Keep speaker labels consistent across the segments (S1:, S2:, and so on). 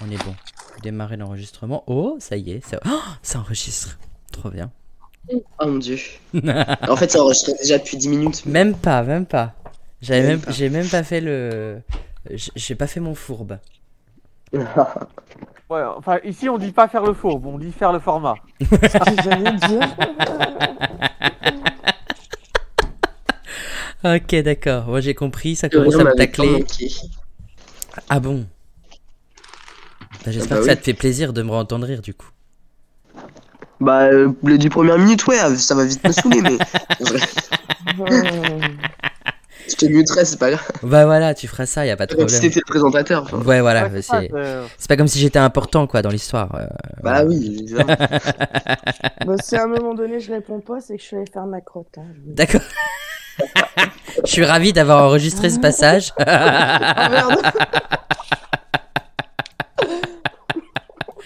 S1: On est bon. Démarrer l'enregistrement. Oh, ça y est, ça, oh, ça enregistre. Trop bien.
S2: Oh mon dieu. en fait, ça enregistrait déjà depuis 10 minutes.
S1: Même pas, même pas. J'avais
S2: Même
S1: même,
S2: pas.
S1: j'ai même pas fait le, j'- j'ai pas fait mon fourbe.
S3: Ouais, enfin, ici, on dit pas faire le fourbe, on dit faire le format.
S4: J'allais dire.
S1: Ok, d'accord. Moi, j'ai compris. Ça commence
S2: Rien
S1: à me
S2: m'avait tant
S1: tacler.
S2: manqué.
S1: Ah bon. Bah, J'espère
S2: bah
S1: que ça
S2: oui.
S1: te fait plaisir de me entendre rire du coup.
S2: Bah, euh, les 10 premières minutes, ouais, ça va vite me saouler, mais
S4: euh,
S2: je te muterai, c'est pas grave.
S1: Bah voilà, tu feras ça, y a pas de
S2: Comme si
S1: problème.
S2: t'étais le présentateur. enfin.
S1: Ouais, voilà.
S3: Ouais, c'est euh, ça,
S1: c'est,
S3: c'est-
S1: c'est pas comme si j'étais important quoi dans l'histoire. euh.
S2: Bah oui, évidemment.
S4: bah, si à un moment donné je réponds pas, c'est que je suis allée faire ma crotte. hein.
S1: D'accord. Je suis ravi d'avoir enregistré ce passage.
S4: Ah merde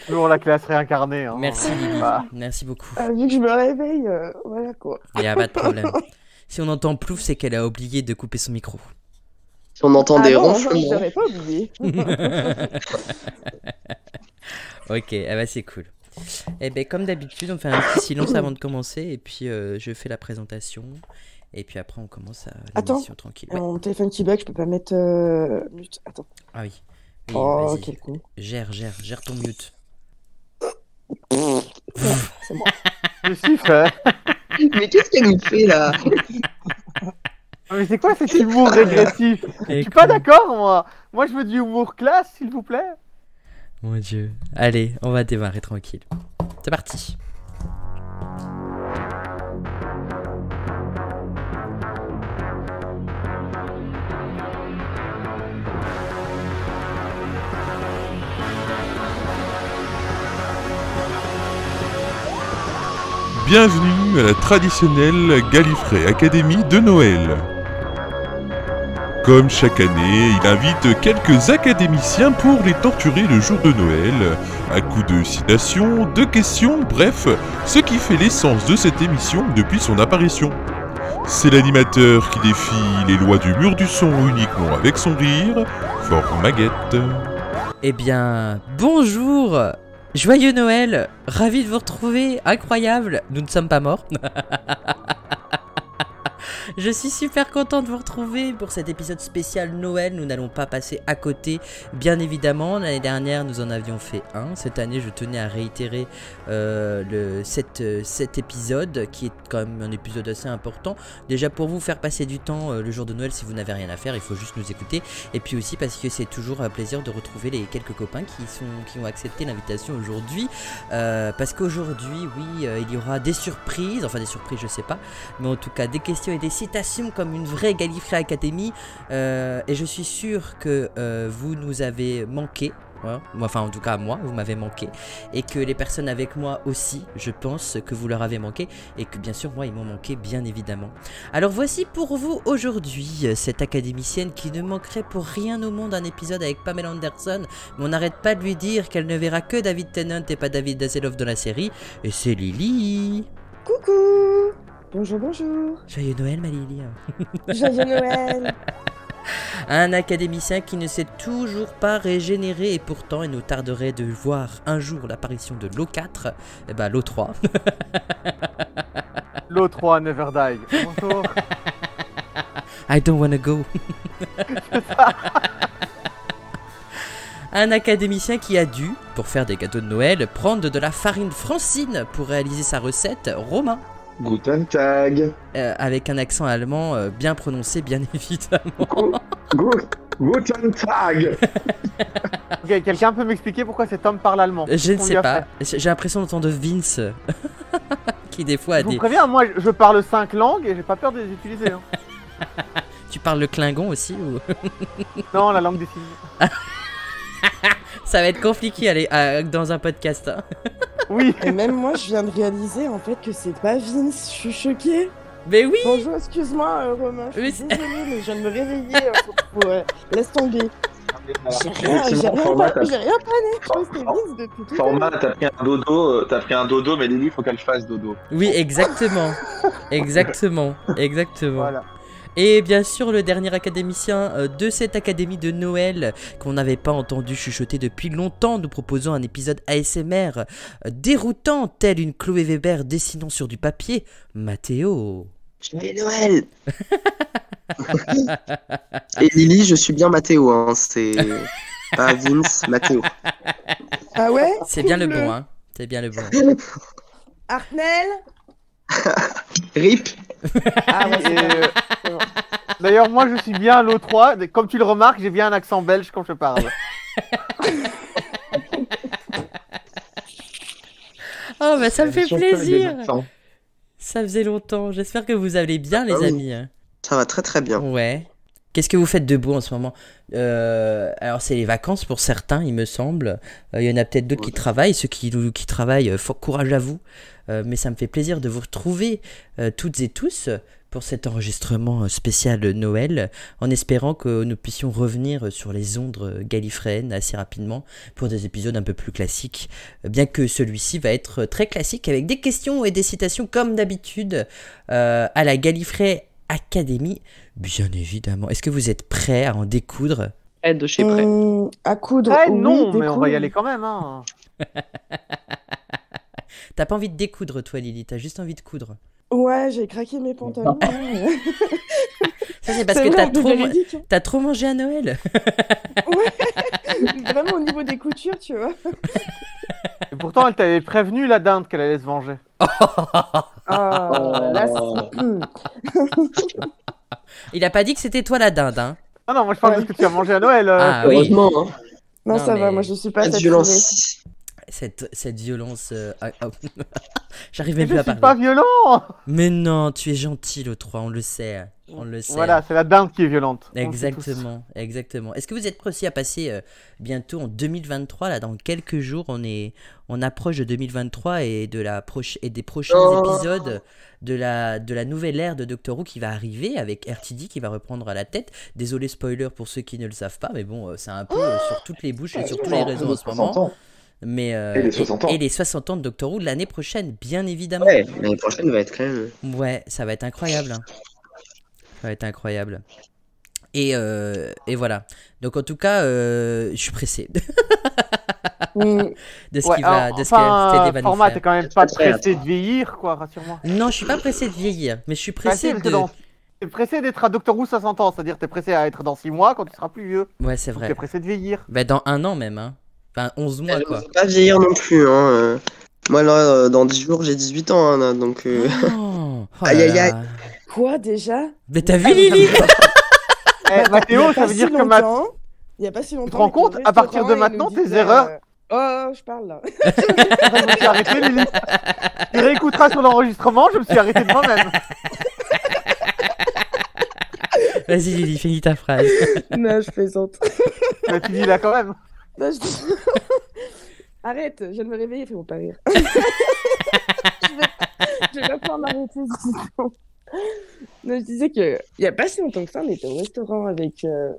S3: toujours la classe réincarnée. hein.
S1: Merci, Lily.
S3: Bah,
S1: Merci beaucoup.
S4: Ah, Vu que je me réveille, euh, voilà quoi.
S1: Il a pas de problème. Si on entend plouf, c'est qu'elle a oublié de couper son micro.
S2: Si on entend
S4: Ah
S2: des
S4: non,
S2: ronfles,
S4: Je
S2: bon.
S4: l'aurais pas oublié.
S1: Ok, ah bah c'est cool. Eh ben comme d'habitude, on fait un petit silence avant de commencer et puis euh, je fais la présentation et puis après on commence à
S4: Attends.
S1: l'émission tranquille. Ouais.
S4: Mon téléphone qui bug, je peux pas mettre. euh, mute. Attends.
S1: Ah oui. Oui,
S4: oh,
S1: vas-y.
S4: quel con.
S1: Gère, gère, gère ton mute.
S3: le chiffre, hein.
S2: mais qu'est-ce qu'elle nous fait là
S3: Mais c'est quoi cet humour régressif Je suis pas d'accord, moi. Moi, je veux du humour classe, s'il vous plaît.
S1: Mon dieu. Allez, on va démarrer tranquille. C'est parti.
S5: Bienvenue à la traditionnelle Gallifrey Académie de Noël. Comme chaque année, il invite quelques académiciens pour les torturer le jour de Noël, à coups de citations, de questions, bref, ce qui fait l'essence de cette émission depuis son apparition. C'est l'animateur qui défie les lois du mur du son uniquement avec son rire, fort maguette.
S1: Eh bien, bonjour Joyeux Noël Ravi de vous retrouver Incroyable Nous ne sommes pas morts Je suis super content de vous retrouver pour cet épisode spécial Noël. Nous n'allons pas passer à côté, bien évidemment. L'année dernière, nous en avions fait un. Cette année, je tenais à réitérer euh, le, cet, euh, cet épisode, qui est quand même un épisode assez important. Déjà, pour vous faire passer du temps euh, le jour de Noël, si vous n'avez rien à faire, il faut juste nous écouter. Et puis aussi parce que c'est toujours un plaisir de retrouver les quelques copains qui, sont, qui ont accepté l'invitation aujourd'hui. Euh, parce qu'aujourd'hui, oui, euh, il y aura des surprises, enfin des surprises, je sais pas, mais en tout cas des questions et des citations comme une vraie Gallifrey Academy. Euh, et je suis sûr que euh, vous nous avez manqué. hein. Moi, Enfin, en tout cas, moi, vous m'avez manqué. Et que les personnes avec moi aussi, je pense que vous leur avez manqué. Et que bien sûr, moi, ils m'ont manqué, bien évidemment. Alors voici pour vous aujourd'hui euh, cette académicienne qui ne manquerait pour rien au monde un épisode avec Pamela Anderson, mais on n'arrête pas de lui dire qu'elle ne verra que David Tennant et pas David Dasselhoff dans la série, et c'est Lily
S4: Coucou Bonjour, bonjour.
S1: Joyeux Noël ma Lily
S4: Joyeux Noël.
S1: Un académicien qui ne s'est toujours pas régénéré et pourtant il nous tarderait de voir un jour l'apparition de l'O4, et bah l'O3,
S3: L'eau 3 Never Die. Bonjour.
S1: I don't wanna go. Un académicien qui a dû, pour faire des gâteaux de Noël, prendre de la farine francine pour réaliser sa recette, Romain.
S6: Guten Tag.
S1: Euh, avec un accent allemand euh, bien prononcé, bien évidemment.
S6: Gu- gu- Guten Tag.
S3: Ok, Quelqu'un peut m'expliquer pourquoi cet homme parle allemand
S1: Je ne
S3: On lui
S1: sais
S3: a
S1: pas.
S3: fait.
S1: J'ai j'ai l'impression d'entendre Vince. qui des fois a
S3: Je vous
S1: des.
S3: préviens, moi, je parle 5 langues et j'ai pas peur de les utiliser. hein.
S1: Tu parles le Klingon aussi ou...
S3: Non, la langue des signes.
S1: Ça va être compliqué aller à- dans un podcast. hein.
S3: Oui.
S4: Et même moi, je viens de réaliser en fait que c'est pas Vince. Je suis choquée.
S1: Mais oui
S4: Bonjour, excuse-moi, euh, Romain. Je
S1: Oui,
S4: suis
S1: c'est-
S4: désolée, mais je viens de me réveiller. euh, faut- faut, euh, laisse tomber. J'ai rien, j'ai
S6: Effectivement,
S4: rien pas-
S6: format, t'as-
S4: j'ai rien pané. Je crois que c'est Vince depuis tout à l'heure.
S6: Format, t'as pris un dodo, euh, t'as pris un dodo, mais Lily, faut qu'elle fasse dodo.
S1: Oui, exactement. exactement. Exactement.
S3: Voilà.
S1: Et bien sûr, le dernier académicien euh, de cette académie de Noël qu'on n'avait pas entendu chuchoter depuis longtemps, nous proposant un épisode ASMR euh, déroutant, tel une Chloé Weber dessinant sur du papier, Mathéo.
S2: Je vais Noël Et Lily, je suis bien Mathéo, hein. c'est pas Vince, Mathéo.
S4: Ah ouais
S1: C'est bien le bon, hein. C'est bien le bon.
S4: Arnel
S2: Rip
S3: Et, euh, c'est bon. D'ailleurs, moi, je suis bien à l'O3. Comme tu le remarques, j'ai bien un accent belge quand je parle.
S1: Oh, bah ça me fait
S6: Sur quoi, les
S1: plaisir.
S6: accents
S1: Ça faisait longtemps. J'espère que vous allez bien, les
S2: Ah oui.
S1: amis. hein.
S2: Ça va très très bien.
S1: Ouais. Qu'est-ce que vous faites de beau en ce moment Euh, Alors, c'est les vacances pour certains, il me semble. Euh, Il y en a peut-être d'autres qui travaillent. Ceux qui, qui travaillent, euh, fort courage à vous. Euh, mais ça me fait plaisir de vous retrouver euh, toutes et tous pour cet enregistrement euh, spécial Noël, en espérant que nous puissions revenir euh, sur les ondes galifréennes assez rapidement pour des épisodes un peu plus classiques, Euh, bien que celui-ci va être euh, très classique avec des questions et des citations comme d'habitude euh, à la Galifrey Academy, bien évidemment. Est-ce que vous êtes prêts à en découdre
S7: Près de chez près.
S4: Hum, à coudre.
S3: Ah
S4: oui,
S3: non, mais on
S4: découdre.
S3: va y aller quand même. Hein.
S1: T'as pas envie de découdre, toi, Lily, t'as juste envie de coudre.
S4: Ouais, j'ai craqué mes pantalons.
S1: Ça, c'est parce
S4: C'est
S1: que t'as
S4: vrai,
S1: trop,
S4: j'avais dit que-
S1: t'as trop mangé à Noël.
S4: Vraiment au niveau des coutures, tu vois.
S3: Et pourtant, elle t'avait prévenu, la dinde, qu'elle allait se venger.
S4: Ah, là,
S6: Oh.
S4: c'est- hum.
S1: Il a pas dit que c'était toi la dinde, hein
S3: Ah non, moi, je parle
S4: Ouais.
S3: de ce que tu as mangé à Noël. euh.
S1: Ah oui,
S2: Heureusement, hein.
S4: Non,
S1: Non,
S4: ça
S1: mais-
S4: va, moi je suis pas
S2: pas de
S4: saturée.
S2: violence.
S1: cette, cette violence. euh, ah, ah, J'arrive
S3: Mais
S1: même
S3: je
S1: plus à
S3: suis Eh ben, pas
S1: parler.
S3: violent.
S1: Mais non, tu es gentil, le 3, on le sait. On le sait.
S3: Voilà, c'est la dinde qui est violente. On le sait tous.
S1: Exactement, exactement. Est-ce que vous êtes prêts aussi à passer euh, bientôt en 2023 là dans quelques jours on est on approche de 2023 et de la proche et des prochains
S2: Oh.
S1: épisodes de la de la nouvelle ère de Doctor Who qui va arriver avec RTD qui va reprendre à la tête. Désolé spoiler pour ceux qui ne le savent pas mais bon euh, c'est un peu euh, sur toutes les bouches et sur tous les réseaux en ce moment. Mais euh,
S6: Et les 60 ans.
S1: et les 60 ans de Doctor Who l'année prochaine bien évidemment.
S2: Ouais, l'année prochaine va être quand même.
S1: Ouais, ça va être incroyable. hein. Ça va être incroyable. Et, euh, et voilà. Donc en tout cas, euh, je suis pressé de
S4: Hum.
S1: de ce
S3: Ouais,
S1: qui va,
S3: alors,
S1: de ce
S3: enfin,
S1: que Teddy va nous
S3: format, t'es
S1: faire.
S3: quand même pas
S2: Je préfère.
S3: pressé de vieillir, quoi, rassure-moi.
S1: Non, je suis pas pressé de vieillir, mais je suis
S3: Ah, si,
S1: pressé
S3: parce que
S1: de.
S3: dans- T'es pressé d'être à Doctor Who 60 ans, c'est-à-dire t'es pressé à être dans 6 mois quand tu seras plus vieux.
S1: Ouais, c'est
S3: Donc
S1: vrai.
S3: T'es pressé de vieillir.
S1: Bah, dans un an même, hein. Enfin, 11 mois,
S2: Elle
S1: quoi.
S2: ne pas vieillir non plus. Hein. euh. Moi, là, euh, dans 10 jours, j'ai 18 ans, hein, là, donc. euh,
S1: Oh, oh là
S2: Aïe, aïe,
S1: là.
S2: aïe.
S4: Quoi déjà
S1: Mais t'as vu Lily
S3: Eh, Mathéo, ça veut dire que ma...
S4: maintenant. Il n'y a pas si longtemps.
S3: te rends compte,
S4: les
S3: à partir
S4: restaurants, ils
S3: de
S4: nous
S3: maintenant, tes
S4: disaient,
S3: erreurs-
S4: euh, Oh, je parle là.
S3: je me suis arrêté, Lily. Tu réécouteras son enregistrement, je me suis arrêté de moi-même.
S1: Vas-y Lily, finis ta phrase.
S4: non, je plaisante.
S3: Mais tu dis là quand même.
S4: Non, je- Arrête, je viens de me réveiller, fais-moi pas rire. je, vais... je vais pas pouvoir m'arrêter. sinon. non, je disais que il n'y a pas si longtemps que ça, on était au restaurant avec, euh,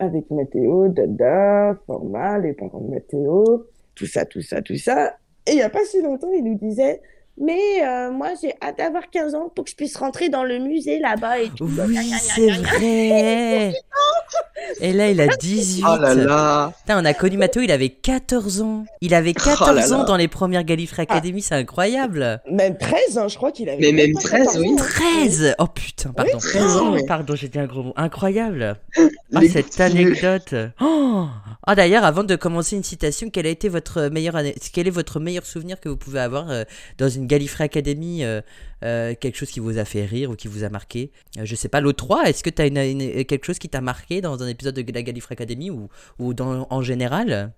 S4: avec Mathéo, Dada, Format, les parents de Mathéo, tout ça, tout ça, tout ça. Et il n'y a pas si longtemps, il nous disait. Mais euh, moi, j'ai hâte d'avoir 15 ans pour que je puisse rentrer dans le musée là-bas et tout.
S1: Oui, c'est vrai. Et là, il a 18.
S2: Oh là là.
S1: Putain, on a connu Mathéo, il avait 14 ans. Il avait 14
S2: Oh là Ah.
S1: ans
S2: là.
S1: dans les premières Gallifrey Academy, c'est incroyable.
S4: Même 13, hein, je crois qu'il avait.
S2: Mais même
S4: pas
S2: 13,
S4: 14
S2: oui.
S4: ans.
S1: 13 Oh putain, pardon.
S2: 13 ans, ouais.
S1: Pardon, j'ai dit un gros mot. Incroyable. Ah,
S2: Les-
S1: cette anecdote. Oh Ah, d'ailleurs, avant de commencer une citation, quel a été votre meilleur, ané- quel est votre meilleur souvenir que vous pouvez avoir euh, dans une Gallifrey Academy euh, euh, Quelque chose qui vous a fait rire ou qui vous a marqué Euh, Je sais pas, l'O3, est-ce que t'as une, une- quelque chose qui t'a marqué dans un épisode de la Gallifrey Academy ou, ou dans, en général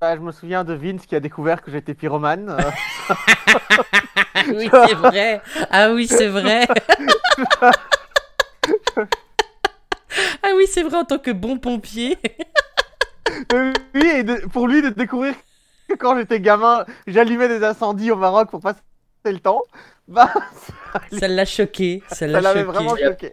S3: Bah, je me souviens de Vince qui a découvert que j'étais pyromane. euh.
S1: Ah oui, c'est vrai. Ah oui, c'est vrai. ah oui, c'est vrai en tant que bon pompier.
S3: Euh, oui, et de- pour lui de découvrir que quand j'étais gamin, j'allumais des incendies au Maroc pour passer le temps. Bah,
S1: Ça l'a choqué. Ça
S3: ça
S1: l'a
S3: l'avait
S1: Ah, choqué.
S3: vraiment choqué.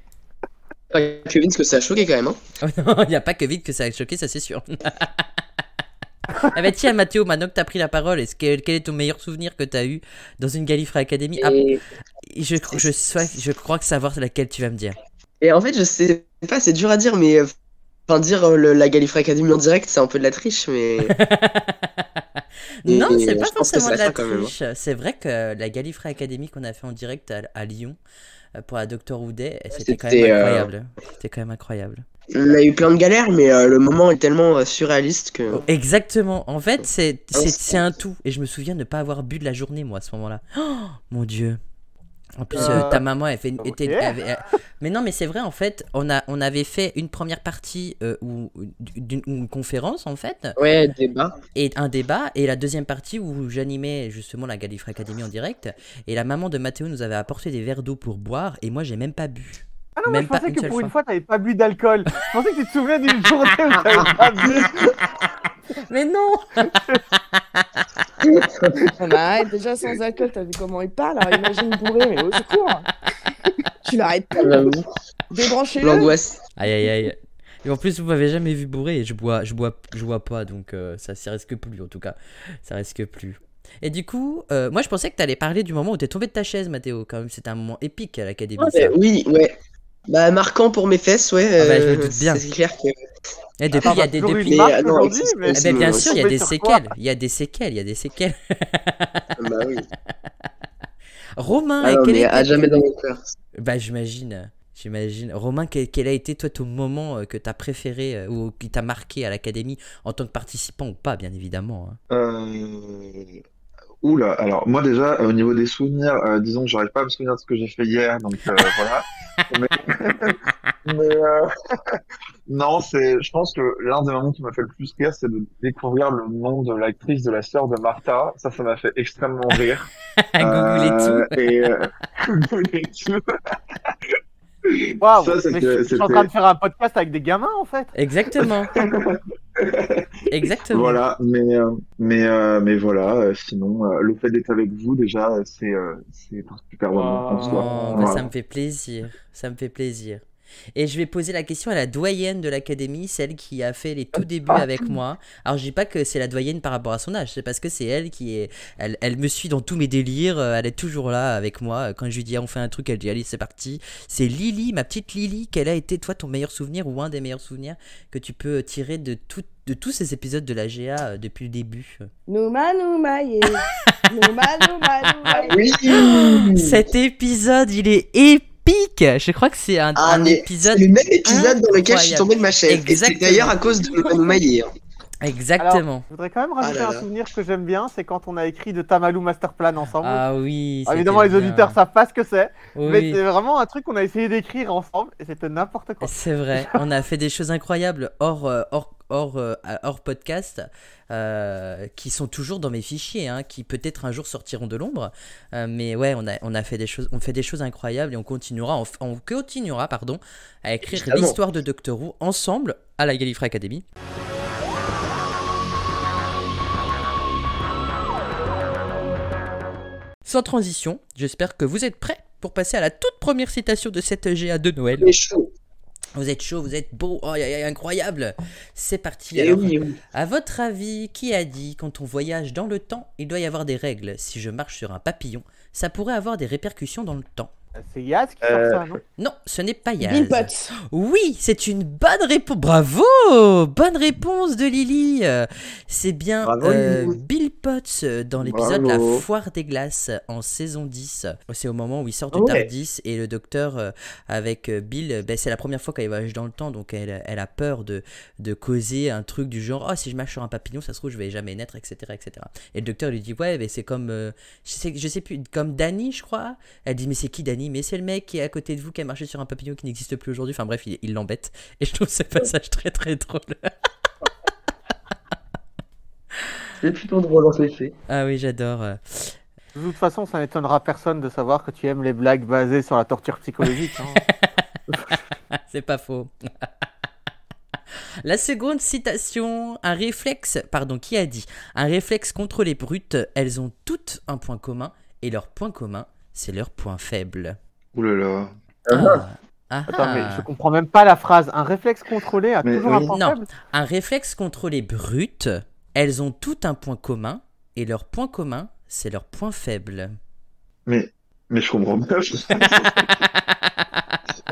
S2: Pas que Vince, que ça a choqué quand même. Hein.
S1: Il n'y a pas que vite que ça a choqué, ça c'est sûr. ah bah tiens, Mathéo, maintenant que t'as pris la parole, est-ce que, quel est ton meilleur souvenir que t'as eu dans une Gallifrey Academy Ah,
S2: Et-
S1: je, cro- je, sois- je crois que savoir laquelle tu vas me dire.
S2: Et en fait, je sais pas, c'est dur à dire, mais. euh, Enfin, dire euh, le- la Gallifrey Academy en direct, c'est un peu de la triche, mais. Et
S1: non, c'est pas
S2: je pense que
S1: forcément de
S2: ça
S1: la
S2: sera quand même, hein.
S1: triche. C'est vrai que la Gallifrey Academy qu'on a fait en direct à, à Lyon euh, pour la Docteur Houdet, c'était quand même
S2: C'était, euh,
S1: incroyable. C'était quand même incroyable.
S2: On a eu plein de galères, mais euh, le moment est tellement euh, surréaliste que.
S1: Oh, exactement. En fait, c'est
S2: Ouais,
S1: c'est-
S2: c'est-
S1: c'est un tout. Et je me souviens ne pas avoir bu de la journée, moi, à ce moment-là. Oh, mon Dieu. En plus, euh,
S3: Euh,
S1: ta maman, elle fait une- était-
S3: ok.
S1: avait- elle- Mais non, mais c'est vrai, en fait, on, a, on avait fait une première partie euh, où- d'une une conférence, en fait,
S2: Ouais, débat.
S1: et un débat et la deuxième partie où j'animais justement la Gallifrey Academy en direct et la maman de Mathéo nous avait apporté des verres d'eau pour boire et moi j'ai même pas bu.
S3: Ah non,
S1: Même
S3: moi je
S1: pas
S3: pensais
S1: une
S3: que
S1: seule
S3: pour une
S1: fois.
S3: fois, t'avais pas bu d'alcool. Je pensais que tu te souvenais d'une journée où t'avais pas bu.
S1: Mais non
S4: Ah bah, arrête, déjà sans alcool, t'as vu comment il parle, alors imagine bourré, mais au secours Tu l'arrêtes pas, débranchez-le
S2: Euh, L'angoisse.
S1: Aïe aïe aïe. Et en plus vous m'avez jamais vu bourré et je bois je bois je bois pas donc euh, ça ça risque plus en tout cas. Ça risque plus. Et du coup, euh, moi je pensais que t'allais parler du moment où t'es tombé de ta chaise Mathéo quand même, c'était un moment épique à l'Académie. Ah, ça.
S2: Oui, ouais. Bah, marquant pour mes fesses, ouais.
S1: Ah bah, je
S2: euh,
S1: me doute bien.
S2: C'est clair que.
S1: Et Eh, depuis il y a des
S3: Toujours une
S1: depuis-
S2: Mais,
S3: marque
S2: euh, non,
S3: aujourd'hui,
S2: c'est-
S3: mais
S1: Ah
S2: c'est-
S1: ben, bien sûr, il y a des
S3: Tombé sur quoi
S1: séquelles, il y a des séquelles, il y a des séquelles.
S2: Bah oui.
S1: Romain,
S2: Ah
S1: et
S2: non,
S1: quel
S2: mais
S1: était
S2: à
S1: ton-
S2: jamais dans mon cœur.
S1: Bah j'imagine, j'imagine. Romain, quel, quel a été toi ton moment euh, que t'as préféré euh, ou qui t'a marqué à l'académie en tant que participant ou pas, bien évidemment. hein.
S6: Euh... Oula, alors moi déjà, euh, au niveau des souvenirs, euh, disons que j'arrive pas à me souvenir de ce que j'ai fait hier, donc euh, voilà. Mais, mais, euh, non, c'est, je pense que l'un des moments qui m'a fait le plus rire, c'est de découvrir le nom de l'actrice de la sœur de Martha. Ça, ça m'a fait extrêmement rire.
S1: Googlez
S6: tout. Et, euh, googlez tout.
S3: Waouh,
S6: Ça,
S3: mais
S6: c'était-
S3: je, je suis en
S6: c'était-
S3: train de faire un podcast avec des gamins en fait.
S1: Exactement. Exactement.
S6: Voilà, mais euh, mais euh, mais voilà. euh, sinon, euh, le fait d'être avec vous déjà, euh, c'est euh, c'est un super moment en
S1: Oh,
S6: soi.
S1: bah,
S6: Voilà.
S1: ça me fait plaisir, ça me fait plaisir. Et je vais poser la question à la doyenne de l'académie, celle qui a fait les tout débuts avec moi. Alors je dis pas que c'est la doyenne par rapport à son âge, c'est parce que c'est elle qui est, elle, elle me suit dans tous mes délires, euh, elle est toujours là avec moi. Quand je lui dis ah, on fait un truc, elle dit allez c'est parti. C'est Lily, ma petite Lily, quel a été toi ton meilleur souvenir ou un des meilleurs souvenirs que tu peux tirer de tout- de tous ces épisodes de la GA euh, depuis le début.
S4: Nouma, nouma, yeah. Nouma, nouma, nouma, yeah.
S2: Oui.
S1: Cet épisode, il est épique. Je crois que c'est un,
S2: Ah,
S1: un
S2: mais
S1: épisode
S2: Le même épisode dans lequel je suis
S1: Incroyable.
S2: tombé de ma chaise. Et c'est
S1: Exactement.
S2: d'ailleurs à cause de hein. Laurent Maillé.
S1: Exactement.
S3: Je voudrais quand même rajouter
S2: Ah là
S3: un
S2: là.
S3: souvenir que j'aime bien, c'est quand on a écrit de Tamalou Masterplan ensemble.
S1: ah oui.
S3: Alors, Évidemment, les
S1: c'était
S3: auditeurs
S1: bien.
S3: savent pas ce que c'est, mais
S1: Oui.
S3: c'est vraiment un truc qu'on a essayé d'écrire ensemble et c'était n'importe quoi.
S1: C'est vrai. On a fait des choses incroyables hors, euh, hors, hors, euh, hors podcast euh, qui sont toujours dans mes fichiers, hein, qui peut-être un jour sortiront de l'ombre. Euh, mais ouais, on a, on a fait des choses, on fait des choses incroyables et on continuera, on, f- on continuera, pardon, à écrire
S2: Évidemment.
S1: l'histoire de Doctor Who ensemble à la Gallifrey Academy. Sans transition, j'espère que vous êtes prêts pour passer à la toute première citation de cette GA de Noël.
S2: Mais chaud.
S1: Vous êtes chaud, vous êtes beau, oh, aïe, aïe, aïe, incroyable C'est parti
S6: Eh
S2: Et
S1: alors.
S2: oui, oui.
S1: À votre avis, qui a dit quand on voyage dans le temps, il doit y avoir des règles Si je marche sur un papillon, ça pourrait avoir des répercussions dans le temps.
S3: C'est Yas qui sort
S6: Euh,
S3: ça, non
S1: Non, ce n'est pas Yaz.
S4: Bill Potts.
S1: Oui, c'est une bonne réponse. Bravo Bonne réponse de Lily Euh, C'est bien
S6: Bravo,
S1: euh,
S6: Lily.
S1: Bill Potts euh, dans l'épisode La
S6: Bravo.
S1: Foire des Glaces en saison 10. C'est au moment où il sort du
S2: Ouais.
S1: TARDIS et le docteur euh, avec euh, Bill, euh, ben, c'est la première fois qu'elle voyage dans le temps, donc elle, elle a peur de, de causer un truc du genre « Oh, si je marche sur un papillon, ça se trouve, je vais jamais naître, etc. etc. » Et le docteur lui dit « Ouais, mais c'est comme... euh, je, sais, je sais plus, comme Danny, je crois. » Elle dit « Mais c'est qui Danny ?»« Mais c'est le mec qui est à côté de vous, qui a marché sur un papillon qui n'existe plus aujourd'hui. » Enfin bref, il il l'embête. Et je trouve ce passage très très drôle.
S2: C'est plutôt drôle en effet.
S1: Ah oui, j'adore. euh.
S3: De toute façon, ça n'étonnera personne de savoir que tu aimes les blagues basées sur la torture psychologique. hein.
S1: Ah, C'est pas faux. La seconde citation, un réflexe, pardon, qui a dit Un réflexe contre les brutes, elles ont toutes un point commun, et leur point commun, c'est leur point faible.
S6: Ouh là là.
S1: Ah, ah,
S3: Attends, mais
S1: ah.
S3: je comprends même pas la phrase. Un réflexe contrôlé a
S6: Mais
S3: toujours
S6: oui.
S3: un point
S1: Non.
S3: faible.
S1: Un réflexe contre les brutes, elles ont toutes un point commun, et leur point commun, c'est leur point faible.
S6: Mais mais je comprends pas.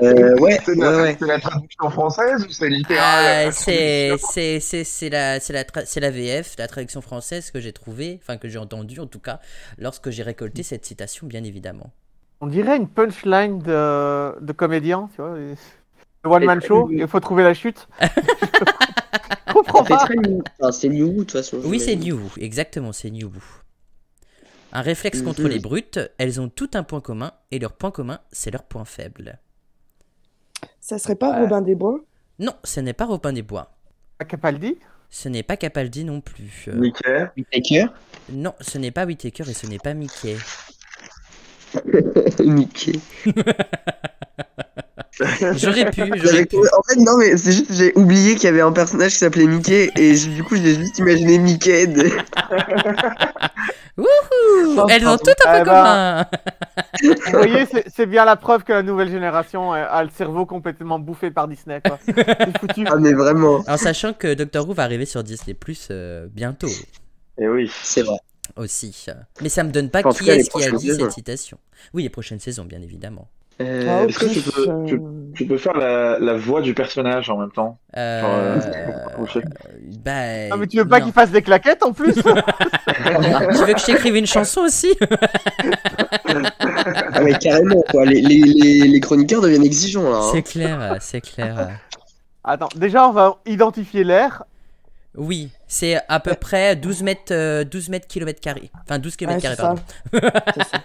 S2: Euh, ouais,
S6: C'est
S2: ouais,
S6: la,
S2: ouais.
S6: c'est la traduction française ou c'est littéral
S3: euh,
S1: Ah, c'est c'est- c'est- c'est la, c'est la, tra- c'est la VF, la traduction française que j'ai trouvée, enfin que j'ai entendue en tout cas, lorsque j'ai récolté cette citation, bien évidemment.
S3: On dirait une punchline de, de comédien, tu vois. et- Le one man
S2: Et-
S3: show, il faut trouver la chute. Je
S2: Ça
S3: comprends
S2: fait
S3: pas.
S2: très Liu- enfin, c'est Liu Wu, de toute façon.
S1: Oui, c'est
S2: j'imagine.
S1: New Who, exactement, c'est New Who. Un réflexe contre
S2: Mhm.
S1: les brutes, elles ont tout un point commun, et leur point commun, c'est leur point faible.
S4: Ça serait pas Robin des Bois
S1: Non, ce n'est pas Robin des Bois.
S3: Capaldi
S1: Ce n'est pas Capaldi non plus. Euh,
S6: Nickel.
S2: Whittaker
S1: Non, ce n'est pas Whittaker et ce n'est pas Mickey.
S2: Mickey.
S1: J'aurais pu, j'aurais
S2: J'avais
S1: pu.
S2: trouvé- En fait, non, mais c'est juste, j'ai oublié qu'il y avait un personnage qui s'appelait Mickey et je- du coup, j'ai juste imaginé Mickey. de-
S1: Ouh, elles ont tout un point
S3: Eh
S1: commun.
S3: ben. Vous voyez, c'est c'est bien la preuve que la nouvelle génération euh, a le cerveau complètement bouffé par Disney. quoi. C'est foutu.
S2: Ah, mais vraiment,
S1: En sachant que Doctor Who va arriver sur Disney Plus euh, bientôt
S6: Et Eh oui.
S2: c'est vrai.
S1: aussi. Mais ça me donne pas
S2: En tout
S1: qui
S2: cas, les
S1: est-ce qui a
S2: prochaines
S1: dit
S2: saisons.
S1: cette citation. Oui, les prochaines saisons, bien évidemment.
S2: Euh,
S6: est-ce que tu
S4: pff,
S6: peux-
S4: euh,
S6: tu- Tu peux faire la, la voix du personnage en même temps.
S1: Euh,
S6: Genre, euh, je sais.
S1: bah,
S3: Ah, mais tu veux pas
S1: non.
S3: qu'il fasse des claquettes en plus
S1: Tu veux que je t'écrive une chanson aussi
S2: Ah, mais carrément, quoi. Les, les, les, les chroniqueurs deviennent exigeants, là. hein.
S1: C'est clair, c'est clair.
S3: Attends, déjà, on va identifier l'air.
S1: Oui, c'est à peu près 12 mètres, euh, 12 mètres kilomètres carrés. Enfin, 12
S4: ah,
S1: kilomètres
S4: c'est
S1: carrés,
S4: ça.
S1: pardon.
S4: C'est ça.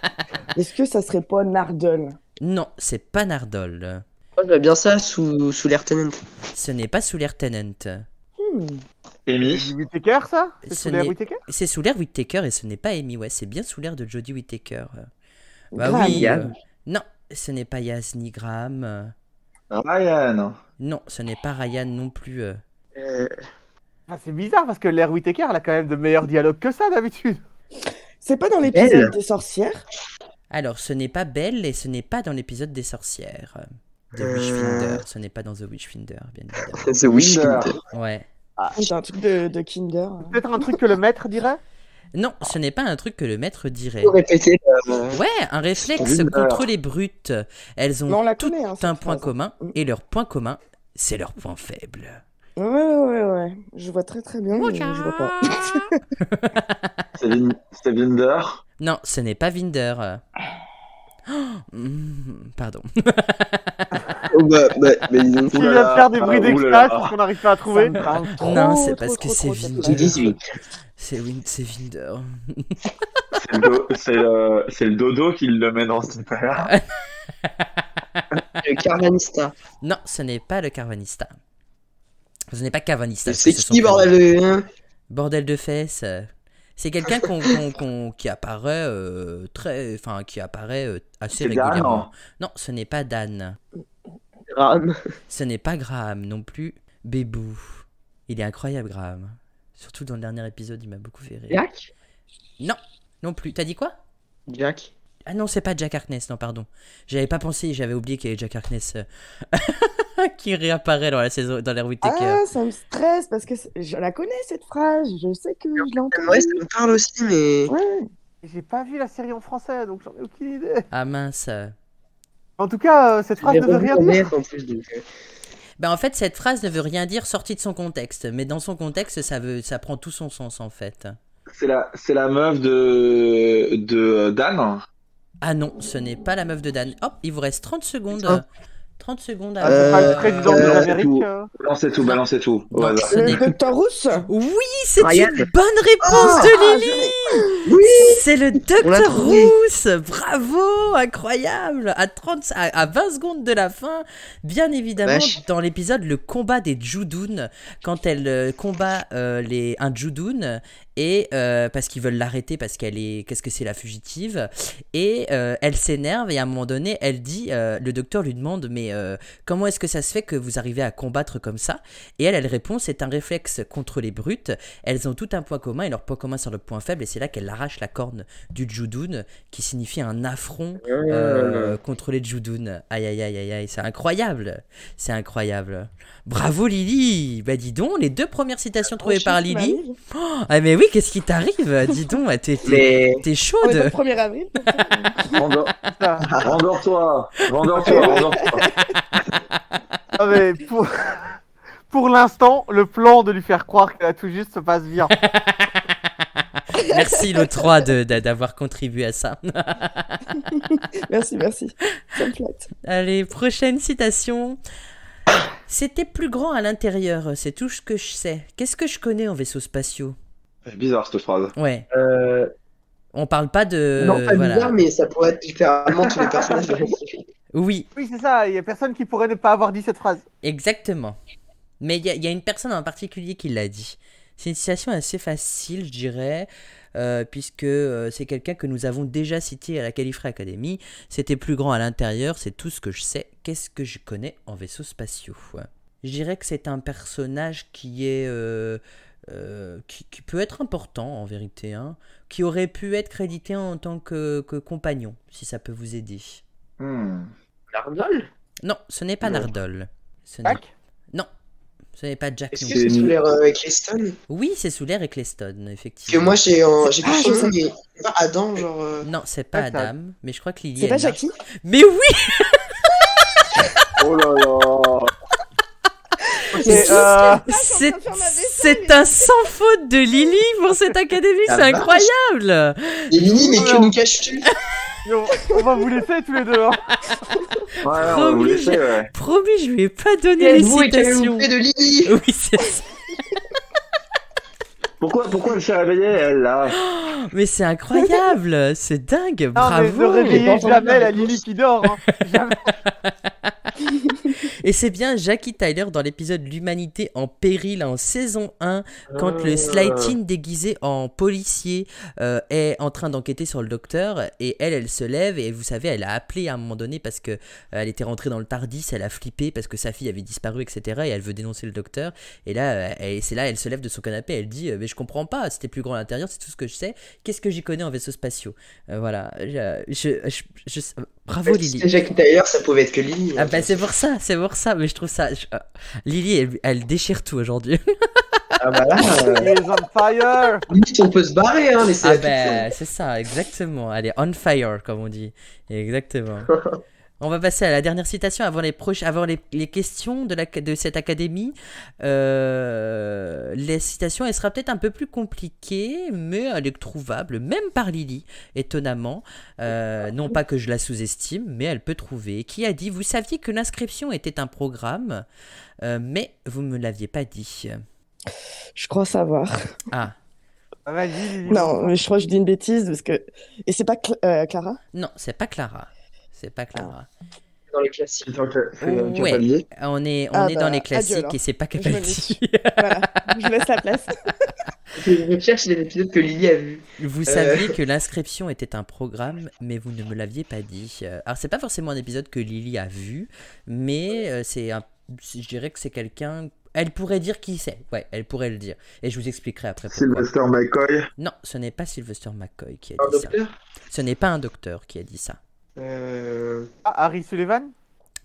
S4: Est-ce que ça serait pas Nardole
S1: Non, c'est pas Nardole.
S2: Moi, je vois bien ça sous, sous l'air tenant.
S1: Ce n'est pas sous l'air Tennant.
S4: Hmm.
S3: C'est
S6: Amy.
S3: du Whittaker, ça C'est
S1: Ce
S3: sous l'air
S1: n'est-
S3: Whittaker
S1: C'est sous l'air Whittaker et ce n'est pas Amy. Ouais, c'est bien sous l'air de Jodie Whittaker. Bah
S4: Graham.
S1: oui.
S2: Graham.
S1: euh, non, ce n'est pas Yasni Graham. euh,
S6: Ryan.
S1: Non, ce n'est pas Ryan non plus. euh.
S2: Euh,
S3: Ah, C'est bizarre parce que l'air Whittaker, elle a quand même de meilleurs dialogues que ça d'habitude.
S4: C'est pas dans
S2: Elle
S4: l'épisode des sorcières
S1: Alors, ce n'est pas Belle et ce n'est pas dans l'épisode des sorcières. euh, De
S2: Euh.
S1: Witchfinder. Ce n'est pas dans The Witchfinder, bien évidemment.
S2: The Wish.
S1: Ouais.
S4: C'est Ah, un truc de, de Kinder.
S3: Peut-être un truc que le maître dirait
S1: Non, ce n'est pas un truc que le maître dirait.
S2: Faut répéter. euh,
S1: Ouais, un réflexe
S6: Witchfinder.
S1: contre les brutes. Elles
S4: Mais on
S1: ont
S4: la
S1: tout
S4: connaît, hein,
S1: un
S4: cette
S1: point
S4: phrase.
S1: commun
S4: Mm.
S1: et leur point commun, c'est leur point faible.
S4: Ouais, ouais, ouais, ouais. Je vois très très bien, mais je vois pas.
S6: C'est Vin- c'est Vinder.
S1: Non, ce n'est pas Vinder. euh. Oh, mm, Pardon.
S2: oh, bah, bah, bah, dis donc.
S3: Qui
S6: Oulala,
S3: vient de faire des
S6: ah,
S3: bruits
S6: oulala.
S3: d'extase parce qu'on n'arrive pas à trouver.
S1: non,
S4: Trop,
S1: c'est
S4: trop,
S1: parce que
S4: trop,
S1: c'est
S4: trop, cette
S1: Vinder.
S2: J'ai 18.
S1: C'est Win- c'est Vinder.
S6: C'est le, do- c'est le- c'est le dodo qui le met dans ce
S1: Ah,
S6: là
S2: Le Carvanista.
S1: Non, ce n'est pas le Carvanista. Ce n'est pas Carvanista.
S2: C'est
S1: parce que
S2: qui,
S1: son prénom-
S2: bordel hein
S1: Bordel de fesses. euh. C'est quelqu'un qu'on- qu'on- qu'on- qui apparaît euh, très, enfin qui apparaît euh, assez
S6: C'est Dan,
S1: régulièrement.
S6: non
S1: non, ce n'est pas Dan.
S2: Graham.
S1: Ce n'est pas Graham non plus. Bébou. Il est incroyable Graham. Surtout dans le dernier épisode, il m'a beaucoup fait rire.
S2: Jack
S1: Non plus. T'as dit quoi
S2: Jack.
S1: Ah non, c'est pas Jack Harkness, non, pardon. J'avais pas pensé, j'avais oublié qu'il y avait Jack Harkness euh, qui réapparaît dans la saison, dans l'air Whittaker.
S4: Ah, ça me stresse parce que c'est- je la connais cette phrase. Je sais que je Euh, l'ai entendue.
S2: Euh, Ouais, ça me parle aussi, mais.
S4: Ouais.
S3: J'ai pas vu la série en français, donc j'en ai aucune idée.
S1: Ah, mince.
S3: En tout cas, euh, cette phrase
S2: J'ai
S3: ne veut
S2: revu
S3: rien
S2: en
S3: dire.
S2: VF, en plus, donc, euh,
S1: Bah, en fait, cette phrase ne veut rien dire sortie de son contexte, mais dans son contexte, ça, veut, ça prend tout son sens en fait.
S6: C'est la, c'est la meuf de, de Dan.
S1: Ah non, ce n'est pas la meuf de Dan. Hop, il vous reste 30 secondes.
S2: Putain.
S1: 30 secondes
S3: Ah,
S1: à.
S3: c'est
S2: Euh,
S3: pas le président de
S2: euh,
S3: l'Amérique.
S6: tout.
S3: euh.
S6: Balancez tout, balancez tout. Au
S1: Non,
S6: hasard.
S1: ce n'est-
S4: Le docteur Rousse Ah,
S1: Oui, c'est
S2: Ryan.
S1: une bonne réponse de Lily
S2: Oui
S1: C'est le
S2: Oh. Ah, On l'a
S1: Dr
S2: trouvé.
S1: Rousse Bravo Incroyable à, 30, à, à 20 secondes de la fin, bien évidemment,
S2: Vache.
S1: dans l'épisode Le combat des Judoun, quand elle euh, combat euh, les, un Judoun, et, euh, parce qu'ils veulent l'arrêter, parce qu'elle est. Qu'est-ce que c'est la fugitive Et euh, elle s'énerve, et à un moment donné, elle dit euh, le docteur lui demande, mais euh, comment est-ce que ça se fait que vous arrivez à combattre comme ça Et elle, elle répond c'est un réflexe contre les brutes, elles ont tout un point commun et leur point commun sur le point faible, et c'est là qu'elle arrache la corne du Judoun, qui signifie un affront
S2: Oh
S1: euh, contre les Judoun. Aïe aïe aïe aïe aïe, c'est incroyable! C'est incroyable! Bravo Lily! Bah dis donc, les deux premières citations trouvées par
S4: Bah,
S1: Lily. Ah mais oui, qu'est-ce qui t'arrive? dis donc, t'es, t'es-
S2: Mais.
S1: t'es
S4: On est
S1: chaude!
S4: le 1er avril.
S6: Rendors- Rendors-toi. Rendors-toi. Rendors-toi.
S3: Non, Ah, mais pour... pour l'instant, le plan de lui faire croire qu'elle a tout juste se passe bien.
S1: Merci le 3 de- d'a- d'avoir contribué à ça.
S4: Merci, merci. Ça me flatte.
S1: Allez, prochaine citation. C'était plus grand à l'intérieur, c'est tout ce que je sais. Qu'est-ce que je connais en vaisseaux spatiaux
S6: C'est bizarre cette phrase.
S1: Ouais,
S2: Euh,
S1: on parle pas de.
S2: non, pas
S1: euh, voilà.
S2: bizarre, mais ça pourrait être littéralement tous les personnages de
S1: Oui,
S3: Oui, c'est ça, il y a personne qui pourrait ne pas avoir dit cette phrase.
S1: exactement. Mais il y, a- il y a une personne en particulier qui l'a dit. C'est une citation assez facile, je dirais, euh, puisque euh, c'est quelqu'un que nous avons déjà cité à la Califra Academy. C'était plus grand à l'intérieur, c'est tout ce que je sais. Qu'est-ce que je connais en vaisseaux spatiaux Ouais. Je dirais que c'est un personnage qui est. euh, euh, qui, qui peut être important en vérité, hein, qui aurait pu être crédité en tant que, que compagnon, si ça peut vous aider.
S6: Hmm.
S2: Arnold
S1: Non, ce n'est pas
S6: Non.
S1: Nardol. Ce n'est
S3: Tac.
S1: ce n'est pas Jack
S2: Est-ce
S1: non
S2: que
S1: plus.
S2: c'est sous l'air euh, Cliston
S1: Oui, c'est Soulaire et Cleston,
S2: Parce que
S1: effectivement.
S2: moi j'ai euh, j'ai
S4: Ah,
S2: plus
S4: je
S2: son nom,
S4: sais.
S2: mais c'est pas Adam, genre. euh,
S1: Non, c'est pas
S3: Pas ça.
S1: Adam, mais je crois que Lily
S4: C'est
S1: est
S4: pas
S1: là.
S4: Jackie
S1: Mais oui
S6: Oh là là
S3: Ok, euh,
S4: Ah,
S1: C'est
S4: train de faire ma vaisselle,
S1: c'est
S4: mais-
S1: un sans faute de Lily pour cette académie,
S2: La
S1: c'est
S2: vache.
S1: incroyable
S2: Et Lily, mais que
S3: Non.
S2: nous caches-tu
S3: on, on va vous laisser tous les deux. hein.
S6: Ouais, on vous
S1: Obligé.
S6: laissez, ouais.
S1: Promis, je lui ai pas donné les
S2: Vous et qu'elle est
S1: citations.
S2: loupée de Lily
S1: Oui, c'est ça.
S6: Pourquoi, pourquoi elle s'est réveillée, elle, là
S1: Mais c'est incroyable C'est dingue
S3: Non, mais
S1: Bravo
S3: ne
S2: J'ai pas
S3: réveillez
S2: entendu
S3: jamais
S2: la
S3: la
S2: réponse.
S3: Lily qui dort. hein. Jamais.
S1: Et c'est bien Jackie Tyler dans l'épisode L'humanité en péril en saison 1 quand le Slightin déguisé en policier euh, est en train d'enquêter sur le docteur et elle elle se lève et vous savez elle a appelé à un moment donné parce que euh, elle était rentrée dans le Tardis elle a flippé parce que sa fille avait disparu etc et elle veut dénoncer le docteur et là euh, elle- c'est là elle se lève de son canapé elle dit euh, mais je comprends pas c'était plus grand à l'intérieur c'est tout ce que je sais qu'est-ce que j'y connais en vaisseaux spatiaux Euh, voilà je, je- je- je- bravo Lily
S2: C'était Jackie Tyler, ça pouvait être que Lily. hein.
S1: ah
S2: ouais.
S1: bah c'est pour ça, c'est pour ça, mais je trouve ça... je- euh, Lily, elle, elle déchire tout aujourd'hui.
S2: Ah bah là, euh,
S3: Il est on fire.
S2: limite, on peut se barrer, hein, mais c'est
S1: Ah
S2: la fiction.
S1: bah c'est ça, exactement. Elle est on fire, comme on dit. Exactement. On va passer à la dernière citation avant les, proches, avant les, les questions de, la, de cette académie. Euh, les citations, elle sera peut-être un peu plus compliquée, mais elle est trouvable, même par Lily, étonnamment. Euh, non pas que je la sous-estime, mais elle peut trouver. Qui a dit Vous saviez que l'inscription était un programme, euh, mais vous ne me l'aviez pas dit.
S4: Je crois savoir.
S1: Ah,
S3: Ah, Vas-y, Lily.
S4: Non, mais je crois que je dis une bêtise parce que. Et c'est pas Cl- euh, Clara
S1: non, c'est pas Clara. C'est pas Clara.
S2: Dans les classiques.
S6: C'est un ca- c'est
S2: euh,
S6: un
S1: Ouais.
S6: cavalier.
S1: On est, on
S4: Ah
S1: est
S4: bah,
S1: dans les
S4: adieu
S1: classiques
S4: alors.
S1: et c'est pas
S4: me
S1: Capaldi.
S4: Voilà, je laisse la place.
S2: Je cherche les épisodes que Lily a vus.
S1: vous
S2: Euh.
S1: saviez que l'inscription était un programme, mais vous ne me l'aviez pas dit. Euh, Alors c'est pas forcément un épisode que Lily a vu, mais euh, c'est un, je dirais que c'est quelqu'un. Elle pourrait dire qui c'est. Ouais, elle pourrait le dire. Et je vous expliquerai après pourquoi.
S6: Sylvester McCoy.
S1: Non, ce n'est pas Sylvester McCoy qui a
S2: Un
S1: dit ça.
S2: docteur
S1: Ce n'est pas un docteur qui a dit ça.
S2: Euh,
S3: Ah, Harry Sullivan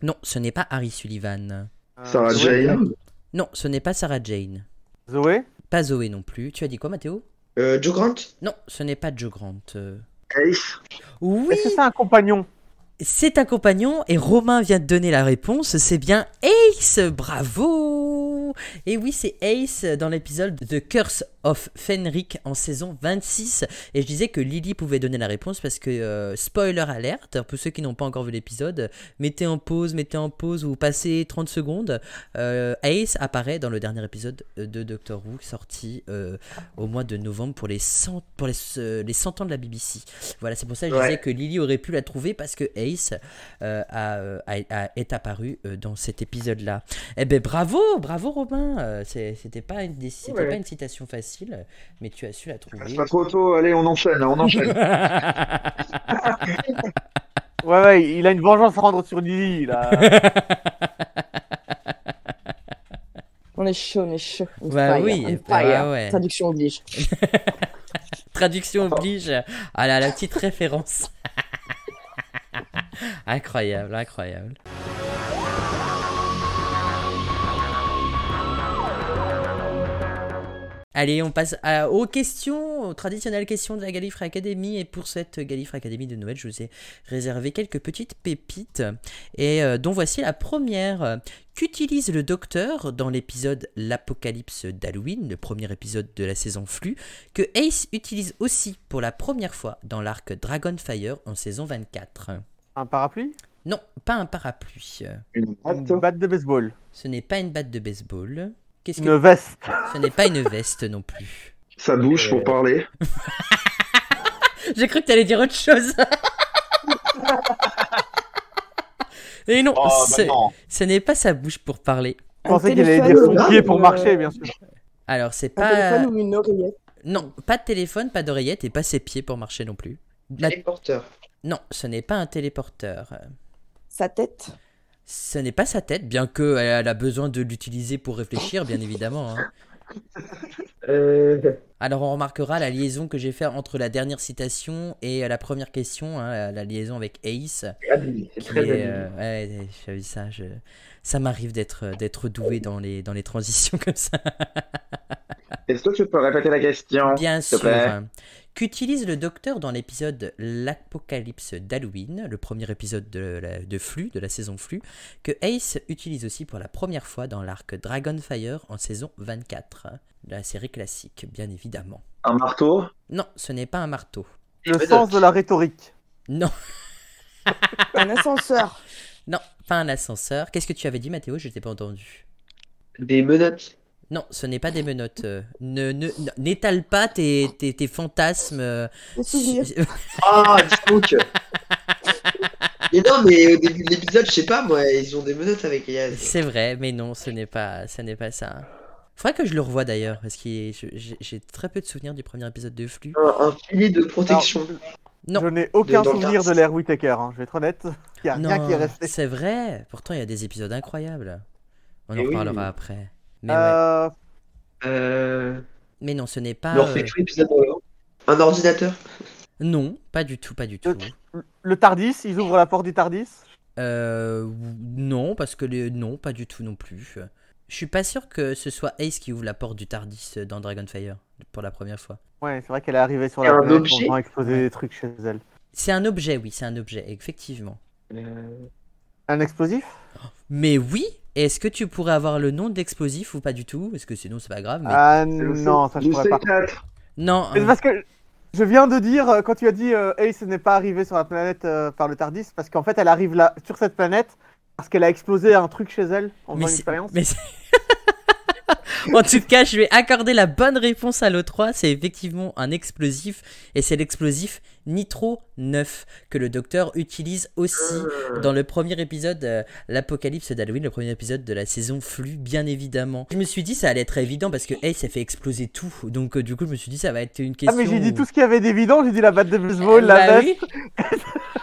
S1: Non, ce n'est pas Harry Sullivan.
S3: Euh,
S6: Sarah
S3: Zoé
S6: Jane.
S1: Non, ce n'est pas Sarah Jane.
S3: Zoé
S1: Pas Zoé non plus. Tu as dit quoi, Mathéo
S2: euh, Joe Grant
S1: Non, ce n'est pas Joe Grant. Euh,
S6: Ace.
S1: Oui,
S3: Est-ce que c'est un compagnon
S1: C'est un compagnon et Romain vient de donner la réponse, c'est bien Ace, bravo Et oui, c'est Ace dans l'épisode The Curse of Fenric en saison 26. Et je disais que Lily pouvait donner la réponse parce que, euh, spoiler alerte, pour ceux qui n'ont pas encore vu l'épisode, mettez en pause, mettez en pause ou passez 30 secondes. euh, Ace apparaît dans le dernier épisode euh, de Doctor Who sorti euh, au mois de novembre pour les 100, pour les, euh, les 100 ans de la BBC. Voilà, c'est pour ça que je
S2: Ouais.
S1: disais que Lily aurait pu la trouver parce que Ace euh, a, euh, a- a- est apparu euh, dans cet épisode-là. Eh ben bravo, bravo Robin. Euh, c'est- C'était pas une des- c'était
S2: Ouais.
S1: pas une citation facile, mais tu as su la
S6: C'est
S1: trouver.
S6: pas trop tôt, allez, on enchaîne, on enchaîne.
S3: Ouais, ouais, il a une vengeance à rendre sur Lily, là.
S4: On est chaud, on est chaud. On
S1: Bah
S4: fire,
S1: oui,
S4: on
S1: bah
S4: fire.
S1: ouais.
S4: Traduction oblige.
S1: Traduction oblige. Ah là, la petite référence. incroyable, incroyable. Allez, on passe à- aux questions, aux traditionnelles questions de la Gallifrey Academy. Et pour cette Gallifrey Academy de Noël, je vous ai réservé quelques petites pépites. Et euh, dont voici la première. Qu'utilise le docteur dans l'épisode L'Apocalypse d'Halloween, le premier épisode de la saison Flux, que Ace utilise aussi pour la première fois dans l'arc Dragonfire en saison 24
S3: Un parapluie
S1: Non, pas un parapluie.
S6: Une
S3: Une
S6: patte
S3: batte de baseball
S1: Ce n'est pas une batte de baseball. Qu'est-ce
S3: Une
S1: que...
S3: veste
S1: Ce n'est pas une veste non plus.
S6: Sa bouche
S2: Euh,
S6: pour parler.
S1: J'ai cru que t'allais dire autre chose. Et non,
S6: Oh, bah
S1: ce,
S6: non.
S1: ce n'est pas sa bouche pour parler.
S3: Je pensais qu'il allait dire son
S2: téléphone,
S3: pied pour
S4: euh,
S3: marcher, bien sûr.
S1: Alors, c'est
S4: Un
S1: pas.
S4: téléphone ou une oreillette.
S1: Non, pas de téléphone, pas d'oreillette et pas ses pieds pour marcher non plus. La-
S2: Téléporteur.
S1: Non, ce n'est pas un téléporteur.
S4: Sa tête.
S1: Ce n'est pas sa tête, bien que euh, elle a besoin de l'utiliser pour réfléchir, bien évidemment. hein.
S2: Euh...
S1: Alors on remarquera la liaison que j'ai faite entre la dernière citation et euh, la première question, hein, la- la liaison avec Ace.
S2: habile, C'est
S1: qui
S2: très
S1: est,
S2: habile.
S1: euh, ouais, ouais, j'ai vu ça. je- Ça m'arrive d'être euh, d'être doué dans les dans les transitions comme ça.
S6: Est-ce que tu peux répéter la question
S1: Bien
S6: s'il
S1: sûr.
S6: te plaît.
S1: hein. Qu'utilise le docteur dans l'épisode L'Apocalypse d'Halloween, le premier épisode de, la- de Flux, de la saison Flux, que Ace utilise aussi pour la première fois dans l'arc Dragonfire en saison 24, hein, la série classique, bien évidemment.
S6: Un marteau
S1: Non, ce n'est pas un marteau.
S3: Le sens de la rhétorique.
S1: Non,
S4: Un ascenseur.
S1: non, pas un ascenseur. Qu'est-ce que tu avais dit, Mathéo Je t'ai pas entendu.
S2: Des menottes.
S1: Non, ce n'est pas des menottes. euh, ne, ne, n- n'étale pas tes, tes, tes fantasmes. euh,
S4: Des souvenirs.
S1: su-
S2: Ah, Discook Mais non, mais au début de l'épisode, je sais pas, moi, ils ont des menottes avec Elias.
S1: C'est vrai, mais non, ce n'est pas, ce n'est pas ça. Faudrait que je le revoie d'ailleurs, parce que je- j'ai j'ai très peu de souvenirs du premier épisode de Flux.
S2: Un, un filet de protection.
S3: Alors,
S1: Non.
S3: Je n'ai aucun
S2: De- dans le
S3: souvenir de
S2: quartier.
S3: l'ère Whittaker, hein, je vais être honnête. Il n'y a rien
S1: Non,
S3: qui est resté.
S1: c'est vrai. Pourtant, il y a des épisodes incroyables. On
S2: Eh
S1: en
S2: oui.
S1: reparlera après. Mais, ouais.
S3: Euh,
S2: Euh...
S1: mais non, ce n'est pas.
S4: Ah
S2: on refait
S1: euh,
S2: tout l'épisode dans le- Un ordinateur.
S1: Non, pas du tout, pas du tout.
S3: Le Tardis, ils ouvrent la porte du Tardis.
S1: Euh, non, parce que les... non, pas du tout non plus. Je suis pas sûr que ce soit Ace qui ouvre la porte du Tardis dans Dragonfire pour la première fois.
S3: Ouais, c'est vrai qu'elle est arrivée sur
S2: Et
S3: la
S2: un
S3: planète
S2: objet.
S3: pour vraiment exploser des trucs chez elle.
S1: C'est un objet, oui, c'est un objet, effectivement.
S3: Un explosif
S1: Mais oui Est-ce que tu pourrais avoir le nom d'explosif ou pas du tout Parce que sinon, c'est pas grave. mais-
S3: Ah non, ça je
S6: Du
S3: pourrais pas.
S6: C4.
S1: Non,
S3: Mais c'est
S1: hein,
S3: parce que je viens de dire, euh, quand tu as dit euh, Ace n'est pas arrivée sur la planète euh, par le Tardis, parce qu'en fait elle arrive là, sur cette planète parce qu'elle a explosé un truc chez elle
S1: Mais
S3: en faisant une
S1: c'est-
S3: expérience.
S1: mais c'est- en tout cas, je vais accorder la bonne réponse à l'O3. C'est effectivement un explosif. Et c'est l'explosif Nitro 9 que le docteur utilise aussi
S3: Ah.
S1: dans le premier épisode, euh, l'apocalypse d'Halloween, le premier épisode de la saison flux, bien évidemment. Je me suis dit ça allait être évident parce que Ace a fait exploser tout, donc euh, du coup je me suis dit ça va être une
S3: Ah
S1: question.
S3: mais j'ai dit
S1: où-
S3: tout ce qu'il y avait d'évident, j'ai dit la batte de baseball, la
S1: Bah
S3: veste.
S1: oui.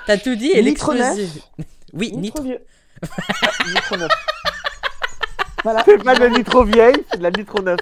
S1: T'as tout dit et
S4: Nitro
S1: l'explosif. Oui,
S4: Nitro
S1: Nitro.
S4: vieux.
S3: Nitro neuf.
S4: Voilà.
S3: C'est pas de la nitro vieille, c'est de la nitro neuf.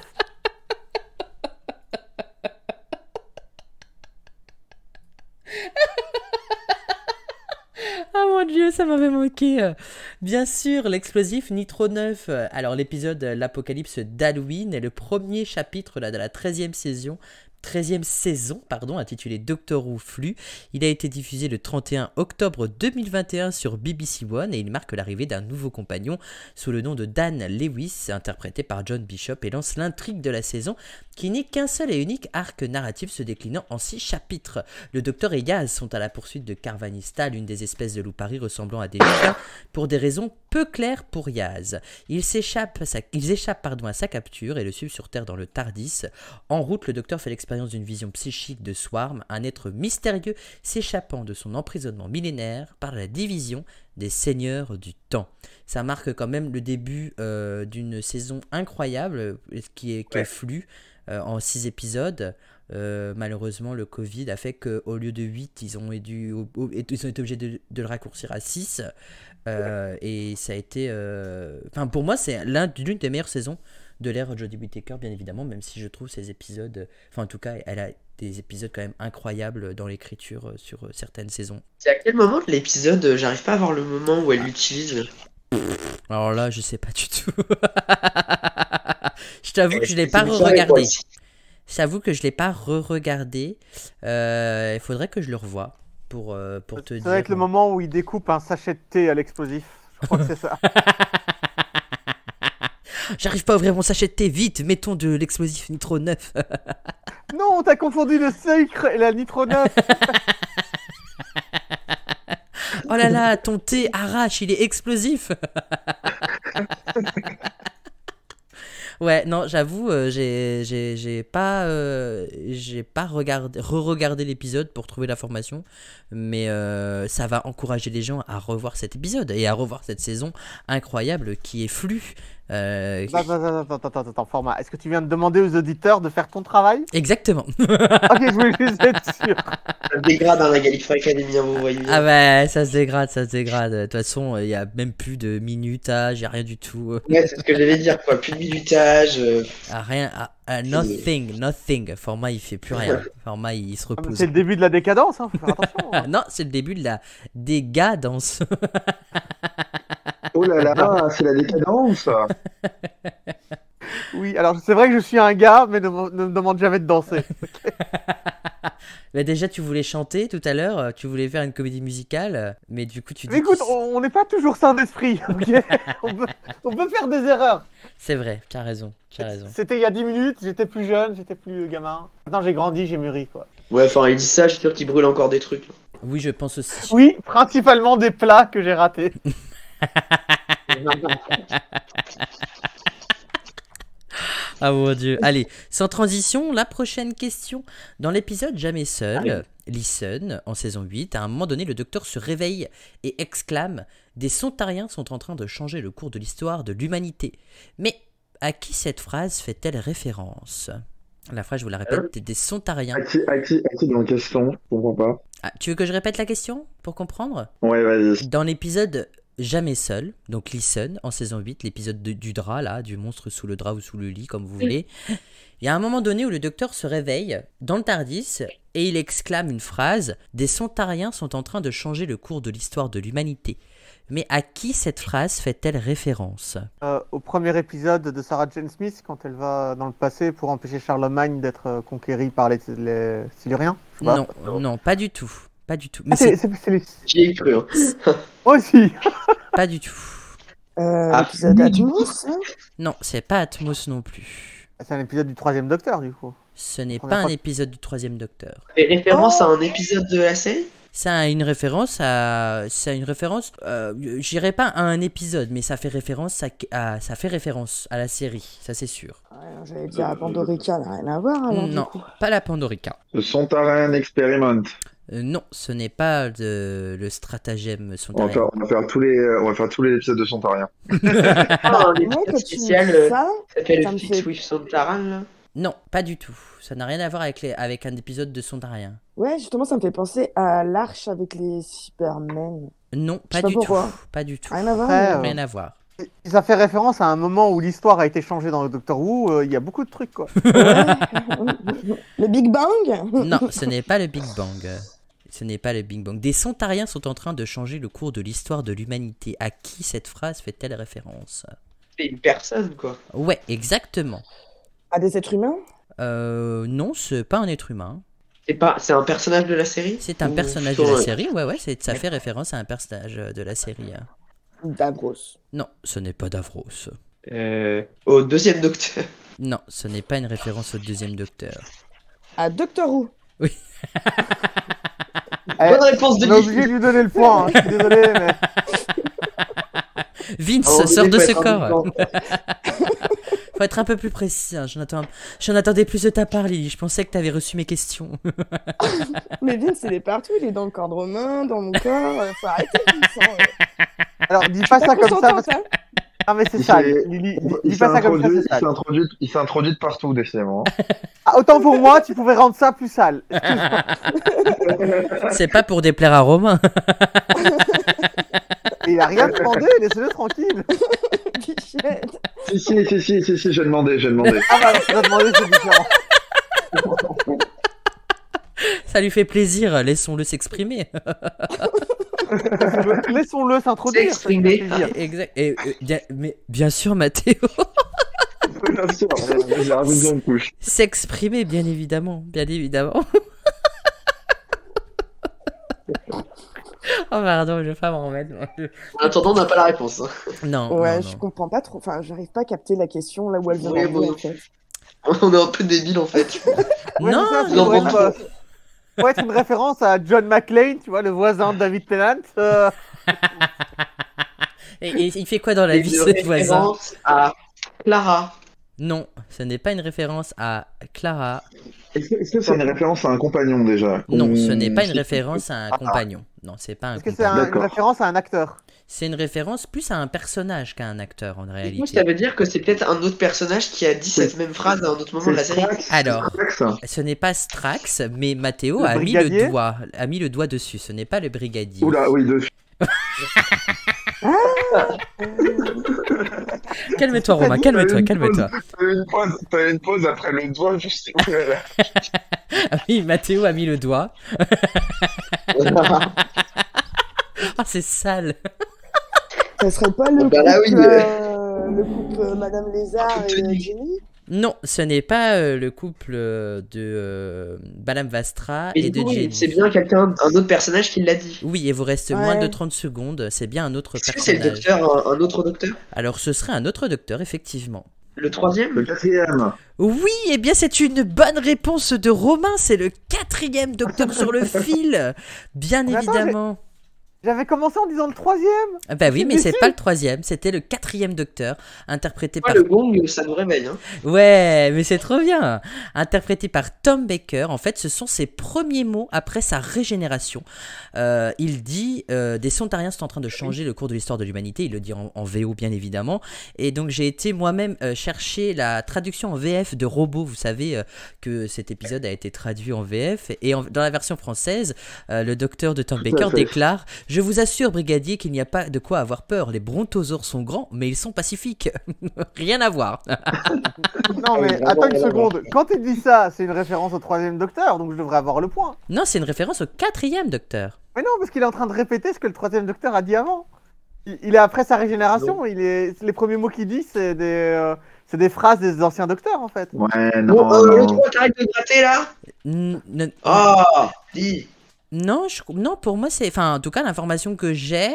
S1: Ah mon dieu, ça m'avait manqué. euh. Bien sûr, l'explosif Nitro 9. euh, Alors l'épisode euh, L'Apocalypse d'Halloween est le premier chapitre là, de la 13e saison. 13e saison, pardon, intitulé Doctor Who Flux. Il a été diffusé le 31 octobre 2021 sur BBC One et il marque l'arrivée d'un nouveau compagnon sous le nom de Dan Lewis, interprété par John Bishop et lance l'intrigue de la saison qui n'est qu'un seul et unique arc narratif se déclinant en six chapitres. Le docteur et Yaz sont à la poursuite de Carvanista, l'une des espèces de loups-paris ressemblant à des lutins, pour des raisons peu claires pour Yaz. Ils s'échappent à sa, ils échappent, pardon, à sa capture et le suivent sur Terre dans le Tardis. En route, le docteur fait l'expérience d'une vision psychique de Swarm, un être mystérieux s'échappant de son emprisonnement millénaire par la division des seigneurs du temps. Ça marque quand même le début euh, d'une saison incroyable euh, qui est, qui est flue euh, en six épisodes. Euh, malheureusement, le Covid a fait qu'au lieu de 8, ils ont, dû, au- au- ils ont été obligés de, de le raccourcir à 6. Et ça a été. euh, Enfin, pour moi, c'est l'un- l'une des meilleures saisons de l'ère Jodie Whittaker, bien évidemment, même si je trouve ces épisodes. Enfin, en tout cas, elle a des épisodes quand même incroyables dans l'écriture euh, sur euh, certaines saisons.
S2: C'est à quel moment de l'épisode, euh, j'arrive pas à voir le moment où elle l'utilise.
S1: Alors là, je sais pas du tout. je t'avoue que je l'ai pas
S2: C'est bizarre, quoi.
S1: regardé. J'avoue que je l'ai pas re-regardé. Euh, Il faudrait que je le revoie pour, euh, pour te
S3: Ça
S1: dire.
S3: va être le moment où il découpe un sachet de thé à l'explosif. Je crois que c'est ça.
S1: J'arrive pas à ouvrir mon sachet de thé, vite, mettons de l'explosif nitro neuf.
S3: non, t'as confondu le sucre et la nitro 9.
S1: Oh là là, ton thé arrache, il est explosif. ouais, non, j'avoue, euh, j'ai- j'ai j'ai pas, euh, j'ai pas regardé, re-regardé l'épisode pour trouver l'information, mais euh, ça va encourager les gens à revoir cet épisode et à revoir cette saison incroyable qui est flux. Euh,
S3: Attends, attends, attends, attends, attends, attends, format. Est-ce que tu viens de demander aux auditeurs de faire ton travail
S1: Exactement.
S3: Ok, je voulais juste être sûr. Ah,
S4: Ah.
S2: Ça se dégrade dans la Gallifrey Academy, hein, vous voyez.
S1: Ah ouais, ça se dégrade, ça se dégrade. De toute façon, il y a même plus de minutage, il y a rien du tout.
S2: Ouais, c'est ce que j'allais dire, quoi. Plus de minutage. euh,
S1: Ah, rien, ah, ah, nothing, nothing. Format, il fait plus rien. Format, il se
S3: Ah, mais
S1: repose.
S3: C'est le début de la décadence, hein. faut faire attention. hein.
S1: Ah, non, c'est le début de la dégadence.
S6: Oh là là, c'est la décadence.
S3: Oui, alors c'est vrai que je suis un gars, mais ne, me- ne me demande jamais de danser.
S1: Mais déjà, tu voulais chanter tout à l'heure, euh, tu voulais faire une comédie musicale, euh, mais du coup, tu dis.
S3: Mais écoute,
S1: qu'il-
S3: on on n'est pas toujours sain d'esprit, ok on, peut, on peut faire des erreurs.
S1: C'est vrai, tu as raison, tu as raison.
S3: C'était il y a 10 minutes, j'étais plus jeune, j'étais plus gamin. Maintenant j'ai grandi, j'ai mûri, quoi.
S2: Ouais, enfin, il dit ça, je suis sûr qu'il brûle encore des trucs.
S1: Oui, je pense aussi.
S3: Oui, principalement des plats que j'ai ratés.
S1: Ah mon dieu. Allez, sans transition, la prochaine question. Dans l'épisode Jamais seul, Listen, en saison 8, à un moment donné, le docteur se réveille et exclame Des Sontariens sont en train de changer le cours de l'histoire de l'humanité. Mais à qui cette phrase fait-elle référence La phrase, je vous la répète Des Sontariens.
S6: À qui, à qui, à qui dans le question Je comprends pas.
S1: Ah, tu veux que je répète la question pour comprendre
S6: Ouais, vas-y.
S1: Dans l'épisode Jamais seul, donc Listen, en saison 8, l'épisode de- du drap, là, du monstre sous le drap ou sous le lit, comme vous voulez, il y a un moment donné où le docteur se réveille dans le Tardis et il exclame une phrase Des Sontariens sont en train de changer le cours de l'histoire de l'humanité. Mais à qui cette phrase fait-elle référence
S3: Euh, au premier épisode de Sarah Jane Smith, quand elle va dans le passé pour empêcher Charlemagne d'être euh, conquéri par les, les Siluriens. je sais pas.
S1: Non, non, pas du tout. Pas du tout.
S3: Bah. Ah,
S1: Mais
S3: c'est
S1: c'est
S3: c'est- c'est les...
S2: J'y ai cru, hein.
S3: Moi aussi.
S1: pas du tout.
S4: Euh,
S2: Ah,
S4: l'épisode
S2: oui,
S4: à
S2: du
S4: Toulouse, hein
S1: Non, c'est pas Atmos non plus.
S3: Ah, C'est un épisode du troisième Docteur, du coup.
S1: Ce n'est
S3: On
S1: pas
S3: n'a
S1: un
S3: pas-
S1: épisode du troisième docteur.
S2: Fait référence à un épisode de la série
S1: Ça a une référence à, ça a une référence, euh, j'irai pas à un épisode, mais ça fait référence à, à- ça fait référence à la série, ça c'est sûr.
S4: Ouais, J'allais
S1: Euh,
S4: dire à Pandorica, n'a rien à voir alors.
S1: non, pas la Pandorica.
S6: Le Sontaran Experiment.
S1: Euh, non, ce n'est pas de- le stratagème
S6: On va,
S1: Sontarien.
S6: faire, on va faire tous les, on va faire tous les épisodes de Sontarien.
S2: Ah, un
S4: Moi,
S2: épisode
S4: quand tu me dis
S2: spécial euh,
S4: ça,
S2: s'appelle
S4: ça me
S2: Fix
S4: fait-
S2: with Sontaran, là.
S1: Non, pas du tout. Ça n'a rien à voir avec les- avec un épisode de Sontarien.
S4: ouais, justement, ça me fait penser à l'arche avec les Supermen.
S1: Non,
S4: Je
S1: pas
S4: sais pas
S1: du tout.
S4: pourquoi.
S1: Pas du tout.
S4: Rien à voir.
S3: Après,
S4: mais-
S3: euh,
S1: Rien à voir.
S3: Ça fait référence à un moment où l'histoire a été changée dans le Doctor Who. euh, Il y a beaucoup de trucs, quoi.
S4: Ouais. Le Big Bang
S1: Non, ce n'est pas le Big Bang. Ce n'est pas le Big Bang. Des Sontariens sont en train de changer le cours de l'histoire de l'humanité. À qui cette phrase fait-elle référence
S2: C'est une personne, quoi.
S1: Ouais, exactement.
S4: À des êtres humains
S1: Euh, non, c'est pas un être humain.
S2: C'est pas... c'est un personnage de la série
S1: C'est un
S2: Ou
S1: personnage de
S2: plutôt,
S1: la
S2: euh,
S1: série. Ouais, ouais, c'est- ça fait référence à un personnage euh, de la série. hein.
S4: Davros.
S1: Non, ce n'est pas Davros.
S2: euh, Au deuxième docteur.
S1: Non, ce n'est pas une référence au deuxième docteur.
S4: À Doctor Who.
S3: Eh,
S2: Bonne réponse de
S3: on est obligé
S2: Guy.
S3: de lui donner le point. hein, Je suis désolé, mais
S1: Vince,
S2: Alors,
S1: sors
S2: il
S1: de
S2: faut
S1: ce
S2: être en même
S1: corps.
S2: temps.
S1: Faut être un peu plus précis. hein. J'en attends- j'en attendais plus de ta part, Lily. Je pensais que t'avais reçu mes questions.
S4: Mais Vince, il est partout, il est dans le corps de Romain, dans mon corps. euh, Faut arrêter, Vince. hein.
S3: alors dis pas ça comme ça. Parce...
S4: Consentante, hein.
S3: Ah mais c'est
S6: Il
S3: ça.
S6: s'est-
S3: Lily, dis-
S6: Il
S3: dis
S6: s'est
S3: pas ça comme ça,
S6: introduit,
S3: c'est
S6: il
S3: sale.
S6: s'est introduit, il s'est introduit de partout, décidément.
S3: Ah, autant pour moi, tu pouvais rendre ça plus sale.
S1: C'est pas pour déplaire à Romain.
S3: Et il a rien demandé, laissez-le tranquille.
S4: Bichette.
S6: si, si, si, si, si, si, j'ai demandé, j'ai demandé.
S3: Ah bah, il a demandé, c'est différent.
S1: Ça lui fait plaisir. Laissons-le s'exprimer.
S3: Laissons-le- Laissons-le s'introduire. ça lui fait
S2: S'exprimer.
S3: plaisir.
S1: Exact. Et, euh, bien- mais bien sûr, Mathéo.
S6: bien sûr, j'ai rajouté une couche.
S1: S'exprimer, bien évidemment, bien évidemment. oh pardon, je vais pas m'en remettre. moi.
S2: En attendant, on n'a pas la réponse. hein.
S1: Non.
S4: Ouais,
S1: Oh, non,
S4: je
S1: non.
S4: comprends pas trop. Enfin, j'arrive pas à capter la question là où elle vient.
S2: Oui,
S4: d'arriver,
S2: bon.
S4: en fait.
S2: On est un peu débile en fait.
S3: Ouais,
S1: Non,
S3: c'est ça,
S2: non,
S3: pourrait
S2: non.
S3: être, euh, pourrait être une référence à John McClane, tu vois, le voisin de David Tennant. euh,
S1: Et, et il fait quoi dans la vie,
S2: Une
S1: ce voisin
S2: référence à Clara.
S1: Non, ce n'est pas une référence à Clara.
S6: Est-ce que- est-ce que c'est une référence à un compagnon déjà
S1: Non,
S6: Ou-
S1: ce n'est pas une référence à un compagnon. Non, c'est pas un
S3: Mmh. Ah. Est-ce que c'est
S1: compagnon.
S3: un- une
S6: D'accord.
S3: référence à un acteur
S1: C'est une référence plus à un personnage qu'à un acteur en
S2: Du coup,
S1: réalité.
S2: ça veut dire que c'est peut-être un autre personnage qui a dit cette même phrase à un autre moment
S6: C'est
S2: de la série.
S6: Strax
S1: Alors.
S6: Strax
S1: Ce n'est pas Strax, mais Matteo
S3: Le
S1: a mis le
S3: brigadier
S1: doigt, a mis le doigt dessus. Ce n'est pas le brigadier.
S6: Oula, oui, de
S1: Calme-toi, Romain. Calme-toi, calme-toi.
S6: T'as eu une pause, t'as eu une pause après le doigt, juste.
S1: Ah oui, Matteo a mis le doigt.
S2: bah
S1: Ah, c'est sale.
S4: Ça serait pas le
S2: Bah
S4: couple,
S2: là, oui, Ah,
S4: euh, le couple euh, Madame Lézard et euh, Jenny
S1: Non, ce n'est pas euh, le couple euh, de euh, Madame Vastra et,
S2: Et du
S1: de
S2: coup, oui,
S1: Jenny.
S2: c'est bien quelqu'un, un autre personnage qui l'a dit.
S1: Oui, et vous reste moins
S4: Ouais.
S1: de 30 secondes. C'est bien un autre
S2: Est-ce que c'est le
S1: personnage.
S2: docteur, hein un, un autre docteur
S1: Alors, ce serait un autre docteur, effectivement.
S2: Le troisième
S6: Le quatrième.
S1: Oui, eh bien, c'est une bonne réponse de Romain. C'est le quatrième docteur sur le fil. Bien
S3: Mais attends, j'ai-
S1: évidemment.
S3: J'avais commencé en disant le troisième.
S1: Ah Bah oui, mais
S3: Mais
S1: c'est pas le troisième. C'était le quatrième docteur, interprété
S2: Moi,
S1: par
S2: Ah, le gong, ça nous réveille. Hein.
S1: Ouais, mais c'est trop bien. Interprété par Tom Baker, en fait, ce sont ses premiers mots après sa régénération. Euh, il dit euh, des Sontariens sont en train de changer le cours de l'histoire de l'humanité. Il le dit en, en VO bien évidemment. Et donc j'ai été moi-même euh, chercher la traduction en VF de robot. Vous savez euh, que cet épisode a été traduit en VF et en- dans la version française, euh, le docteur de Tom
S6: à
S1: Baker
S6: fait.
S1: déclare "Je vous assure, brigadier, qu'il n'y a pas de quoi avoir peur. Les brontosaures sont grands, mais ils sont pacifiques. Rien à voir."
S3: Non,
S2: Ah oui,
S3: mais
S2: vraiment,
S3: attends une
S2: vraiment.
S3: seconde. Quand tu dis ça, c'est une référence au troisième docteur, donc je devrais avoir le point.
S1: Non, c'est une référence au quatrième docteur.
S3: Mais non, parce qu'il est en train de répéter ce que le troisième docteur a dit avant. Il, il est après sa régénération. Il est, les premiers mots qu'il dit, c'est des, euh, c'est des phrases des anciens docteurs, en fait.
S6: Ouais, non.
S3: Oh,
S2: Bon, euh, le
S6: non.
S2: 3, t'arrêtes de gratter là
S1: N- n-
S2: Ah, dis
S1: non, je- non, pour moi, c'est. Enfin, en tout cas, l'information que j'ai,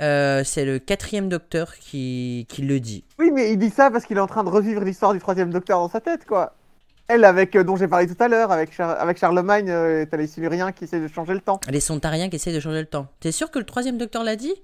S1: euh, c'est le quatrième docteur qui, qui le dit.
S3: Oui, mais il dit ça parce qu'il est en train de revivre l'histoire du troisième docteur dans sa tête, quoi. Elle, avec, euh, dont j'ai parlé tout à l'heure, avec, Char- avec Charlemagne, euh, t'as les Siluriens qui essaient de changer le temps.
S1: Les Sontariens qui essayent de changer le temps. T'es sûr que le troisième docteur l'a dit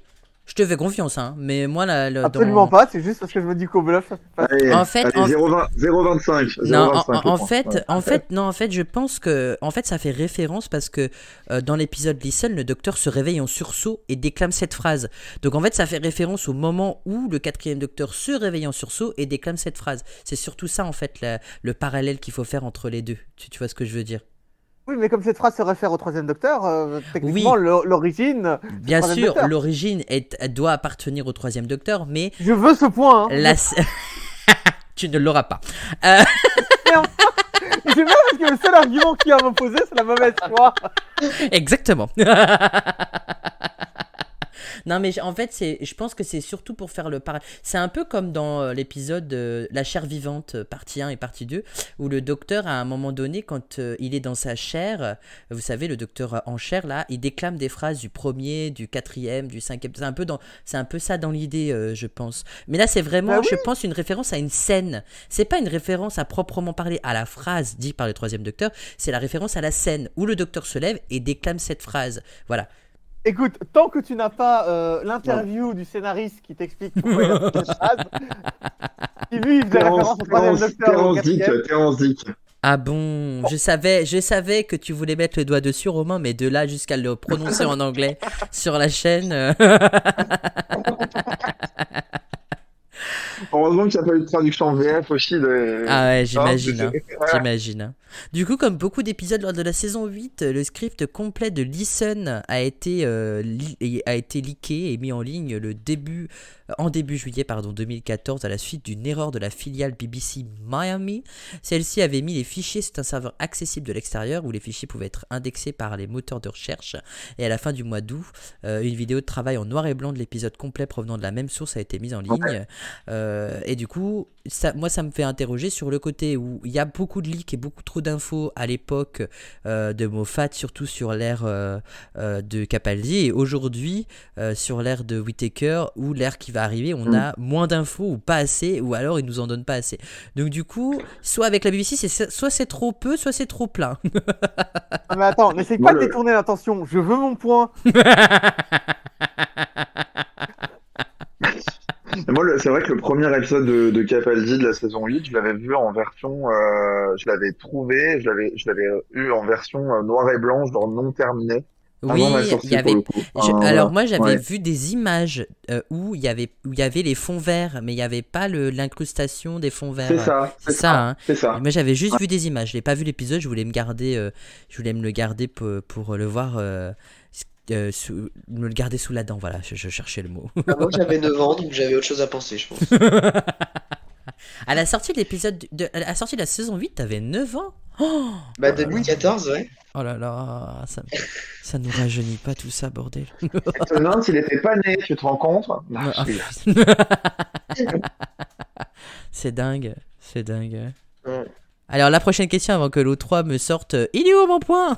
S1: Je te fais confiance, hein. Mais moi, là. là, dans-
S3: Absolument pas, c'est juste parce que je me dis qu'au bluff, ça se passe.
S6: Allez,
S1: En fait,
S6: allez,
S1: en-
S6: 0,20 0,25.
S1: Non, en,
S6: 0,25,
S1: en-
S6: le
S1: en
S6: point.
S1: fait,
S6: Ouais.
S1: en fait, non, en fait, je pense que, en fait, ça fait référence parce que euh, dans l'épisode Listen, le docteur se réveille en sursaut et déclame cette phrase. Donc en fait, ça fait référence au moment où le quatrième docteur se réveille en sursaut et déclame cette phrase. C'est surtout ça, en fait, la- le parallèle qu'il faut faire entre les deux. Tu, tu vois ce que je veux dire
S3: Oui, mais comme cette phrase se réfère au troisième docteur, euh, techniquement,
S1: Oui.
S3: l'o- l'origine,
S1: Bien
S3: troisième
S1: sûr,
S3: docteur.
S1: l'origine est- doit appartenir au troisième docteur, mais
S3: je veux ce point. hein.
S1: la... tu ne l'auras pas.
S3: Et C'est vrai parce que le seul argument qu'il y a à m'opposer, c'est la mauvaise foi.
S1: Exactement. Non mais j- en fait c'est je pense que c'est surtout pour faire le parallèle. C'est un peu comme dans euh, l'épisode euh, La chair vivante euh, partie 1 et partie 2 où le docteur à un moment donné quand euh, il est dans sa chair, euh, vous savez le docteur euh, en chair là, il déclame des phrases du premier, du quatrième, du cinquième. C'est un peu dans c'est un peu ça dans l'idée euh, je pense. Mais là c'est vraiment
S3: Bah oui.
S1: je pense une référence à une scène. C'est pas une référence à proprement parler à la phrase dite par le troisième docteur, c'est la référence à la scène où le docteur se lève et déclame cette phrase. Voilà.
S3: Écoute, tant que tu n'as pas euh, l'interview du scénariste qui t'explique pourquoi il a fait cette phrase, qui lui, il faisait référence au troisième
S6: Terence-
S3: docteur. et au
S6: Terence Dick,
S3: quatrième.
S6: Terence Dick.
S1: Ah bon, je savais, je savais que tu voulais mettre le doigt dessus, Romain, mais de là jusqu'à le prononcer en anglais sur la chaîne. euh,
S6: Heureusement qu'il n'y a pas eu de traduction en VF aussi. De...
S1: Ah ouais,
S6: Non,
S1: j'imagine. hein.
S6: c'était- Voilà.
S1: J'imagine. hein. Du coup, comme beaucoup d'épisodes lors de la saison 8, le script complet de Listen a été, euh, li- et- a été leaké et mis en ligne le début, euh, en début juillet pardon, 2014 à la suite d'une erreur de la filiale BBC Miami. Celle-ci avait mis les fichiers sur un serveur accessible de l'extérieur où les fichiers pouvaient être indexés par les moteurs de recherche. Et à la fin du mois d'août, euh, une vidéo de travail en noir et blanc de l'épisode complet provenant de la même source a été mise en ligne. Euh, Euh, et du coup, ça, moi, ça me fait interroger sur le côté où il y a beaucoup de leaks et beaucoup trop d'infos à l'époque euh, de Moffat, surtout sur l'ère euh, euh, de Capaldi, et aujourd'hui euh, sur l'ère de Whittaker, où l'ère qui va arriver, on
S6: Mm.
S1: a moins d'infos ou pas assez, ou alors ils nous en donnent pas assez. Donc du coup, soit avec la BBC, c'est soit c'est trop peu, soit c'est trop plein.
S3: Ah, mais attends, n'essaye
S6: Moi,
S3: pas de
S6: le-
S3: détourner l'attention. Je veux mon point.
S6: Et moi, le- c'est vrai que le premier épisode de, de Capaldi de la saison 8, je l'avais vu en version, euh, je l'avais trouvé, je l'avais, je l'avais eu en version euh, noire et blanche, dans non terminée.
S1: oui,
S6: avant la
S1: il
S6: sortie
S1: y avait
S6: pour le coup.
S1: Je-
S6: Euh,
S1: alors moi j'avais
S6: ouais.
S1: vu des images euh, où il y avait où il y avait les fonds verts mais il n'y avait pas le- l'incrustation des fonds verts.
S6: C'est ça,
S1: euh, C'est ça. hein.
S6: c'est ça.
S1: Moi j'avais juste vu des images. Je l'ai pas vu l'épisode. Je voulais me garder. euh, je voulais me le garder pour, pour le voir. euh, s- euh, sous- me le garder sous la dent. Voilà. Je, je cherchais le mot.
S2: Ah, Moi j'avais 9 ans donc j'avais autre chose à penser, je pense.
S1: à la sortie de l'épisode de à la sortie de la saison 8, t'avais 9 ans. Oh,
S2: Bah 2014, ouais.
S1: Oh là là, ça, ça nous rajeunit pas tout ça bordel.
S6: Étonnant, s'il était pas né, tu te rends compte Non,
S1: Ah,
S6: je suis-
S1: putain. c'est dingue, c'est dingue.
S2: Ouais.
S1: Alors la prochaine question avant que l'autre 3 me sorte, euh, il est où mon point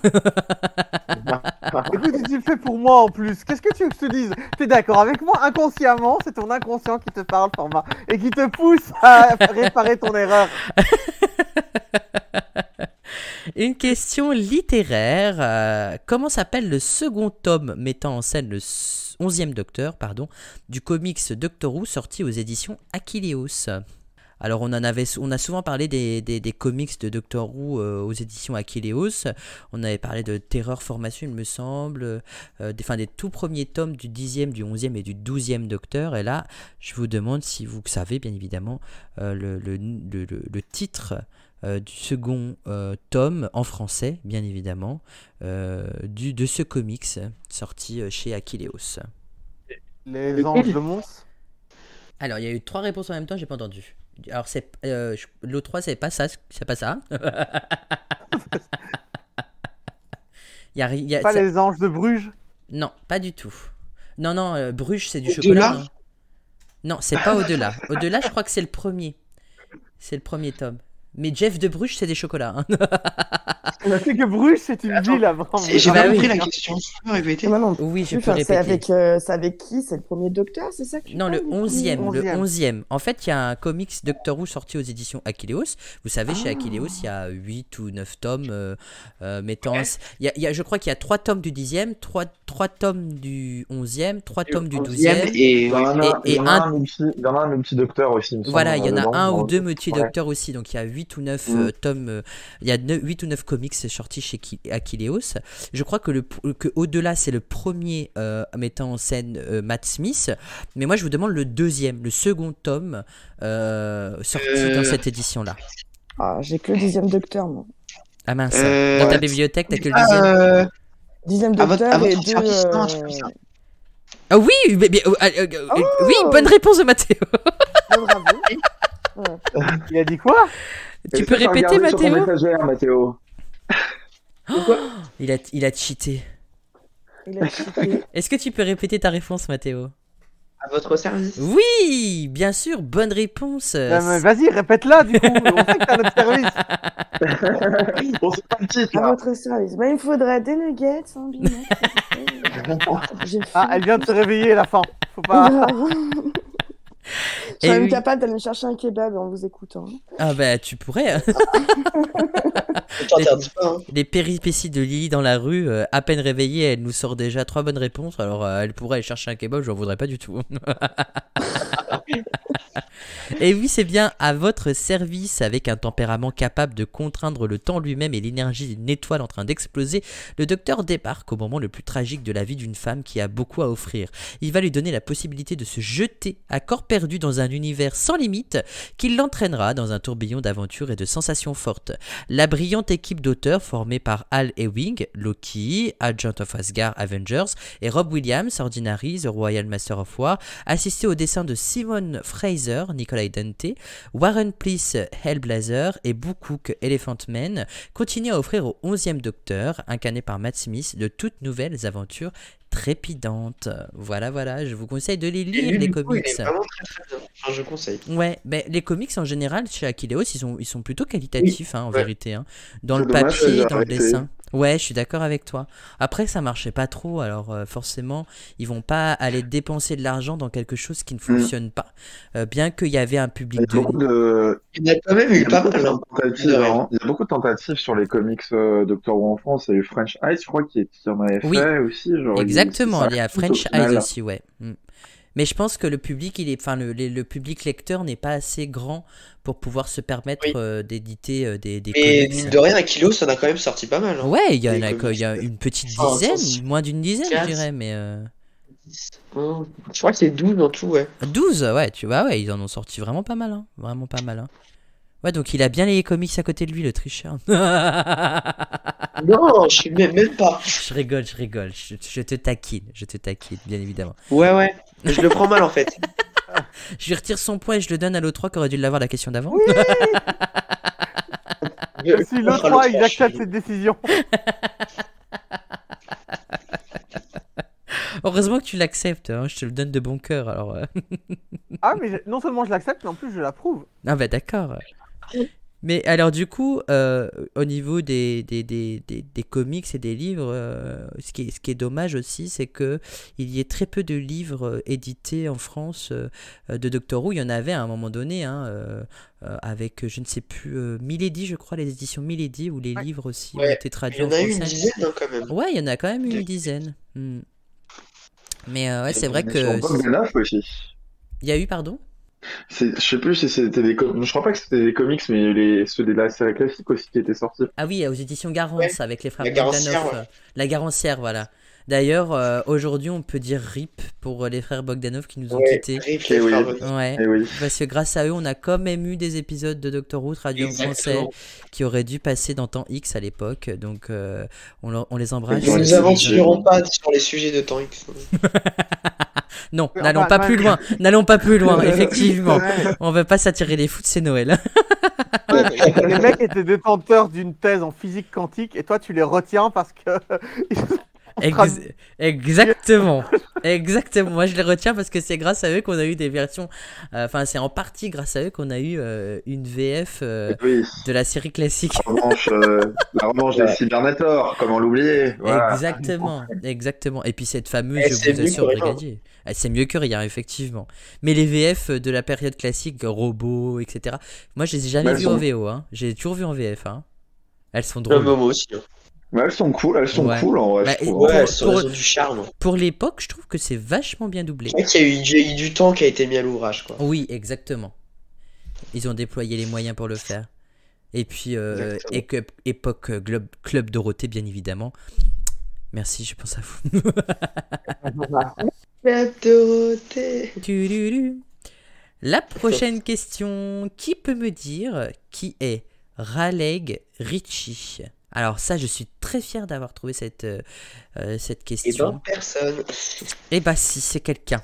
S3: Écoute, tu le fais pour moi en plus. Qu'est-ce que tu veux que je te dise T'es d'accord avec moi Inconsciemment, c'est ton inconscient qui te parle, format, et qui te pousse à réparer ton erreur.
S1: Une question littéraire. euh, comment s'appelle le second tome mettant en scène le s- 11e Docteur pardon, du comics Doctor Who sorti aux éditions Achilleos alors on en avait, sou- on a souvent parlé des, des- des comics de Doctor Who euh, aux éditions Achilleos. On avait parlé de Terreur Formation, il me semble, euh, des, enfin, des tout premiers tomes du 10e, du 11e et du 12e Docteur. Et là, je vous demande si vous savez, bien évidemment, euh, le, le- le- le- le titre euh, du second euh, tome en français, bien évidemment, euh, du, de ce comics sorti euh, chez Achilleos.
S3: Les anges de Mons.
S1: Alors, il y a eu trois réponses en même temps, j'ai pas entendu. Alors, c'est euh, je- l'autre 3, c'est pas ça, c'est pas ça. Il y a, ri- il y a-
S3: Pas
S1: Euh, ça-
S3: les anges de Bruges.
S1: Non, pas du tout. Non, non, euh, Bruges, c'est du
S2: Au-delà
S1: chocolat. Non, non c'est pas au-delà. Au-delà, je crois que c'est le premier. C'est le premier tome. Mais Jeff de Bruges, c'est des chocolats. hein.
S3: C'est que Bruges, c'est une
S2: Attends,
S3: ville avant.
S2: C'est- J'ai
S1: Ah
S2: pas
S1: bah oui.
S2: compris la question, tu peux répéter
S4: Moi non
S1: oui, je
S4: plus.
S1: peux
S4: Enfin, c'est
S1: répéter.
S4: avec, euh, c'est avec qui C'est le premier docteur, c'est ça que tu
S1: Non, le
S4: parles, ou-
S1: 11e, le
S3: 11e.
S1: 11e. En fait, il y a un comics Doctor Who sorti aux éditions Achilleos. Vous savez, chez Achilleos, il y a 8 ou 9 tomes euh, euh, mettant. il y a- il y a- je crois qu'il y a 3 tomes du 10e, 3, tomes du 11e, 3 tomes du 12e.
S6: Il
S2: et
S6: y en a,
S1: Et-
S6: il y en a
S1: et
S6: un, multi- il y en a un multi docteur aussi. me
S1: Voilà, il
S6: semble,
S1: y en a
S6: dedans,
S1: un
S6: dans
S1: ou
S6: le-
S1: deux métiers
S6: Ouais.
S1: docteurs aussi, donc il y a 8 ou 9
S6: Mm.
S1: tomes, euh, il y a 8 ou 9 comics sortis chez Ki- Achilleos. Je crois que, le, p- que au-delà, c'est le premier euh, mettant en scène euh, Matt Smith, mais moi je vous demande le deuxième, le second tome euh, sorti
S2: Euh.
S1: dans cette édition-là.
S4: Ah, j'ai que le dixième docteur, moi.
S1: Ah mince,
S2: Euh,
S1: dans ta
S2: ouais.
S1: bibliothèque, t'as que le dixième.
S2: euh,
S4: Dixième
S2: À votre-
S4: docteur
S2: à votre
S4: et deux.
S2: service, non,
S4: euh,
S2: un truc comme ça.
S1: Ah oui, mais- mais- euh, euh, euh,
S6: Oh
S1: euh, oui, bonne réponse de Mathéo.
S4: deux bravos.
S3: Il a dit quoi
S1: tu
S6: Est-ce
S1: peux
S6: que t'as
S1: répéter,
S6: regardé sur ton
S1: Mathéo
S6: étagère, Mathéo
S1: il a, il a cheaté.
S4: Il a cheaté.
S1: Est-ce que tu peux répéter ta réponse, Mathéo
S2: à votre service.
S1: Oui, bien sûr, bonne réponse.
S3: Bah, mais Vas-y, répète-la du coup. On sait que t'as notre service.
S6: Bon, c'est pas le titre,
S4: À
S6: hein. là.
S4: votre service. Bah, il me faudra des nuggets, hein, un bimette. J'ai
S3: Ah,
S4: faim.
S3: elle vient de se réveiller, la fin. Faut pas.
S4: Grave. Je
S1: Et
S4: suis même
S1: Eh oui.
S4: capable d'aller me chercher un kebab en vous écoutant.
S1: Ah bah tu pourrais. hein.
S2: Je t'interdis pas. hein.
S1: Les péripéties de Lily dans la rue, euh, à peine réveillée, elle nous sort déjà trois bonnes réponses. Alors euh, elle pourrait aller chercher un kebab, je n'en voudrais pas du tout. et Eh oui, c'est bien à votre service, avec un tempérament capable de contraindre le temps lui-même et l'énergie d'une étoile en train d'exploser, le docteur débarque au moment le plus tragique de la vie d'une femme qui a beaucoup à offrir. Il va lui donner la possibilité de se jeter à corps perdu dans un univers sans limite qui l'entraînera dans un tourbillon d'aventures et de sensations fortes. La brillante équipe d'auteurs formée par Al Ewing, Loki, Agent of Asgard Avengers et Rob Williams, Ordinary, The Royal Master of War, assisté au dessin de Simon Fraser, Nicolai Dante, Warren Pleece, Hellblazer et Boo Cook, Elephant Man, continue à offrir au 11e Docteur, incarné par Matt Smith, de toutes nouvelles aventures trépidantes. Voilà, voilà, je vous conseille de les
S2: Et
S1: lire,
S2: lui,
S1: les
S2: du coup,
S1: comics.
S2: il est vraiment très très bien. Enfin, je conseille.
S1: Ouais, mais les comics en général chez Aquileos, ils sont, ils sont plutôt qualitatifs hein, en
S6: Ouais.
S1: vérité. hein. Dans
S6: C'est
S1: le
S6: dommage,
S1: papier,
S6: j'ai
S1: dans le
S6: arrêté.
S1: dessin. Ouais, je suis d'accord avec toi. Après, ça marchait pas trop, alors euh, forcément, ils vont pas aller dépenser de l'argent dans quelque chose qui ne fonctionne pas. Euh, bien qu'il y avait un public
S6: Il
S1: de.
S6: y a Mm. beaucoup de,
S2: Il y en a quand même
S6: il y
S2: eu
S6: a
S2: pas
S6: beaucoup
S2: mal.
S6: de
S2: hein.
S6: tentatives, hein. Il y a beaucoup de tentatives sur les comics euh, Doctor Who en France. Il y a eu French Eyes, je crois, qui, qui en avait
S1: Oui.
S6: fait aussi. Genre, il-
S1: Exactement,
S6: ça
S1: il y a
S6: coûte au
S1: French
S6: final.
S1: Eyes aussi, ouais. Mm. Mais je pense que le public, il est, enfin, le, le- le public lecteur n'est pas assez grand pour pouvoir se permettre
S2: Oui.
S1: euh, d'éditer euh, des, des
S2: Mais
S1: comics.
S2: mine de rien, Akilo, ça en a quand même sorti pas mal. hein.
S1: Ouais, il y, en
S2: Des
S1: a quoi, il y a
S2: comics.
S1: une petite
S2: Oh,
S1: dizaine,
S2: attention.
S1: moins d'une dizaine, je
S2: Quatre.
S1: dirais, mais euh, Oh.
S2: Hum, Je crois que c'est 12 en tout, ouais.
S1: 12, ouais, tu vois, ouais, ils en ont sorti vraiment pas mal, hein, vraiment pas mal. Hein. Ouais, donc il a bien les comics à côté de lui, le tricheur. Ah.
S2: Non, je suis même, même pas.
S1: je rigole, je rigole, je, je te taquine, je te taquine, bien évidemment.
S2: Ouais, ouais. Je le prends mal en fait.
S1: Je lui retire son point et je le donne à l'autre 3 qui aurait dû l'avoir la question d'avant.
S2: Je-
S3: Si le
S2: Oh,
S3: 3, il
S2: franchement,
S3: accepte
S2: je-
S3: cette décision.
S1: Heureusement que tu l'acceptes, hein, je te le donne de bon cœur, alors. euh.
S3: Ah, mais je- non seulement je l'accepte, mais en plus je l'approuve.
S1: Ah bah d'accord. Mais alors du coup, euh, au niveau des, des, des, des, des comics et des livres, euh, ce, qui est, ce qui est dommage aussi, c'est que il y ait très peu de livres euh, édités en France euh, euh, de Doctor Who. Il y en avait à un moment donné, hein, euh, euh, avec je ne sais plus euh, Milady, je crois, les éditions Milady où les
S3: Ouais.
S1: livres aussi ont
S2: Ouais.
S1: été
S2: Il
S1: traduits
S2: y
S1: en
S2: en a eu une
S1: français.
S2: dizaine hein, quand même.
S1: Ouais, il y en a quand même eu une
S2: Quelques-
S1: dizaine. Hmm. Mais euh, ouais,
S6: Il y a
S1: c'est vrai
S6: des
S1: que
S6: sur Bob Denaf aussi.
S1: il y a eu, pardon.
S6: C'est- Je sais plus si c'était des comics. Je crois pas que c'était des comics, mais les... ceux de la série classique aussi qui étaient sortis.
S1: Ah oui, aux éditions Garance avec les frères
S2: La
S1: Bogdanov.
S2: Garancière, ouais.
S1: euh, La Garancière, voilà. D'ailleurs, euh, aujourd'hui, on peut dire RIP pour euh, les frères Bogdanov qui nous ont
S2: Ouais,
S1: quittés.
S2: Riff,
S6: Eh
S2: les
S6: oui.
S2: frères Bonnet.
S1: Ouais.
S6: Eh oui.
S1: Parce que grâce à eux, on a quand même eu des épisodes de Doctor Who traduits en français
S2: Exactement.
S1: qui auraient dû passer dans temps X à l'époque. Donc, euh, on, leur- on les embrasse.
S2: Nous
S6: Dans
S2: nous
S6: les
S2: aventurerons pas sur les sujets de temps X.
S1: Non,
S3: Enfin,
S1: n'allons pas
S3: ouais.
S1: plus loin. N'allons pas plus loin, effectivement.
S3: Ouais.
S1: On veut pas s'attirer les foutes, c'est Noël.
S3: les mecs étaient détenteurs d'une thèse en physique quantique et toi tu les retiens parce que
S1: Ex-
S3: Trad-
S1: exactement. Exactement. Moi, je les retiens parce que c'est grâce à eux qu'on a eu des versions. euh, Enfin, c'est en partie grâce à eux qu'on a eu euh, une VF euh,
S6: Oui.
S1: de la série classique.
S6: La revanche, euh, la revanche des Cybernators, comment l'oublier voilà.
S1: Exactement. Exactement. Et puis cette fameuse,
S2: Eh,
S1: je
S2: c'est
S1: vous
S2: mieux
S1: assure,
S2: que rien.
S1: brigadier. Ah, c'est mieux que rien, effectivement. Mais les VF de la période classique, robots, etc. Moi, je les ai
S2: Bah,
S1: jamais
S6: Elles
S1: vues
S6: sont-
S1: en VO. Hein. J'ai toujours vu en VF. Hein. Elles sont
S2: Le
S1: drôles.
S2: moment aussi. hein. euh,
S6: Mais elles sont cool, elles sont
S1: Ouais.
S6: cool en vrai,
S1: Bah,
S6: je
S1: et-
S6: trouve.
S2: Ouais,
S1: Pour-
S2: elles sont-
S1: pour-
S2: elles ont du charme.
S1: Pour l'époque, je trouve que c'est vachement bien doublé.
S2: Je crois qu'il y a eu une- il y a eu du temps qui a été mis à l'ouvrage. quoi.
S1: Oui, exactement. Ils ont déployé les moyens pour le faire. Et puis, euh,
S2: Exactement.
S1: éco- époque euh, Globe- Club Dorothée, bien évidemment. Merci, je pense à vous.
S2: La Dorothée.
S1: Tululu. La prochaine question. Qui peut me dire qui est Raleigh Ritchie Alors ça, je suis très fier d'avoir trouvé cette, euh, euh, cette
S2: Et ben,
S1: question.
S2: personne.
S1: Eh bah si, c'est quelqu'un.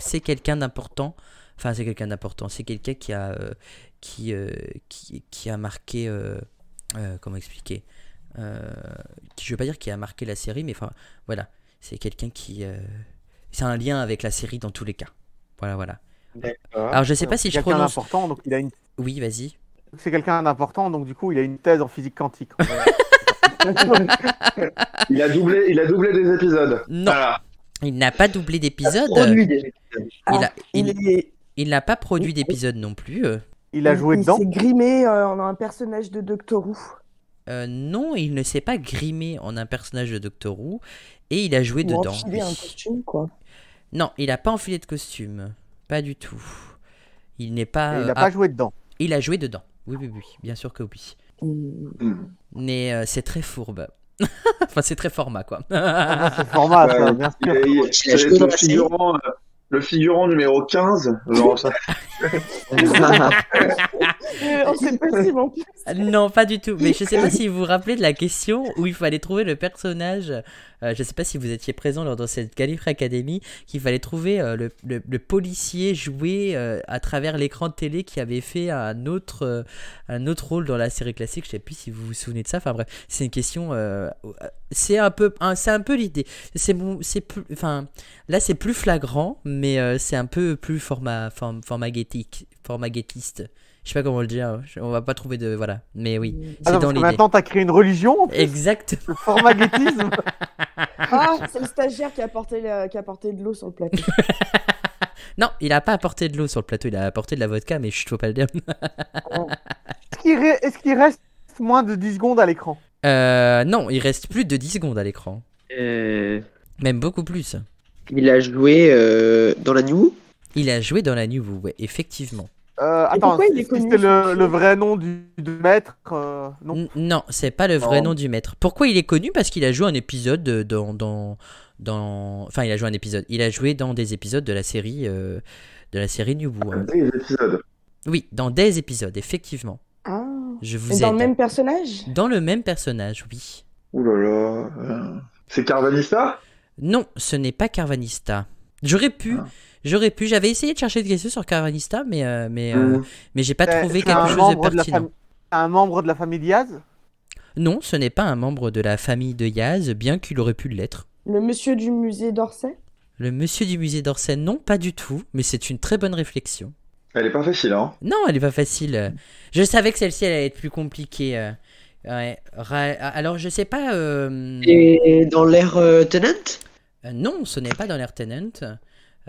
S1: C'est quelqu'un d'important. Enfin, c'est quelqu'un d'important. C'est quelqu'un qui a, euh, qui, euh, qui, qui a marqué. euh, euh, comment expliquer Euh, qui- Je veux pas dire qui a marqué la série, mais enfin, voilà. C'est quelqu'un qui. euh, c'est un lien avec la série dans tous les cas. Voilà, voilà.
S2: D'accord.
S1: Alors, je sais pas si
S3: c'est
S1: je
S3: quelqu'un
S1: prononce.
S3: d'important donc il a une
S1: Oui, vas-y.
S3: c'est quelqu'un d'important donc du coup il a une thèse en physique quantique.
S6: Il a doublé, il a doublé des épisodes.
S1: Non,
S6: Voilà.
S1: il n'a pas doublé d'épisode.
S2: Produit déjà.
S1: Il a- il-
S4: Il est-
S1: il n'a pas produit d'épisode non plus. euh.
S3: Il a joué
S4: il
S3: dedans.
S4: s'est grimé euh, en un personnage de Doctor Who.
S1: Euh, non, il ne s'est pas grimé en un personnage de Doctor Who et il a joué
S4: Ou
S1: dedans.
S4: enfilé un
S1: lui.
S4: costume, quoi.
S1: Non, il n'a pas enfilé de costume. Pas du tout. Il n'est pas.
S3: et Il
S1: euh,
S3: a
S1: ah,
S3: pas joué dedans.
S1: il a joué dedans. Oui, oui, oui. Bien sûr que oui.
S4: Hum.
S1: Mais euh, c'est très fourbe. enfin, c'est très format, quoi.
S3: Ah, c'est format,
S6: Ouais.
S3: ça, bien sûr.
S6: Il est- il-
S2: Il a
S6: c'est
S2: joué dans
S6: le,
S2: la série.
S6: figurant, euh, le figurant numéro 15. Genre, ça,
S4: Euh, on sait pas si mon
S1: Non, pas du tout. Mais je sais pas si vous vous rappelez de la question où il fallait trouver le personnage. euh, je sais pas si vous étiez présent lors de cette Gallifrey Academy, qu'il fallait trouver euh, le, le- le policier joué euh, à travers l'écran de télé qui avait fait un autre, euh, un autre rôle dans la série classique. Je sais plus si vous vous souvenez de ça. Enfin bref, c'est une question. euh, euh, c'est un peu, un- c'est un peu l'idée. C'est bon, c'est plus, enfin, là c'est plus flagrant, mais euh, c'est un peu plus format, form, formaguétique, formaguétiste. Je sais pas comment le dire, hein. je- on va pas trouver de. Voilà. Mais oui, c'est dans
S3: Ah non, parce que
S1: l'idée.
S3: maintenant, t'as créé une religion,
S1: Exact.
S3: le formaguetisme.
S4: Ah, c'est le stagiaire qui a porté, la- qui a porté de l'eau sur le plateau.
S1: Non, il a pas apporté de l'eau sur le plateau, il a apporté de la vodka, mais je faut pas le dire.
S3: Est-ce qu'il re- est-ce qu'il reste moins de 10 secondes à l'écran
S1: Euh, non, il reste plus de 10 secondes à l'écran.
S2: Euh,
S1: Même beaucoup plus.
S2: il a joué euh, dans la New Who
S1: Il a joué dans la New Who, ouais, effectivement.
S3: euh, Attends,
S4: pourquoi il est
S3: est-ce que
S4: connu,
S3: c'est
S4: ce
S3: le,
S4: monsieur
S3: le vrai nom du, du maître euh, Non.
S1: N- Non, c'est pas le vrai
S2: Non.
S1: nom du maître. Pourquoi il est connu Parce qu'il a joué un épisode euh, dans, dans, dans. Enfin, il a joué un épisode. Il a joué dans des épisodes de la série, euh, de la série New Who. hein.
S6: Des épisodes.
S1: Oui, dans des épisodes, effectivement.
S4: Ah.
S1: Je vous
S4: Et dans le
S1: aide.
S4: même personnage
S1: Dans le même personnage, oui.
S6: Ouh là là. euh, C'est Carvanista
S1: Non, ce n'est pas Carvanista. J'aurais pu,
S6: Ah.
S1: j'aurais pu. J'avais essayé de chercher des questions sur Carvanista, mais euh, mais euh,
S6: Mmh.
S1: mais j'ai pas
S3: C'est-
S1: trouvé
S3: c'est
S1: quelque
S3: un
S1: chose de
S3: membre la
S1: pertinent.
S3: famille- Un membre de la famille Diaz
S1: non, ce n'est pas un membre de la famille de Yaz, bien qu'il aurait pu l'être.
S4: Le monsieur du musée d'Orsay
S1: Le monsieur du musée d'Orsay, non, pas du tout. Mais c'est une très bonne réflexion.
S6: Elle est pas facile, hein.
S1: Non, elle est pas facile. euh. Je savais que celle-ci elle allait être plus compliquée. euh. Ouais. Ra- Alors je sais pas. euh,
S2: Et dans l'ère euh, Tenant
S1: euh, Non, ce n'est pas dans l'air Tenant.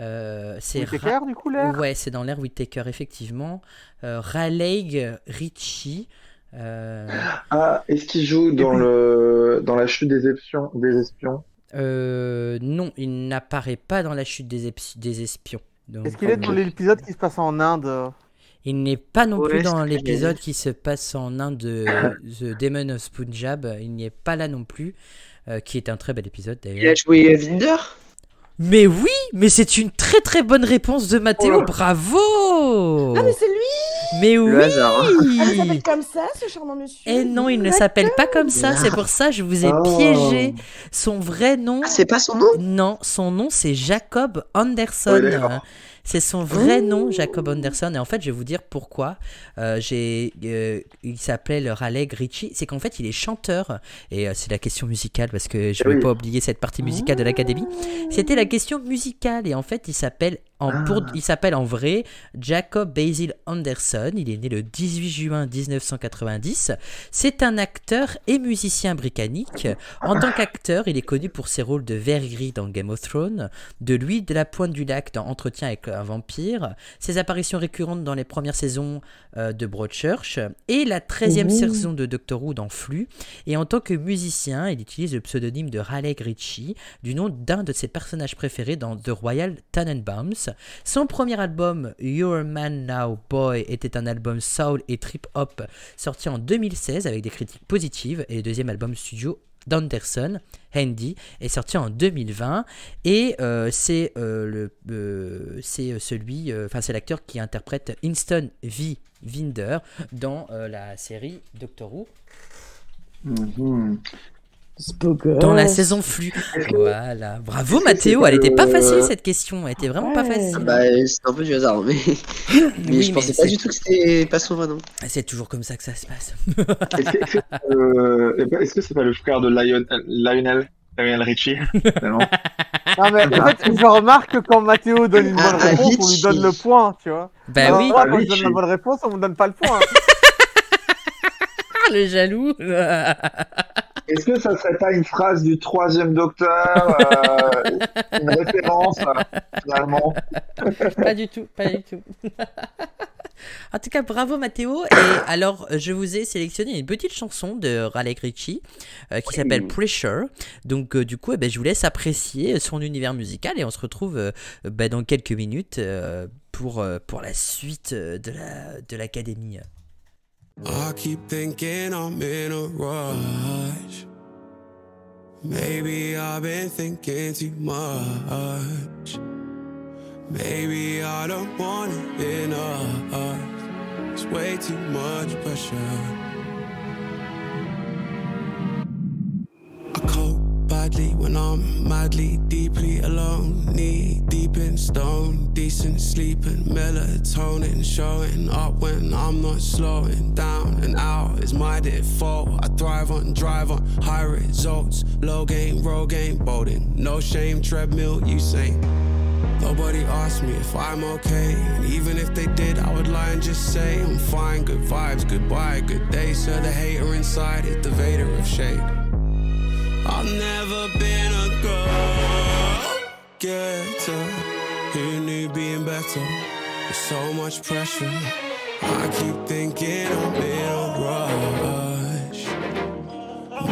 S1: Euh, c'est
S3: C'est
S1: Ra-
S3: clair, du coup, l'air
S1: Ouais, c'est dans l'ère Whittaker, effectivement. Euh, Raleigh Ritchie. euh,
S6: Ah, est-ce qu'il joue dans le dans la chute des espions des espions
S1: euh, non, il n'apparaît pas dans la chute des, eps- des espions. Donc,
S3: Est-ce qu'il est dans
S1: euh,
S3: l'épisode qui se passe en Inde
S1: il n'est pas non plus
S2: Ouais,
S1: dans
S2: c'est-
S1: l'épisode qui se passe en Inde, de The Demon of Punjab. Il n'y est pas là non plus, euh, qui est un très bel épisode
S2: Il a
S1: d'ailleurs.
S2: joué euh, Vinder
S1: Mais oui, mais c'est une très très bonne réponse de Mathéo,
S6: Oh là.
S1: bravo
S4: Ah, mais c'est lui
S1: Mais
S2: Le
S1: Oh. oui
S2: hasard. hein.
S4: Ah, il s'appelle comme ça, ce charmant monsieur
S1: Eh non, il ne s'appelle pas comme ça, c'est pour ça que je vous ai
S6: Oh.
S1: piégé. Son vrai nom,
S2: Ah, c'est pas son nom
S1: non, son nom c'est Jacob
S6: Ouais,
S1: Anderson.
S6: d'accord.
S1: euh, c'est son vrai
S4: Ouh.
S1: nom, Jacob Anderson. Et en fait, je vais vous dire pourquoi. Euh, j'ai, euh, il s'appelait le Raleigh Ritchie. C'est qu'en fait, il est chanteur. Et euh, c'est la question musicale parce que je ne
S6: Eh
S1: vais
S6: oui.
S1: pas oublier cette partie musicale de l'académie. C'était la question musicale et en fait il s'appelle en,
S6: Ah.
S1: pour- il s'appelle en vrai Jacob Basil Anderson. Il est né le 18 juin 1990. C'est un acteur et musicien britannique. En tant qu'acteur, il est connu pour ses rôles de Vergris dans Game of Thrones, de lui de la Pointe du Lac dans Entretien avec un vampire, ses apparitions récurrentes dans les premières saisons euh, de Broadchurch et la 13e
S4: Mhm.
S1: saison de Doctor Who dans Flux. Et en tant que musicien, il utilise le pseudonyme de Raleigh Ritchie du nom d'un de ses personnages préférés dans The Royal Tannenbaums. Son premier album, Your Man Now Boy, était un album soul et trip-hop sorti en 2016 avec des critiques positives et le deuxième album studio d'Anderson, Handy, est sorti en 2020 et euh, c'est euh, le euh, c'est euh, celui euh, enfin c'est l'acteur qui interprète Winston V. Winder dans euh, la série Doctor Who
S6: Mhm.
S1: dans
S2: Oh.
S1: la saison flux. Voilà, bravo Mathéo, elle était pas facile cette question, elle était vraiment pas
S4: Ouais.
S1: facile.
S2: Bah, euh, c'est un peu du hasard, mais, mais
S1: Oui,
S2: je pensais
S1: mais
S2: pas
S1: c'est-
S2: du tout que c'était pas son vrai nom.
S1: C'est toujours comme ça que ça se passe.
S6: Est-ce que est-ce que, euh, est-ce que c'est pas le frère de Lion- Lionel Lionel Richie finalement
S3: Non, mais en fait, je remarque que quand Mathéo donne une
S2: Ah,
S3: bonne réponse, on lui
S2: Avicii.
S3: donne le point, tu vois.
S1: Bah
S2: Ah.
S3: Alors,
S1: oui, Bah,
S3: moi, quand je donne
S6: Avicii.
S3: la bonne réponse, on me donne pas le point. hein.
S1: Ah, le jaloux.
S6: Est-ce que ça serait pas une phrase du troisième docteur, euh, une référence euh, finalement
S1: pas du tout, pas du tout. en tout cas, bravo Mathéo. Et alors, euh, je vous ai sélectionné une petite chanson de Raleigh Ritchie euh, qui s'appelle Pressure. Donc, euh, du coup, eh ben, je vous laisse apprécier son univers musical et on se retrouve euh, bah, dans quelques minutes euh, pour, euh, pour la suite euh, de la- de l'Académie.
S7: I keep thinking I'm in a rush. Maybe I've been thinking too much. Maybe I don't want it enough. It's way too much pressure. I cope badly when I'm madly, deeply alone. Knee deep in stone, decent sleeping, melatonin. Showing up when I'm not slowing down and out is my default. I thrive on, drive on, high results. Low game, roll game, bolding. No shame, treadmill, you say. Nobody asked me if I'm okay. And even if they did, I would lie and just say I'm fine. Good vibes, goodbye, good day. Sir, the hater inside is the Vader of shade. I've never been a go getter. Who knew being better? There's so much pressure. I keep thinking I'm in a rush.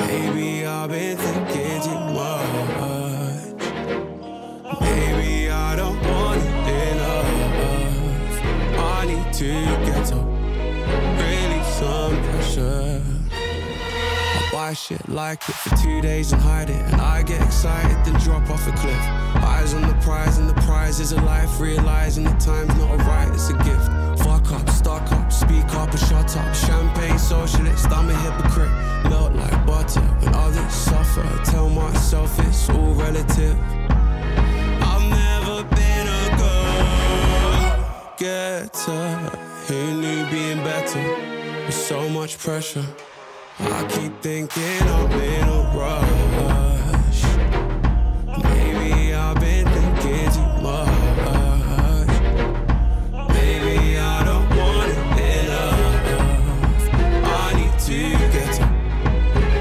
S7: Maybe I've been thinking too much. Maybe I don't want it enough. I need to get up. Really, some pressure. I buy shit like it for two days and hide it. And I get excited, then drop off a cliff. Eyes on the prize, and the prize is a life. Realizing the time's not a right, it's a gift. Fuck up, stock up, speak up, and shut up. Champagne socialist, I'm a hypocrite. Melt like butter when others suffer. Tell myself it's all relative. I've never been a go getter. Who knew being better? With so much pressure. I keep thinking I'm in a rush. Maybe I've been thinking too much. Maybe I don't want it enough. I need to get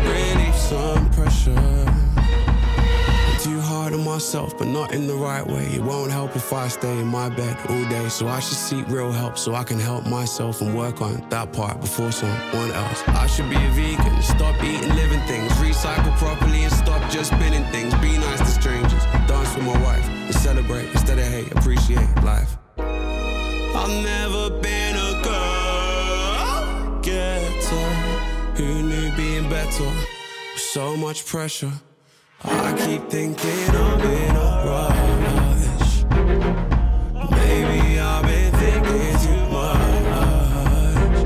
S7: relieve some pressure. I'm too hard on myself, but not in the right way. It won't help if I stay in my bed all day. So I should seek real help so I can help myself and work on that part before someone else. I should be a vegan, stop eating living things, recycle properly and stop just spinning things. Be nice to strangers, dance with my wife, and celebrate instead of hate, appreciate life. I've never been a girl getter. Who knew being better? was So much pressure. I keep thinking I'm in a rush. Maybe I've been thinking too much.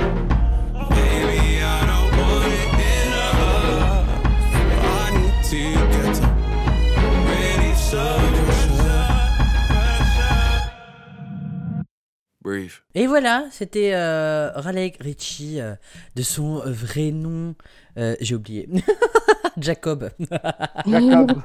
S7: Maybe I don't want it enough. I need to get to ready some pressure. Breathe.
S1: Et voilà, c'était euh, Raleigh Ritchie, euh, de son euh, vrai nom, euh, j'ai oublié, Jacob.
S3: Jacob.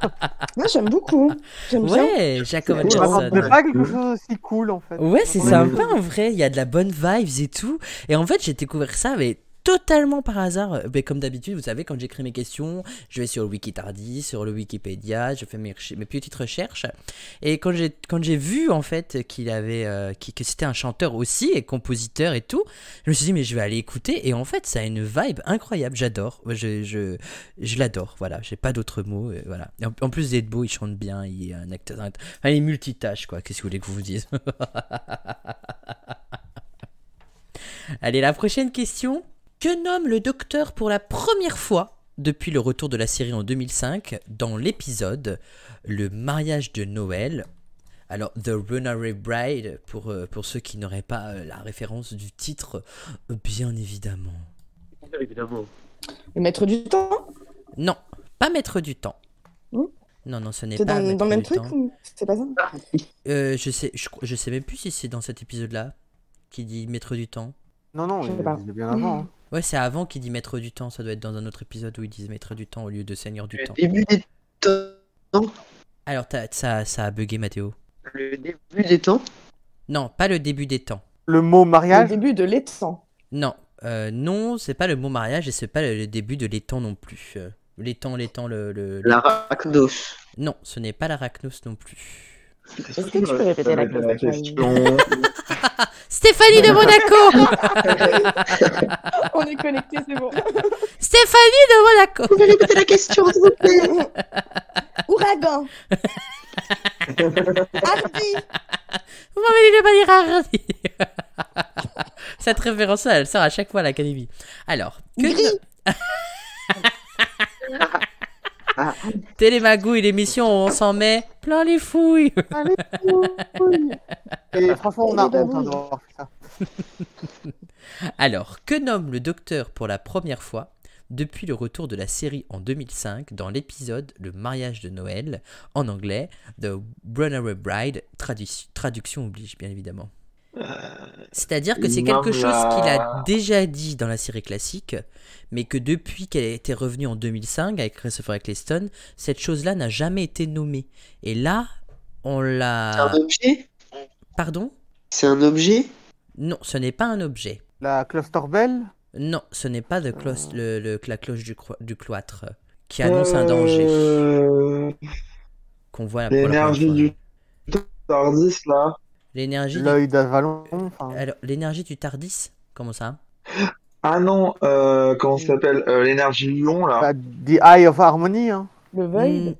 S4: Moi, j'aime Ah, beaucoup. J'aime bien.
S1: Ouais, Jacob
S2: cool,
S3: On
S1: Hutcherson.
S3: n'attendait pas quelque chose aussi cool en fait.
S1: Ouais, c'est
S3: Ouais.
S1: sympa en vrai, il y a de la bonne vibes et tout. Et en fait, j'ai découvert ça mais totalement par hasard. Mais comme d'habitude, vous savez, quand j'écris mes questions, je vais sur le Wikitardi, sur le Wikipédia, je fais mes, reche- mes petites recherches. Et quand j'ai quand j'ai vu en fait qu'il avait euh, qui- que c'était un chanteur aussi et compositeur et tout, je me suis dit mais je vais aller écouter. Et en fait, ça a une vibe incroyable. J'adore. Moi, Je je, je l'adore. Voilà, j'ai pas d'autres mots. euh, voilà. Et en, en plus, il est beau, il chante bien, il est un acteur. Enfin, il est multitâche quoi. Qu'est-ce que vous voulez que je vous dise Allez, la prochaine question. Que nomme le docteur pour la première fois depuis le retour de la série en 2005 dans l'épisode Le mariage de Noël Alors, The Runaway Bride, pour, euh, pour ceux qui n'auraient pas euh, la référence du titre, euh, bien évidemment.
S2: Évidemment.
S4: Le maître du temps
S1: Non, pas Maître du Temps.
S4: Non
S1: Non, non, ce n'est
S4: Mmh. C'est
S1: pas
S4: dans,
S1: Maître
S4: dans le même
S1: du
S4: truc
S1: Temps.
S4: ou c'est pas ça
S1: Euh, je, sais, je, crois- je sais même plus si c'est dans cet épisode-là qui dit Maître du Temps.
S3: Non, non,
S4: Je sais
S3: il
S4: pas.
S3: il est bien avant. hein.
S1: Ouais, c'est avant qu'il dit Maître du Temps, ça doit être dans un autre épisode où ils disent Maître du Temps au lieu de Seigneur du
S2: Le
S1: Temps.
S2: début des temps.
S1: Alors, t'as- ça, ça a bugué, Mathéo.
S2: Le début des temps.
S1: Non, pas le début des temps.
S3: Le mot
S4: Le
S3: mariage,
S4: début de l'étang.
S1: Non, euh, non, c'est pas le mot mariage et c'est pas le, le début de l'étang non plus. Euh, L'étang, l'étang, le, le- le-
S2: La racondos.
S1: Non, ce n'est pas l'arachnos non plus.
S4: Est-ce que tu peux répéter la question
S1: Stéphanie de Monaco
S4: On est connectés, c'est bon.
S1: Stéphanie de Monaco
S2: Vous allez écouter la question, s'il vous plaît.
S4: Ouragan. Hardy.
S1: Vous m'avez de manière Cette référence-là, elle sort à chaque fois à l'académie. Alors, que
S4: Gris.
S1: Télémagouille, l'émission où on s'en met plein les fouilles
S3: et franchement, on a
S4: Eh ben
S3: honte hein,
S4: oui.
S3: d'avoir fait ça.
S1: Alors, que nomme le docteur pour la première fois depuis le retour de la série en 2005 dans l'épisode Le mariage de Noël, en anglais, The Runaway Bride, tradu- traduction oblige bien évidemment. C'est-à-dire que c'est
S6: Euh, il nomme
S1: quelque chose qu'il
S6: la-
S1: a déjà dit dans la série classique, mais que depuis qu'elle était revenue en 2005 avec Christopher Eccleston, cette chose-là n'a jamais été nommée. Et là, on
S2: C'est un
S1: l'a...
S2: objet
S1: Pardon
S2: C'est un objet
S1: Non, ce n'est pas un objet.
S3: La Clusterbell
S1: Non, ce n'est pas de clos- le, le- la cloche du, cro- du cloître qui annonce un danger
S6: Euh,
S1: qu'on voit pour la première
S6: L'énergie
S1: fois.
S6: du Tardis, là.
S1: L'énergie du-
S3: L'œil d'Avalon enfin,
S1: Alors, l'énergie du Tardis Comment ça
S6: Ah non, euh, comment ça s'appelle Euh, L'énergie lion, là.
S3: bah, The Eye of Harmony, hein.
S4: Le void
S1: Mm,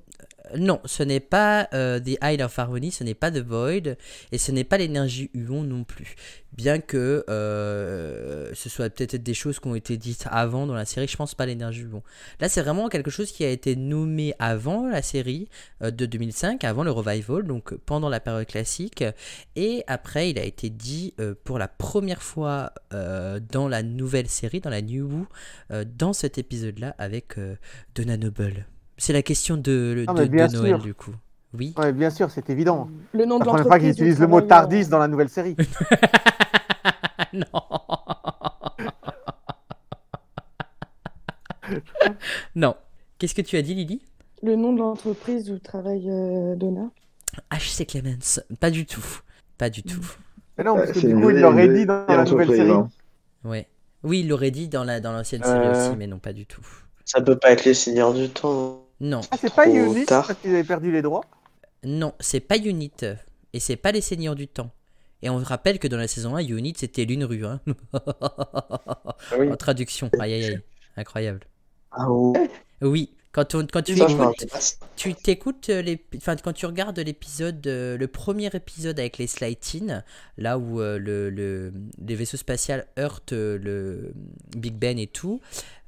S1: Non, ce n'est pas euh, The Isle of Harmony, ce n'est pas The Void, et ce n'est pas l'énergie Huon non plus. Bien que euh, ce soit peut-être des choses qui ont été dites avant dans la série, je pense pas à l'énergie Huon. Là, c'est vraiment quelque chose qui a été nommé avant la série euh, de 2005, avant le revival, donc pendant la période classique, et après, il a été dit euh, pour la première fois euh, dans la nouvelle série, dans la New Who, euh, dans cet épisode-là avec euh, Donna Noble. C'est la question de,
S3: Ah,
S1: de-
S3: mais bien
S1: de Noël,
S3: sûr.
S1: du coup. Oui.
S3: Ouais, bien sûr, c'est évident.
S4: Le nom
S3: La
S4: de l'entreprise.
S3: première
S4: euh,
S3: fois qu'ils
S4: du
S3: utilisent le mot
S4: travailleur.
S3: Tardis dans la nouvelle série.
S1: Ah, non. non. Qu'est-ce que tu as dit, Lily
S4: Le nom de l'entreprise où travaille euh, Donna.
S1: HC Clemens. Pas du tout. Pas du tout.
S3: Mais non, parce que
S6: Euh, C'est
S3: du
S6: une
S3: coup, ils
S6: vieille-
S3: l'auraient
S6: vieille
S3: dit dans la nouvelle
S6: entreprise,
S3: série.
S6: hein.
S3: Mm.
S1: Ouais. Oui, il l'aurait dit dans la dans l'ancienne série
S2: Euh.
S1: aussi, mais non, pas du tout.
S2: Ça peut pas être le Seigneur du Temps.
S1: Non.
S3: Ah, c'est pas
S2: Trop
S6: hein.
S3: Unit
S2: tard.
S3: parce qu'ils avaient perdu les droits.
S1: Non, c'est pas Unit. Et c'est pas les Seigneurs du Temps. Et on rappelle que dans la saison 1, Unit, c'était l'une rue. Hein.
S2: Ah oui.
S1: en traduction. Aïe, aïe, aïe. Incroyable.
S2: Ah ouais
S1: Oui, quand, on, quand tu
S2: Ça, je me
S1: écoutes,
S2: rappelle pas ça.
S1: tu t'écoutes euh, les, enfin, quand tu regardes l'épisode, euh, le premier épisode avec les Slightins, là où euh, le, le- les vaisseaux spatiaux heurtent euh, le Big Ben et tout.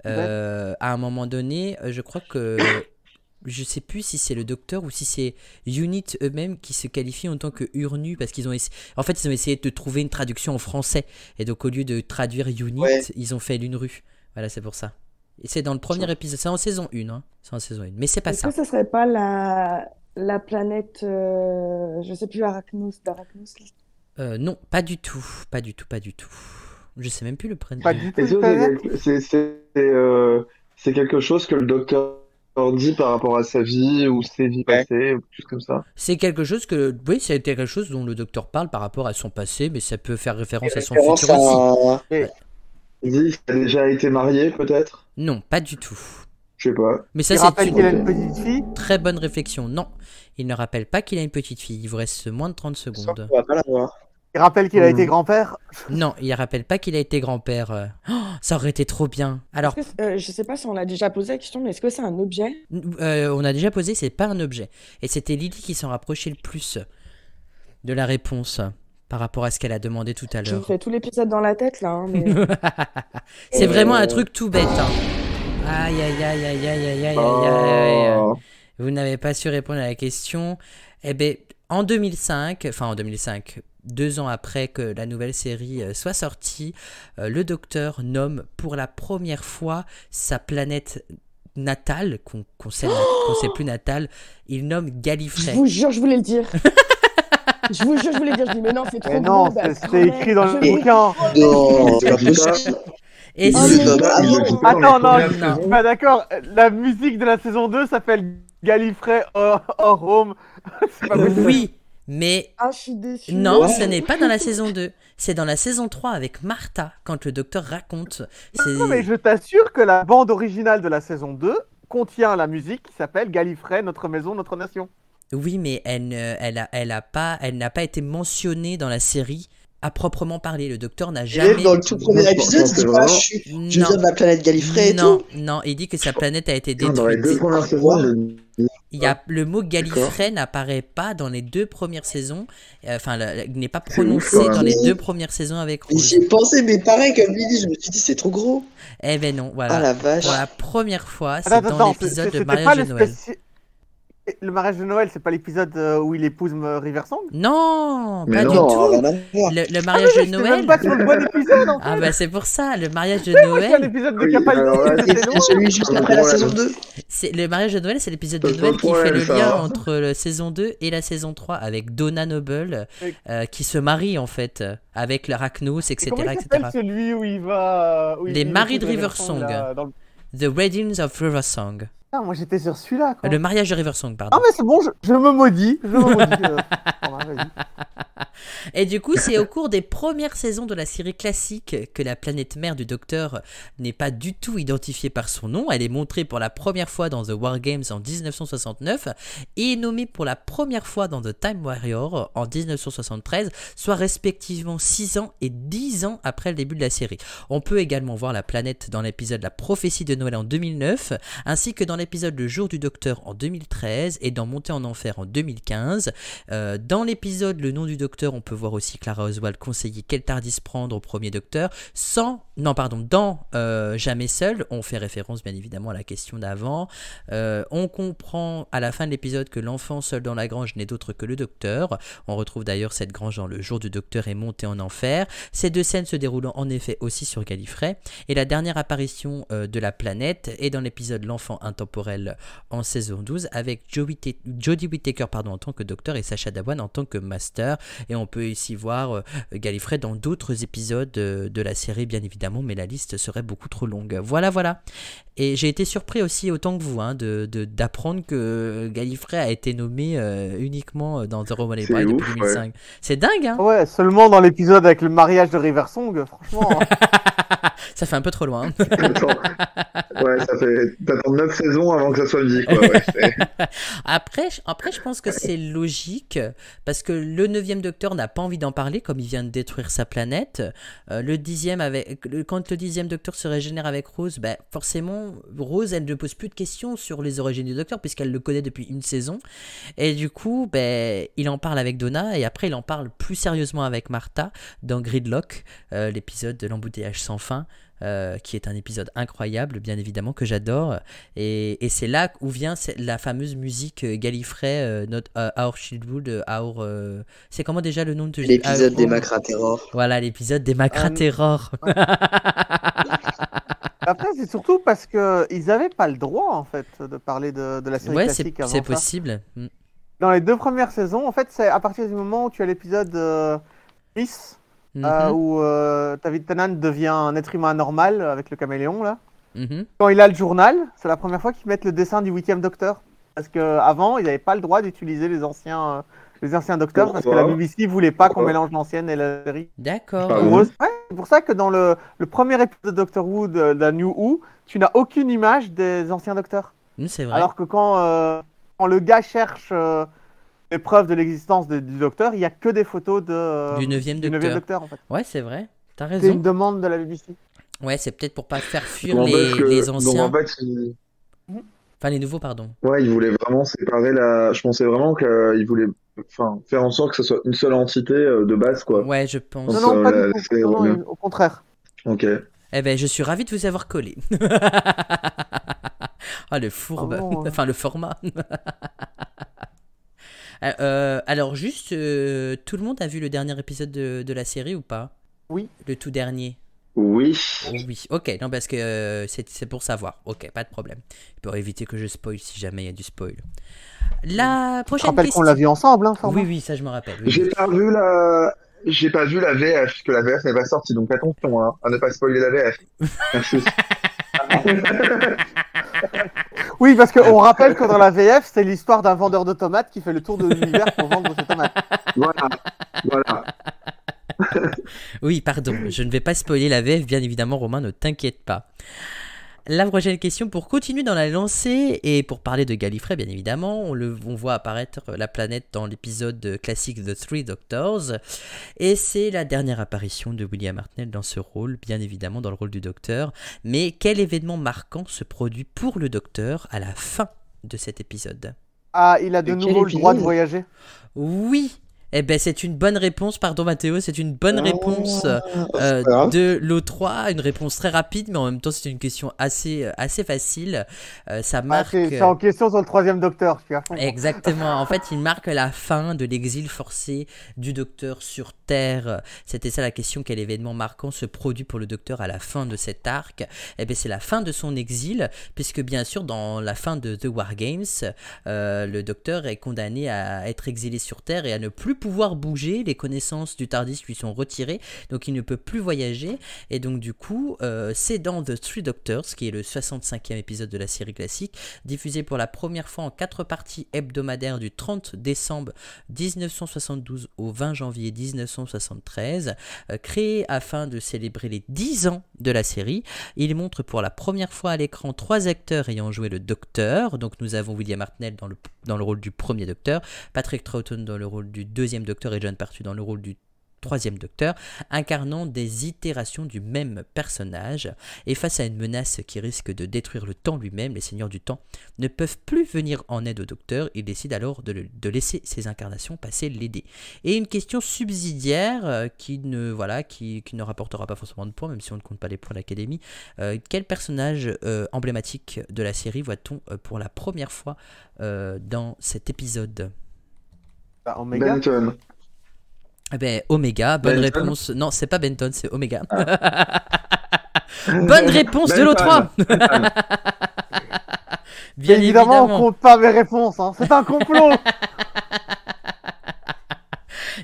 S1: euh, À un moment donné, euh, je crois que je sais plus si c'est le docteur ou si c'est Unit eux-mêmes qui se qualifient en tant que Urnu parce qu'ils ont essa- en fait ils ont essayé de trouver une traduction en français et donc au lieu de traduire Unit,
S2: Ouais.
S1: ils ont fait l'une rue. Voilà, c'est pour ça. Et c'est dans le premier épisode, c'est en saison 1 hein. C'est en saison 1, mais c'est pas
S4: Est-ce
S1: ça.
S4: que ça serait pas la, la planète, euh, je sais plus, Arachnos, d'Arachnos là
S1: Euh, non, pas du tout, pas du tout, pas du tout. Je sais même plus le prénom.
S3: Pas du tout.
S6: Est-ce
S3: une
S6: que
S3: planète.
S6: c'est- c'est- c'est euh, c'est quelque chose que le docteur dit par rapport à sa vie ou ses vies
S2: Ouais.
S6: passées, ou quelque chose comme ça
S1: C'est quelque chose que, oui, c'est quelque chose dont le docteur parle par rapport à son passé, mais ça peut faire référence à son
S2: Référence
S1: futur aussi.
S2: à-
S6: Il dit qu'il a déjà été marié, peut-être
S1: Non, pas du tout.
S6: Je sais pas.
S1: Mais ça,
S3: Ils
S1: c'est
S3: rappellent
S1: une
S3: qu'il a une petite fille.
S1: très bonne réflexion. Non, il ne rappelle pas qu'il a une petite fille. Il vous reste moins de 30
S2: Je sens qu'on
S1: secondes.
S2: va pas l'avoir.
S3: Ils rappellent qu'il a
S6: Mhm.
S3: été grand-père.
S1: Non, il rappelle pas qu'il a été grand-père. Oh, ça aurait été trop bien. Alors,
S4: Est-ce que- euh, Je sais pas si on l'a déjà posé la question, mais est-ce que c'est un objet
S1: Euh, on a déjà posé, c'est pas un objet. Et c'était Lily qui s'en rapprochait le plus de la réponse par rapport à ce qu'elle a demandé tout à
S4: Je me
S1: l'heure.
S4: fais tout l'épisode dans la tête là, hein, mais
S1: c'est
S2: Euh,
S1: vraiment un truc tout bête. hein. Aïe aïe aïe aïe aïe aïe aïe aïe aïe.
S4: Oh.
S6: Ah.
S1: Vous n'avez pas su répondre à la question. Eh bien, en 2005, enfin en 2005, deux ans après que la nouvelle série euh, soit sortie, euh, le docteur nomme pour la première fois sa planète natale, qu'on qu'on sait, qu'on sait plus natale, il nomme
S4: je
S1: Gallifrey.
S4: vous jure, je voulais le dire. Je vous jure, je voulais le dire. Je dis, mais non, c'est trop
S3: Mais non,
S4: gros, bah,
S3: c'est
S4: quand
S3: c'est
S4: même,
S3: écrit dans
S4: je
S3: le
S4: vous-
S3: bouquin.
S2: Non, c'est pas
S6: Il l'a-
S2: possible.
S1: Et
S4: Oh,
S1: si-
S4: mais non.
S2: Ah
S6: il l'a
S2: bon
S6: quitté dans les
S3: Attends, non,
S6: premières
S3: je
S1: première
S3: suis pas Ah, d'accord. La musique de la saison 2 s'appelle Gallifrey or, or Home. C'est pas possible.
S1: oui, mais
S4: Ah, je suis déçue.
S1: non, ce n'est pas dans la saison 2. C'est dans la saison 3 avec Martha, quand le docteur raconte. ses-
S3: Non, mais je t'assure que la bande originale de la saison 2 contient la musique qui s'appelle Gallifrey, notre maison, notre nation.
S1: Oui, mais elle, ne- elle, a, elle, a pas, elle n'a pas été mentionnée dans la série à proprement parler. Le docteur n'a
S2: Et même
S1: jamais.
S2: dans le tout premier
S6: Non,
S2: épisode,
S6: c'est
S2: il dit
S6: vraiment-
S2: pas je suis je
S1: Non,
S2: viens de la planète Gallifrey et
S1: non,
S2: tout.
S1: non, il dit que sa planète a été
S6: Dans les
S1: détruite.
S6: deux premières saisons, il a dit-
S1: Il y a, le mot Gallifrey n'apparaît pas dans les deux premières saisons, euh, enfin, la- la- il n'est pas
S6: C'est ouf,
S1: prononcé
S6: quand
S1: dans
S2: même.
S1: les deux premières saisons avec
S2: Et
S1: Rouge.
S2: j'y ai pensé, mais pareil, comme Lily, je me suis dit c'est trop gros.
S1: Eh ben non, voilà.
S2: Ah la vache.
S1: Pour la première fois, c'est
S3: Attends,
S1: dans
S3: attends,
S1: l'épisode
S3: c'est-
S1: de
S3: c'était pas
S1: Mariage
S3: le
S1: de Noël.
S3: spéci- Et Le mariage de Noël, c'est pas l'épisode euh, où il épouse euh, Riversong
S1: Non,
S6: Mais
S1: pas
S6: non,
S1: du tout.
S6: rien à voir.
S1: Le, le mariage de
S3: C'est même
S1: Noël.
S3: pas sur le bon épisode en fait
S1: Ah bah c'est pour ça, le mariage de
S3: C'est un
S1: Noël.
S3: épisode de
S6: Oui,
S3: Kappa
S6: alors là,
S3: Ipsi,
S2: Et
S3: c'était
S2: c'est
S3: long.
S2: celui juste
S1: Ah,
S2: après la
S6: Ouais.
S2: saison 2.
S1: C'est le mariage de Noël, c'est l'épisode de
S6: Pas de
S1: Noël qui fait
S6: problème,
S1: le
S6: ça
S1: lien
S6: va.
S1: entre la saison 2 et la saison 3 avec Donna Noble
S3: Et-
S1: euh, qui se marie en fait euh, avec l'Arachnos,
S3: Et
S1: etc.,
S3: Comment il
S1: etc.
S3: s'appelle celui où il va. euh, où il-
S1: Les
S3: il
S1: maris de
S3: épouse Riversong,
S1: Riversong.
S3: là, dans le-
S1: The Weddings of Riversong.
S3: Ah, moi j'étais sur celui-là quoi.
S1: Le mariage de Riversong, pardon.
S3: Ah, mais c'est bon, je, je me maudis. Je me maudis. euh. Ah, bah, vas-y.
S1: Et du coup, c'est au cours des premières saisons de la série classique que la planète mère du Docteur n'est pas du tout identifiée par son nom. Elle est montrée pour la première fois dans The War Games en 1969 et est nommée pour la première fois dans The Time Warrior en 1973, soit respectivement 6 ans et 10 ans après le début de la série. On peut également voir la planète dans l'épisode La prophétie de Noël en 2009, ainsi que dans l'épisode Le jour du Docteur en 2013 et dans Montée en enfer en 2015. Euh, dans l'épisode Le nom du docteur, on peut voir aussi Clara Oswald conseiller quel tardis prendre au premier docteur. Sans, non, pardon, dans euh, Jamais seul, on fait référence bien évidemment à la question d'avant. Euh, on comprend à la fin de l'épisode que l'enfant seul dans la grange n'est autre que le docteur. On retrouve d'ailleurs cette grange dans Le jour du docteur est monté en enfer. Ces deux scènes se déroulant en effet aussi sur Gallifrey. Et la dernière apparition euh, de la planète est dans l'épisode L'enfant intemporel en saison 12 avec Joey T- Jodie Whittaker pardon, en tant que docteur et Sacha Dawan en tant que master. Et on peut ici voir euh, Gallifrey dans d'autres épisodes euh, de la série, bien évidemment, mais la liste serait beaucoup trop longue. Voilà, voilà. Et j'ai été surpris aussi, autant que vous, hein, de- de- d'apprendre que Gallifrey a été nommé euh, uniquement dans The Roman
S6: C'est
S1: Empire depuis
S6: ouf,
S1: 2005. C'est dingue, hein
S3: Ah Ouais, seulement dans l'épisode avec le mariage de Riversong, franchement.
S1: Ça fait un peu trop loin. hein.
S6: Attends. ouais, ça fait. T'attends 9 saisons avant que ça soit dit, quoi. Ouais, c'est-
S1: Après, je- après, je pense que c'est logique, parce que le 9e docteur n'a pas envie d'en parler, comme il vient de détruire sa planète. Euh, le dixième avec, le- quand le dixième docteur se régénère avec Rose, ben, forcément, Rose, elle ne pose plus de questions sur les origines du docteur, puisqu'elle le connaît depuis une saison. Et du coup, ben, il en parle avec Donna, et après, il en parle plus sérieusement avec Martha dans Gridlock, euh, l'épisode de l'embouteillage sans fin. euh, qui est un épisode incroyable, bien évidemment, que j'adore. Et, et c'est là où vient ce- la fameuse musique euh, Gallifrey, euh, notre, euh, Our Shieldwood, euh, Our. euh, c'est comment déjà le nom de
S2: L'épisode
S1: Our-
S2: des Macra Terror.
S1: voilà l'épisode des Macra
S3: Euh,
S1: Terror.
S3: Après, c'est surtout parce que ils avaient pas le droit, en fait, de parler de, de la série
S1: Ouais, c'est
S3: classique avant
S1: c'est
S3: ça.
S1: possible. Mm.
S3: Dans les deux premières saisons, en fait, c'est à partir du moment où tu as l'épisode euh, 10, euh,
S1: Mhm,
S3: où euh, David Tennant devient un être humain normal avec le caméléon, là.
S1: mhm.
S3: Quand il a le journal, c'est la première fois qu'ils mettent le dessin du huitième docteur. Parce qu'avant, ils n'avaient pas le droit d'utiliser les anciens, euh, les anciens docteurs, parce que la
S6: Pourquoi
S3: BBC voulait pas qu'on
S6: Pourquoi
S3: mélange l'ancienne et la série.
S1: D'accord.
S6: Ah
S3: En
S6: bon
S3: gros, c'est vrai. C'est pour ça que dans le, le premier épisode de Doctor Who de, de la New Who, tu n'as aucune image des anciens docteurs.
S1: Mm, C'est vrai.
S3: Alors que quand, euh, quand le gars cherche euh, les preuves de l'existence de- du docteur, il n'y a que des photos de, euh,
S1: Du neuvième
S3: du
S1: docteur.
S3: en fait.
S1: Ouais, c'est vrai. T'as
S3: C'est une
S1: raison.
S3: demande de la BBC.
S1: Ouais, c'est peut-être pour pas faire fuir
S6: Donc, en
S1: les,
S6: fait, que-
S1: les
S6: donc,
S1: anciens.
S6: en fait, il-
S1: Enfin, les nouveaux, pardon.
S6: Ouais, ils voulaient vraiment séparer la. Je pensais vraiment qu'ils voulaient enfin, faire en sorte que ce soit une seule entité euh, de base, quoi.
S1: Ouais, je pense.
S3: Non,
S6: Donc,
S3: non,
S6: euh,
S3: pas
S6: la-
S3: du tout.
S6: c'est-
S3: Non, non, au contraire.
S6: Ok.
S1: Eh ben, je suis ravi de vous avoir collé. ah, le fourbe.
S3: Ah bon, hein.
S1: enfin, le format. Euh, euh, alors, juste, euh, tout le monde a vu le dernier épisode de, de la série ou pas
S3: Oui.
S1: Le tout dernier.
S6: Oui.
S1: Oh oui, ok, non, parce que euh, c'est c'est pour savoir. Ok, pas de problème. Pour éviter que je spoil si jamais il y a du spoil. La
S3: Je
S1: prochaine
S3: rappelle
S1: question.
S3: qu'on l'a vu ensemble. Hein,
S1: Oui,
S3: Fernand.
S1: oui, ça je me rappelle. oui.
S6: J'ai pas vu la. J'ai pas vu la VF, parce que la VF n'est pas sortie, donc attention hein, à ne pas spoiler la VF. Merci.
S3: Oui, parce qu'on rappelle que dans la VF, c'est l'histoire d'un vendeur de tomates qui fait le tour de l'univers pour vendre ses tomates.
S6: voilà. Voilà.
S1: Oui, pardon, je ne vais pas spoiler la VF, bien évidemment, Romain, ne t'inquiète pas. La prochaine question, pour continuer dans la lancée et pour parler de Gallifrey, bien évidemment, on, le, on voit apparaître la planète dans l'épisode classique The Three Doctors, et c'est la dernière apparition de William Hartnell dans ce rôle, bien évidemment dans le rôle du Docteur. Mais quel événement marquant se produit pour le Docteur à la fin de cet épisode
S3: Ah, il a de
S2: Et quel
S3: nouveau le droit de Ah,
S2: épisode
S3: voyager.
S1: Oui, Eh ben c'est une bonne réponse, pardon Mathéo, c'est une bonne
S6: Ah,
S1: réponse euh,
S6: c'est pas grave.
S1: de l'O3, une réponse très rapide, mais en même temps c'est une question assez, euh, assez facile. Euh, Eh, ça
S3: Ah,
S1: marque...
S3: c'est c'est en question sur le troisième docteur, je suis à fond.
S1: Exactement. En fait, il marque la fin de l'exil forcé du docteur sur Terre. C'était ça la question quel événement marquant se produit pour le docteur à la fin de cet arc Eh bien, c'est la fin de son exil, puisque bien sûr, dans la fin de The War Games, euh, le docteur est condamné à être exilé sur Terre et à ne plus pouvoir bouger. Les connaissances du Tardis lui sont retirées, donc il ne peut plus voyager. Et donc, du coup, euh, c'est dans The Three Doctors, qui est le 65e épisode de la série classique, diffusé pour la première fois en quatre parties hebdomadaires du 30 décembre 1972 au 20 janvier 1973, euh, créé afin de célébrer les 10 ans de la série. Il montre pour la première fois à l'écran trois acteurs ayant joué le Docteur. Donc nous avons William Hartnell dans le, dans le rôle du premier Docteur, Patrick Troughton dans le rôle du deuxième Docteur et John Partu dans le rôle du troisième Docteur, incarnant des itérations du même personnage. Et face à une menace qui risque de détruire le temps lui-même, les seigneurs du temps ne peuvent plus venir en aide au docteur, il décide alors de, le- de laisser ses incarnations passer l'aider. Et une question subsidiaire euh, qui ne voilà qui, qui ne rapportera pas forcément de points, même si on ne compte pas les points de l'académie. euh, quel personnage euh, emblématique de la série voit-on euh, pour la première fois euh, dans cet épisode
S3: Bah, Omega.
S6: Benton.
S1: Eh ben Omega, bonne
S6: Benton. Ah.
S1: réponse. Non, c'est pas Benton, c'est Omega. bonne réponse de l'O3
S6: Benton.
S1: Bien
S3: évidemment, on compte pas mes réponses. hein. C'est un complot.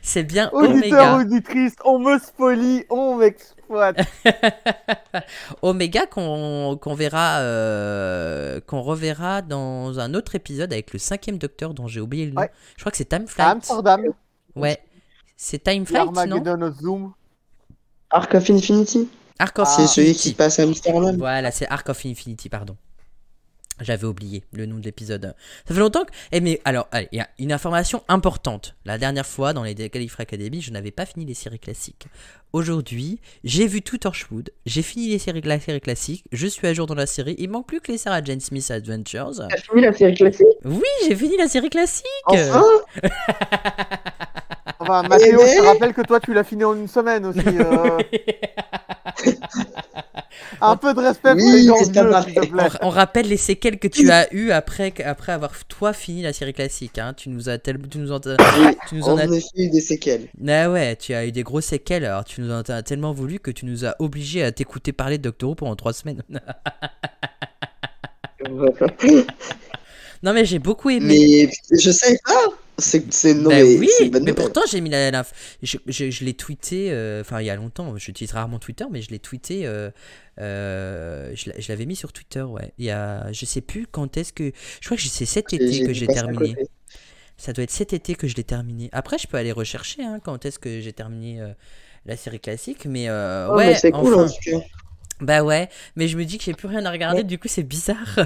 S1: c'est bien
S3: Auditeur,
S1: Omega.
S3: auditrice, on me spolie, on m'exploite.
S1: Omega qu'on qu'on verra, euh, qu'on reverra dans un autre épisode avec le cinquième Docteur dont j'ai oublié le nom.
S3: Ouais. Ah,
S1: Je crois que c'est Time
S3: À
S1: Flight.
S3: Amsterdam,
S1: ouais. C'est
S4: euh,
S1: Time Flight, non
S3: l'Armageddon au Zoom.
S2: Arc of Infinity
S1: Arc of
S2: Ah, C'est celui qui
S1: Infinity.
S2: se passe à Amsterdam.
S1: Voilà, c'est Arc of Infinity, pardon. J'avais oublié le nom de l'épisode. Ça fait longtemps que. Eh, mais alors, allez, il y a une information importante. La dernière fois, dans les Califre Academy, je n'avais pas fini les séries classiques. Aujourd'hui, j'ai vu tout Torchwood, j'ai fini les séries, la série classique, je suis à jour dans la série, il manque plus que les Sarah Jane Smith Adventures.
S4: T'as fini la série classique
S1: Oui, j'ai fini la série classique
S2: Enfin
S3: Enfin, Mathéo,
S2: Eh
S3: je te
S2: ben.
S3: rappelle que toi, tu l'as fini en une semaine aussi. euh. un peu de respect pour
S2: Oui,
S3: les gens
S2: c'est
S3: vieux,
S2: pas
S3: s'il te plaît.
S1: on, on rappelle les séquelles que tu as eues après, après avoir toi fini la série classique. hein. Tu nous as tellement, tu nous en, tu nous en
S2: On
S1: as
S2: a fait des séquelles.
S1: Ah ouais, tu as eu des grosses séquelles, alors tu nous en as tellement voulu que tu nous as obligés à t'écouter parler de Doctor Who pendant trois semaines. non mais j'ai beaucoup aimé.
S2: Mais je savais pas. C'est c'est- non
S1: Bah
S2: mais
S1: oui,
S2: c'est une bonne
S1: mais
S2: nouvelle.
S1: pourtant j'ai mis la, la- je, je- je l'ai tweeté, euh, enfin il y a longtemps, j'utilise rarement Twitter, mais je l'ai tweeté, euh, euh, je l'a- je l'avais mis sur Twitter, ouais. Il y a, je sais plus quand est-ce que, je crois que c'est cet
S2: J'ai-
S1: été que
S2: dû
S1: j'ai
S2: passer à
S1: terminé.
S2: côté.
S1: Ça doit être cet été que je l'ai terminé. Après, je peux aller rechercher hein, quand est-ce que j'ai terminé euh, la série classique, mais euh,
S2: Oh,
S1: ouais,
S2: mais c'est cool
S1: enfin.
S2: en tout cas.
S1: Bah ouais, mais je me dis que j'ai plus rien à regarder, du coup c'est bizarre.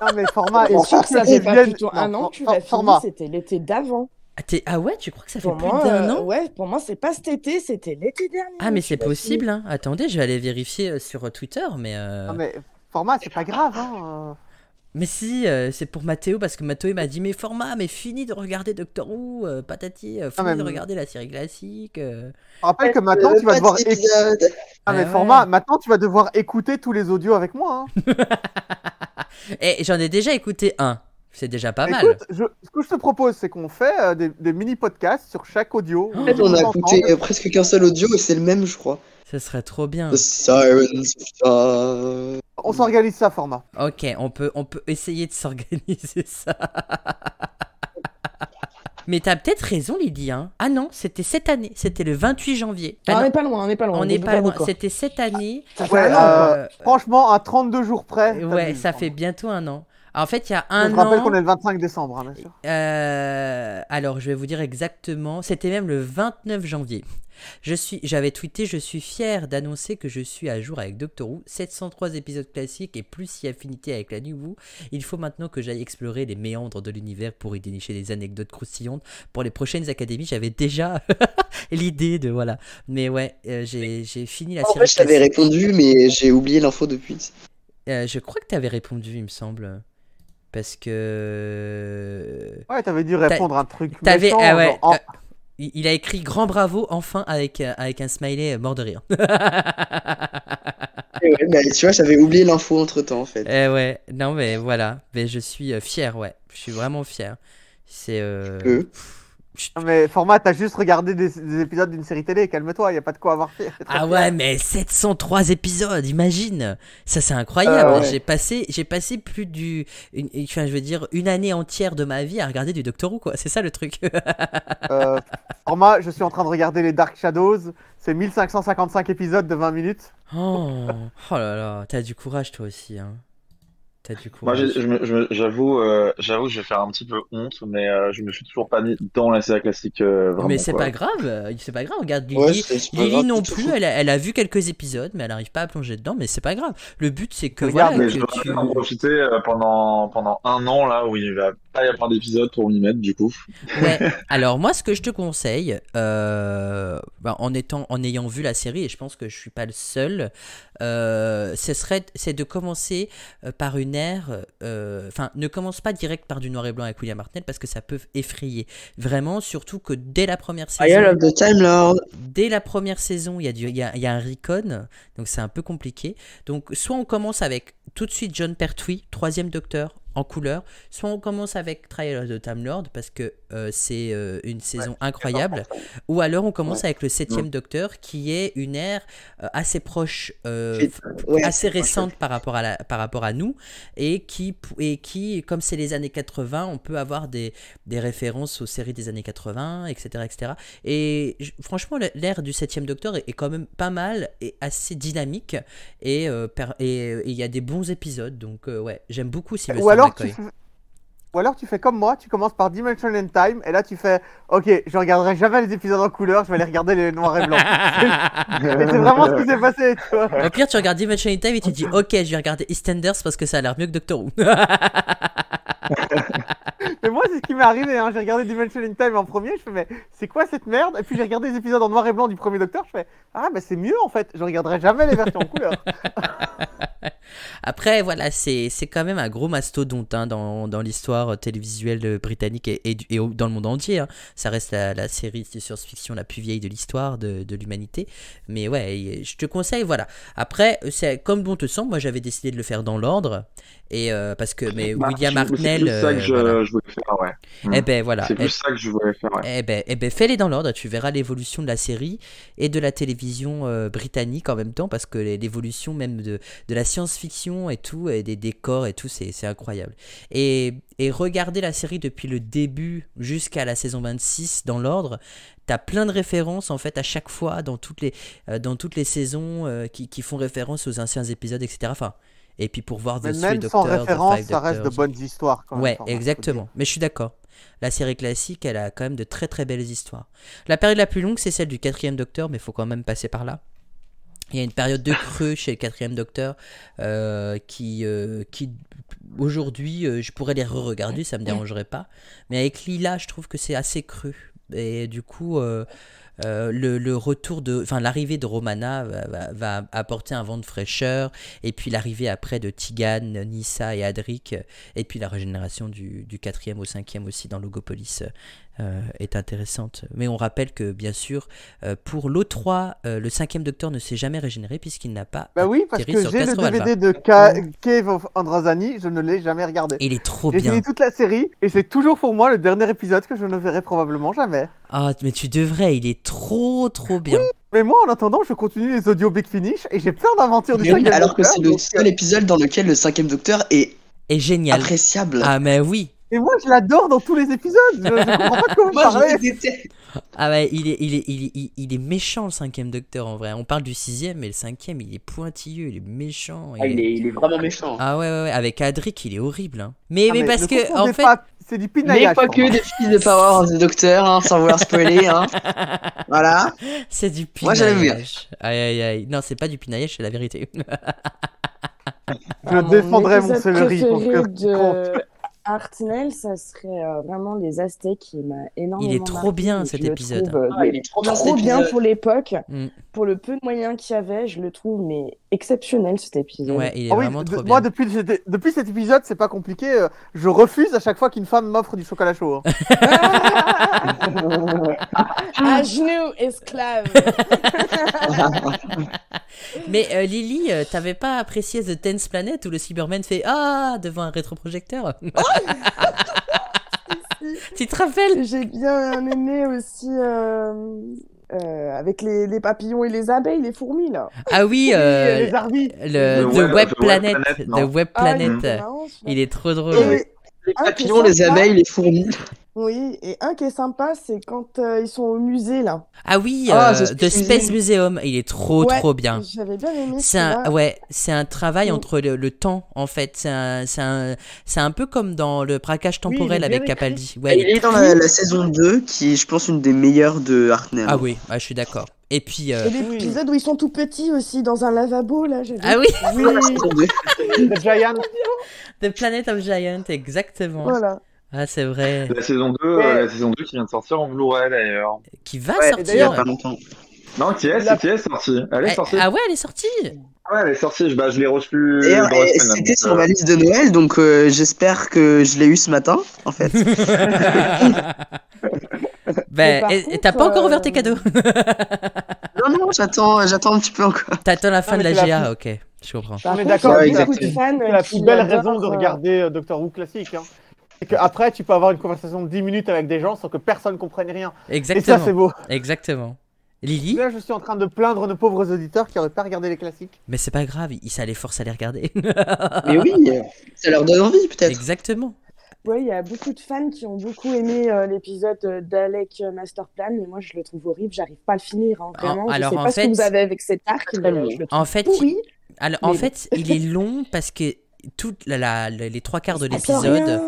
S3: Non, mais format,
S4: Bien
S3: il
S4: sûr
S3: faut
S4: Ah, que ça
S3: que
S4: fait
S3: tu
S4: pas
S3: viennes.
S4: plutôt un
S3: Non,
S4: an que tu
S3: for-
S4: l'as fini,
S3: format.
S4: c'était l'été d'avant.
S1: Ah, t'es- ah ouais, tu crois que ça fait
S4: Pour
S1: plus
S4: moi,
S1: d'un
S4: euh,
S1: an
S4: ouais, pour moi, c'est pas cet été, c'était l'été dernier.
S1: Ah mais c'est
S4: Tu l'as fini.
S1: possible, hein. Attendez, je vais aller vérifier euh, sur euh, Twitter, mais... euh,
S4: Ah,
S3: Non,
S1: mais...
S3: mais format, c'est pas grave. Hein. euh.
S1: si, euh, c'est pour Mathéo, parce que Mathéo il m'a dit, mais format, mais fini de regarder Doctor Who, euh, patati,
S4: Ah,
S1: euh, fini
S3: mais-
S1: de regarder la série classique. euh.
S3: Je rappelle que maintenant, tu vas
S2: Pas
S3: devoir.
S2: de
S3: éc-
S2: épisode.
S3: Ah, mais
S1: Ah ouais.
S3: format, maintenant, tu vas devoir écouter tous les audios avec moi. hein.
S1: Et Eh, j'en ai déjà écouté un, c'est déjà pas mal.
S3: Écoute, je- ce que je te propose, c'est qu'on fait euh, des, des mini podcasts sur chaque audio.
S1: En
S2: En fait, on a
S3: écoute
S2: écouté
S3: ensemble.
S2: euh, presque qu'un seul audio et c'est le même, je crois.
S1: Ce serait trop bien.
S2: The Sirens of Time.
S3: On s'organise ça, format.
S1: Ok, on peut, on peut essayer de s'organiser ça. Mais t'as peut-être raison, Lydie. hein. Ah non, c'était cette année. C'était le 28 janvier. Ah
S4: Ah, on
S1: non,
S4: n'est pas loin, on n'est pas loin.
S1: on n'est
S4: peut
S1: pas loin.
S4: d'accord.
S1: C'était cette année.
S4: Ça fait
S3: Ouais,
S4: un an,
S3: euh,
S4: quoi.
S3: Franchement, à 32 jours près.
S1: Ouais,
S3: t'as vu,
S1: ça
S3: format.
S1: fait bientôt un an. Alors, en fait, il y a
S3: Je
S1: un
S3: te rappelle
S1: an.
S3: qu'on est le 25 décembre, hein, bien sûr.
S1: euh, alors, je vais vous dire exactement. C'était même le 29 janvier. Je suis, j'avais tweeté, je suis fier d'annoncer que je suis à jour avec Doctor Who, 703 épisodes classiques et plus si affinité avec la New Who. Il faut maintenant que j'aille explorer les méandres de l'univers pour y dénicher des anecdotes croustillantes. Pour les prochaines académies, j'avais déjà l'idée de voilà. Mais ouais, euh, j'ai j'ai fini la
S2: En
S1: série.
S2: fait, je t'avais
S1: classique.
S2: répondu, mais j'ai oublié l'info depuis.
S1: Euh, je crois que t'avais répondu, il me semble, parce que
S3: Ouais, t'avais dû répondre un truc.
S1: t'avais
S3: méchant,
S1: ah ouais.
S3: genre, oh, en-
S1: euh, Il il a écrit grand bravo enfin avec, euh, avec un smiley euh, mort de rire.
S2: Et ouais, bah, tu vois, j'avais oublié l'info entre temps en fait.
S1: Eh ouais, non mais voilà, mais je suis euh, fier, ouais, je suis vraiment fier. C'est euh,
S2: peux.
S1: pff, je-
S3: Non, mais format, t'as juste regardé des, des épisodes d'une série télé, calme-toi, y a pas de quoi avoir fait.
S1: Ah ouais, mais 703 épisodes, imagine. Ça c'est incroyable.
S2: Ah ouais.
S1: J'ai passé j'ai passé plus du une, enfin, je veux dire une année entière de ma vie à regarder du Doctor Who quoi. C'est ça le truc.
S3: Euh, format, je suis en train de regarder les Dark Shadows, c'est 1555 épisodes de 20 minutes.
S1: oh, oh là là, t'as du courage toi aussi hein. T'as du
S6: Moi,
S1: courage.
S6: Bah, j'ai- je me- je me- j'avoue, euh, j'avoue, je vais faire un petit peu honte, mais euh, je me suis toujours pas mis dans la série classique. euh, vraiment,
S1: mais c'est
S6: quoi.
S1: pas grave, euh, c'est pas grave, regarde Lily,
S2: Ouais, c'est- c'est pas
S1: Lily
S2: grave,
S1: non
S2: tu te
S1: plus,
S2: fous.
S1: elle a, elle a vu quelques épisodes, mais elle n'arrive pas à plonger dedans, mais c'est pas grave. Le but, c'est que
S3: Regarde,
S1: voilà,
S6: Mais je
S1: que
S6: dois
S1: tu-
S6: en profiter euh, pendant, pendant un an là où il va pas y avoir d'épisode pour m'y mettre du coup.
S1: Ouais. Alors moi, ce que je te conseille, euh, bah, en étant, en ayant vu la série, et je pense que je suis pas le seul, euh, ce serait, c'est de commencer euh, par une ère. euh, Enfin, ne commence pas direct par du noir et blanc avec William Hartnell parce que ça peut effrayer. Vraiment, surtout que dès la première saison.
S2: Trial of the Time Lord.
S1: dès la première saison, il y, a du- il y a, il y a un recon, donc c'est un peu compliqué. Donc, soit on commence avec tout de suite John Pertwee, troisième docteur en couleur, soit on commence avec Trial of the Time Lord parce que euh, c'est euh, une saison incroyable, ou alors on commence avec le septième docteur qui est une ère euh, assez proche, euh,
S2: Shit. Ouais.
S1: assez récente par rapport à la, par rapport à nous et qui pou- et qui comme c'est les années 80 on peut avoir des, des références aux séries des années 80 etc etc et j- franchement la- l'ère du 7 Docteur est, est quand même pas mal et assez dynamique et euh, per- et et il y a des bons épisodes donc euh, ouais j'aime beaucoup Sylvester
S3: Ou alors, tu
S1: McCoy.
S3: fais- Ou alors tu fais comme moi, tu commences par Dimension and Time, et là tu fais Ok, je regarderai jamais les épisodes en couleur, je vais aller regarder les noirs et blancs.
S1: Ah.
S3: Et c'est vraiment ce qui s'est passé, tu vois.
S1: Au pire, tu regardes Dimension in Time et tu dis Ok, je vais regarder EastEnders parce que ça a l'air mieux que Doctor Who.
S3: Mais moi, c'est ce qui m'est arrivé. Hein. J'ai regardé Dimension in Time en premier. Je fais, mais c'est quoi cette merde Et puis j'ai regardé les épisodes en noir et blanc du premier Docteur. Je fais, ah, bah c'est mieux en fait. Je regarderai jamais les versions en couleur.
S1: Après, voilà, c'est c'est quand même un gros mastodonte hein, dans, dans l'histoire télévisuelle euh, britannique et, et du- et au- dans le monde entier. hein. Ça reste la, la série de science-fiction la plus vieille de l'histoire de, de l'humanité. Mais ouais, et je te conseille, voilà. Après, euh, c'est comme bon te semble, moi j'avais décidé de le faire dans l'ordre. Et euh, parce que mais
S6: Bah,
S1: William
S6: c'est- C'est
S1: Hartnell.
S6: plus ça que
S1: euh,
S6: je,
S1: voilà.
S6: je voulais faire, ouais.
S1: Eh ben voilà.
S6: C'est plus
S1: Eh-
S6: ça que je voulais faire, ouais.
S1: eh ben, eh ben, fais-les dans l'ordre, tu verras l'évolution de la série et de la télévision euh, britannique en même temps, parce que les- l'évolution même de, de la science-fiction et tout, et des décors et tout, c'est c'est incroyable. Et, et regarder la série depuis le début jusqu'à la saison 26 dans l'ordre, t'as plein de références en fait à chaque fois dans toutes les, euh, dans toutes les saisons euh, qui, qui font référence aux anciens épisodes, etc. Enfin, et puis pour voir The
S3: Mais
S1: Three
S3: même sans
S1: Doctors, The
S3: référence,
S1: Five
S3: ça reste de
S1: Doctors,
S3: bonnes histoires quand même.
S1: Ouais,
S3: Format, faut
S1: exactement. Mais je suis d'accord. La série classique, elle a quand même de très très belles histoires. La période la plus longue, c'est celle du quatrième Docteur, mais il faut quand même passer par là. Il y a une période de creux chez le quatrième Docteur euh, qui, euh, qui aujourd'hui, euh, je pourrais les re-regarder, ça me dérangerait pas. Mais avec Lila, je trouve que c'est assez creux. Et du coup, euh, euh, le, le retour de, enfin l'arrivée de Romana va, va- va apporter un vent de fraîcheur. Et puis l'arrivée après de Tigane, Nissa et Adric, et puis la régénération du, du quatrième au cinquième aussi dans Logopolis euh, est intéressante. Mais on rappelle que bien sûr, euh, pour l'O3, euh, le cinquième docteur ne s'est jamais régénéré puisqu'il n'a pas.
S3: Bah oui, parce
S1: Thierry
S3: que
S1: sur
S3: j'ai le
S1: Castro Alva.
S3: DVD de Ca- Cave of Androzani, je ne l'ai jamais regardé.
S1: Il est trop
S3: J'ai
S1: bien.
S3: fini toute la série et c'est toujours pour moi le dernier épisode que je ne verrai probablement jamais.
S1: Ah, mais tu devrais, il est trop trop bien.
S3: Mais moi, en attendant, je continue les audios Big Finish et j'ai plein d'aventures du
S2: Mais oui,
S3: cinquième
S2: alors que
S3: Docteur,
S2: c'est le
S3: donc, euh,
S2: seul épisode dans lequel le cinquième docteur est
S1: Et génial.
S2: appréciable.
S1: Ah, mais oui.
S3: Et moi, je l'adore dans tous les épisodes. Je, je comprends pas comment
S2: Moi, je
S3: parler.
S2: le déteste.
S1: Ah ouais, il est, il est, il est, il- il est méchant le cinquième docteur en vrai. On parle du sixième, mais le cinquième, il est pointilleux, il est méchant.
S2: Ah,
S1: il est-
S2: vraiment méchant.
S1: Ah ouais, ouais, ouais, avec Adric, il est horrible. hein. Mais,
S3: Ah,
S1: mais,
S3: mais
S1: parce
S3: ne
S1: que,
S3: confondez
S1: en fait,
S3: pas, c'est du
S2: Mais
S3: pinaillage.
S2: pas
S3: pour
S2: que
S3: moi.
S2: des filles de Power of the Docteur, hein, sans vouloir spoiler. Hein. Voilà.
S1: c'est du pinaillage.
S2: Moi, j'aime bien.
S1: Aïe, aïe, aïe. Non, c'est pas du pinaillage, c'est la vérité.
S3: Ah, Je défendrai mon céleri
S4: préféré
S3: pour que tu
S4: de... Artinel, ça serait euh, vraiment les Aztèques qui m'a énormément.
S1: Il est trop
S4: marqué
S1: bien,
S4: et
S1: cet
S4: je le
S1: épisode.
S4: trouve, euh,
S2: Ah, il est trop bien, cet
S4: trop bien
S2: épisode.
S4: pour l'époque.
S1: Mm.
S4: Pour le peu de moyens qu'il y avait, je le trouve mais exceptionnel cet épisode.
S1: Ouais, il est
S3: Ah oui,
S1: vraiment
S3: de-
S1: trop bien.
S3: Moi, depuis, cet- depuis cet épisode, c'est pas compliqué. euh, Je refuse à chaque fois qu'une femme m'offre du chocolat chaud. hein.
S4: À genoux, Ah, esclave.
S1: Mais euh, Lily, euh, t'avais pas apprécié The Tense Planet où le Cyberman fait Ah devant un rétroprojecteur Tu te rappelles
S4: J'ai bien aimé aussi euh, euh, avec les, les papillons et les abeilles, les fourmis là.
S1: Ah oui, euh,
S3: les Harvey.
S1: le,
S6: The
S1: The, Web,
S6: Web- The Web
S1: Planet.
S6: Planet, non
S1: The Web
S4: Ah, il est
S1: Planet.
S4: marrant, celui-là.
S1: il est trop drôle.
S4: Et-
S1: ouais.
S2: Les
S4: Ah,
S2: papillons,
S4: c'est
S2: les
S4: sympa.
S2: abeilles, les fourmis.
S4: Oui, et un qui est sympa, c'est quand euh, ils sont au musée là.
S1: Ah oui,
S2: Ah,
S1: euh,
S2: c'est
S1: The Space
S2: exclusif.
S1: Museum. Il est trop
S4: Ouais.
S1: trop bien.
S4: J'avais bien aimé.
S1: C'est un, ah
S4: celui-là.
S1: ouais, c'est un travail
S4: Mm.
S1: entre le, le temps, en fait. C'est un, c'est un, c'est un peu comme dans le braquage
S3: Oui, il est
S1: temporel
S3: bien
S1: avec
S3: écrit.
S1: Capaldi.
S2: Et
S1: Ouais, il
S2: il est dans la, la saison 2, qui est, je pense, une des meilleures de Hartnell.
S1: Ah oui, ah, je suis d'accord. Et puis. euh,
S4: Et l'épisode où ils sont tout petits aussi dans un lavabo là. j'avais-
S1: Ah oui,
S3: Oui,
S2: La saison 2.
S3: le Giant.
S1: The Planet of Giant, exactement.
S4: Voilà.
S1: Ah, c'est vrai.
S6: La saison 2, euh,
S3: Ouais.
S6: la saison 2 qui vient de sortir en Blu-ray d'ailleurs.
S1: Qui va
S2: Ouais, Il y a
S1: sortir
S2: pas longtemps.
S6: Non, qui est,
S3: La-
S6: qui est sortie. Elle est
S1: Ah,
S6: sortie.
S1: ah ouais, elle est sortie
S6: Ouais, elle est sortie. Je, bah, je l'ai reçue.
S2: Et,
S6: dans la
S2: euh, et
S6: semaine,
S2: c'était
S6: donc,
S2: sur
S6: euh,
S2: ma liste de Noël, donc euh, j'espère que je l'ai eu ce matin, en fait.
S4: Mais
S1: Ben,
S4: par
S1: et- et t'as
S4: contre,
S1: pas encore ouvert tes
S4: euh,
S1: cadeaux
S2: non, non, j'attends, j'attends un petit peu encore.
S1: T'attends la fin
S3: mais
S1: de la
S3: c'est la
S1: GA, ok. Je comprends.
S4: Par
S3: On est
S4: contre,
S3: d'accord,
S4: il y a
S2: ouais,
S4: beaucoup de fans
S3: C'est la
S4: qui
S3: plus belle
S4: adorent,
S3: raison de
S4: euh,
S3: regarder euh, Doctor Who classique. Hein. C'est qu'après, tu peux avoir une conversation de 10 minutes avec des gens sans que personne comprenne rien. Et ça, c'est
S1: Exactement.
S3: beau.
S1: Exactement. Lily
S3: Là, je suis en train de plaindre nos pauvres auditeurs qui n'auraient pas regardé les classiques.
S1: Mais c'est pas grave, il- ça les force à les regarder.
S2: Mais oui, ça leur donne envie, peut-être.
S1: Exactement.
S4: Ouais, il y a beaucoup de fans qui ont beaucoup aimé euh, l'épisode euh, d'Alec euh, Masterplan, mais moi je le trouve horrible, j'arrive pas à le finir. hein,
S1: Ah,
S4: vraiment,
S1: alors,
S4: je sais
S1: en
S4: pas
S1: fait,
S4: ce que vous avez avec cet arc, mais euh, je le trouve
S1: En fait, il-
S4: pourri.
S1: alors, en
S4: Mais bon.
S1: fait il est long parce que toute la, la- la- les trois quarts de
S4: Ah, c'est
S1: l'épisode,
S4: rien.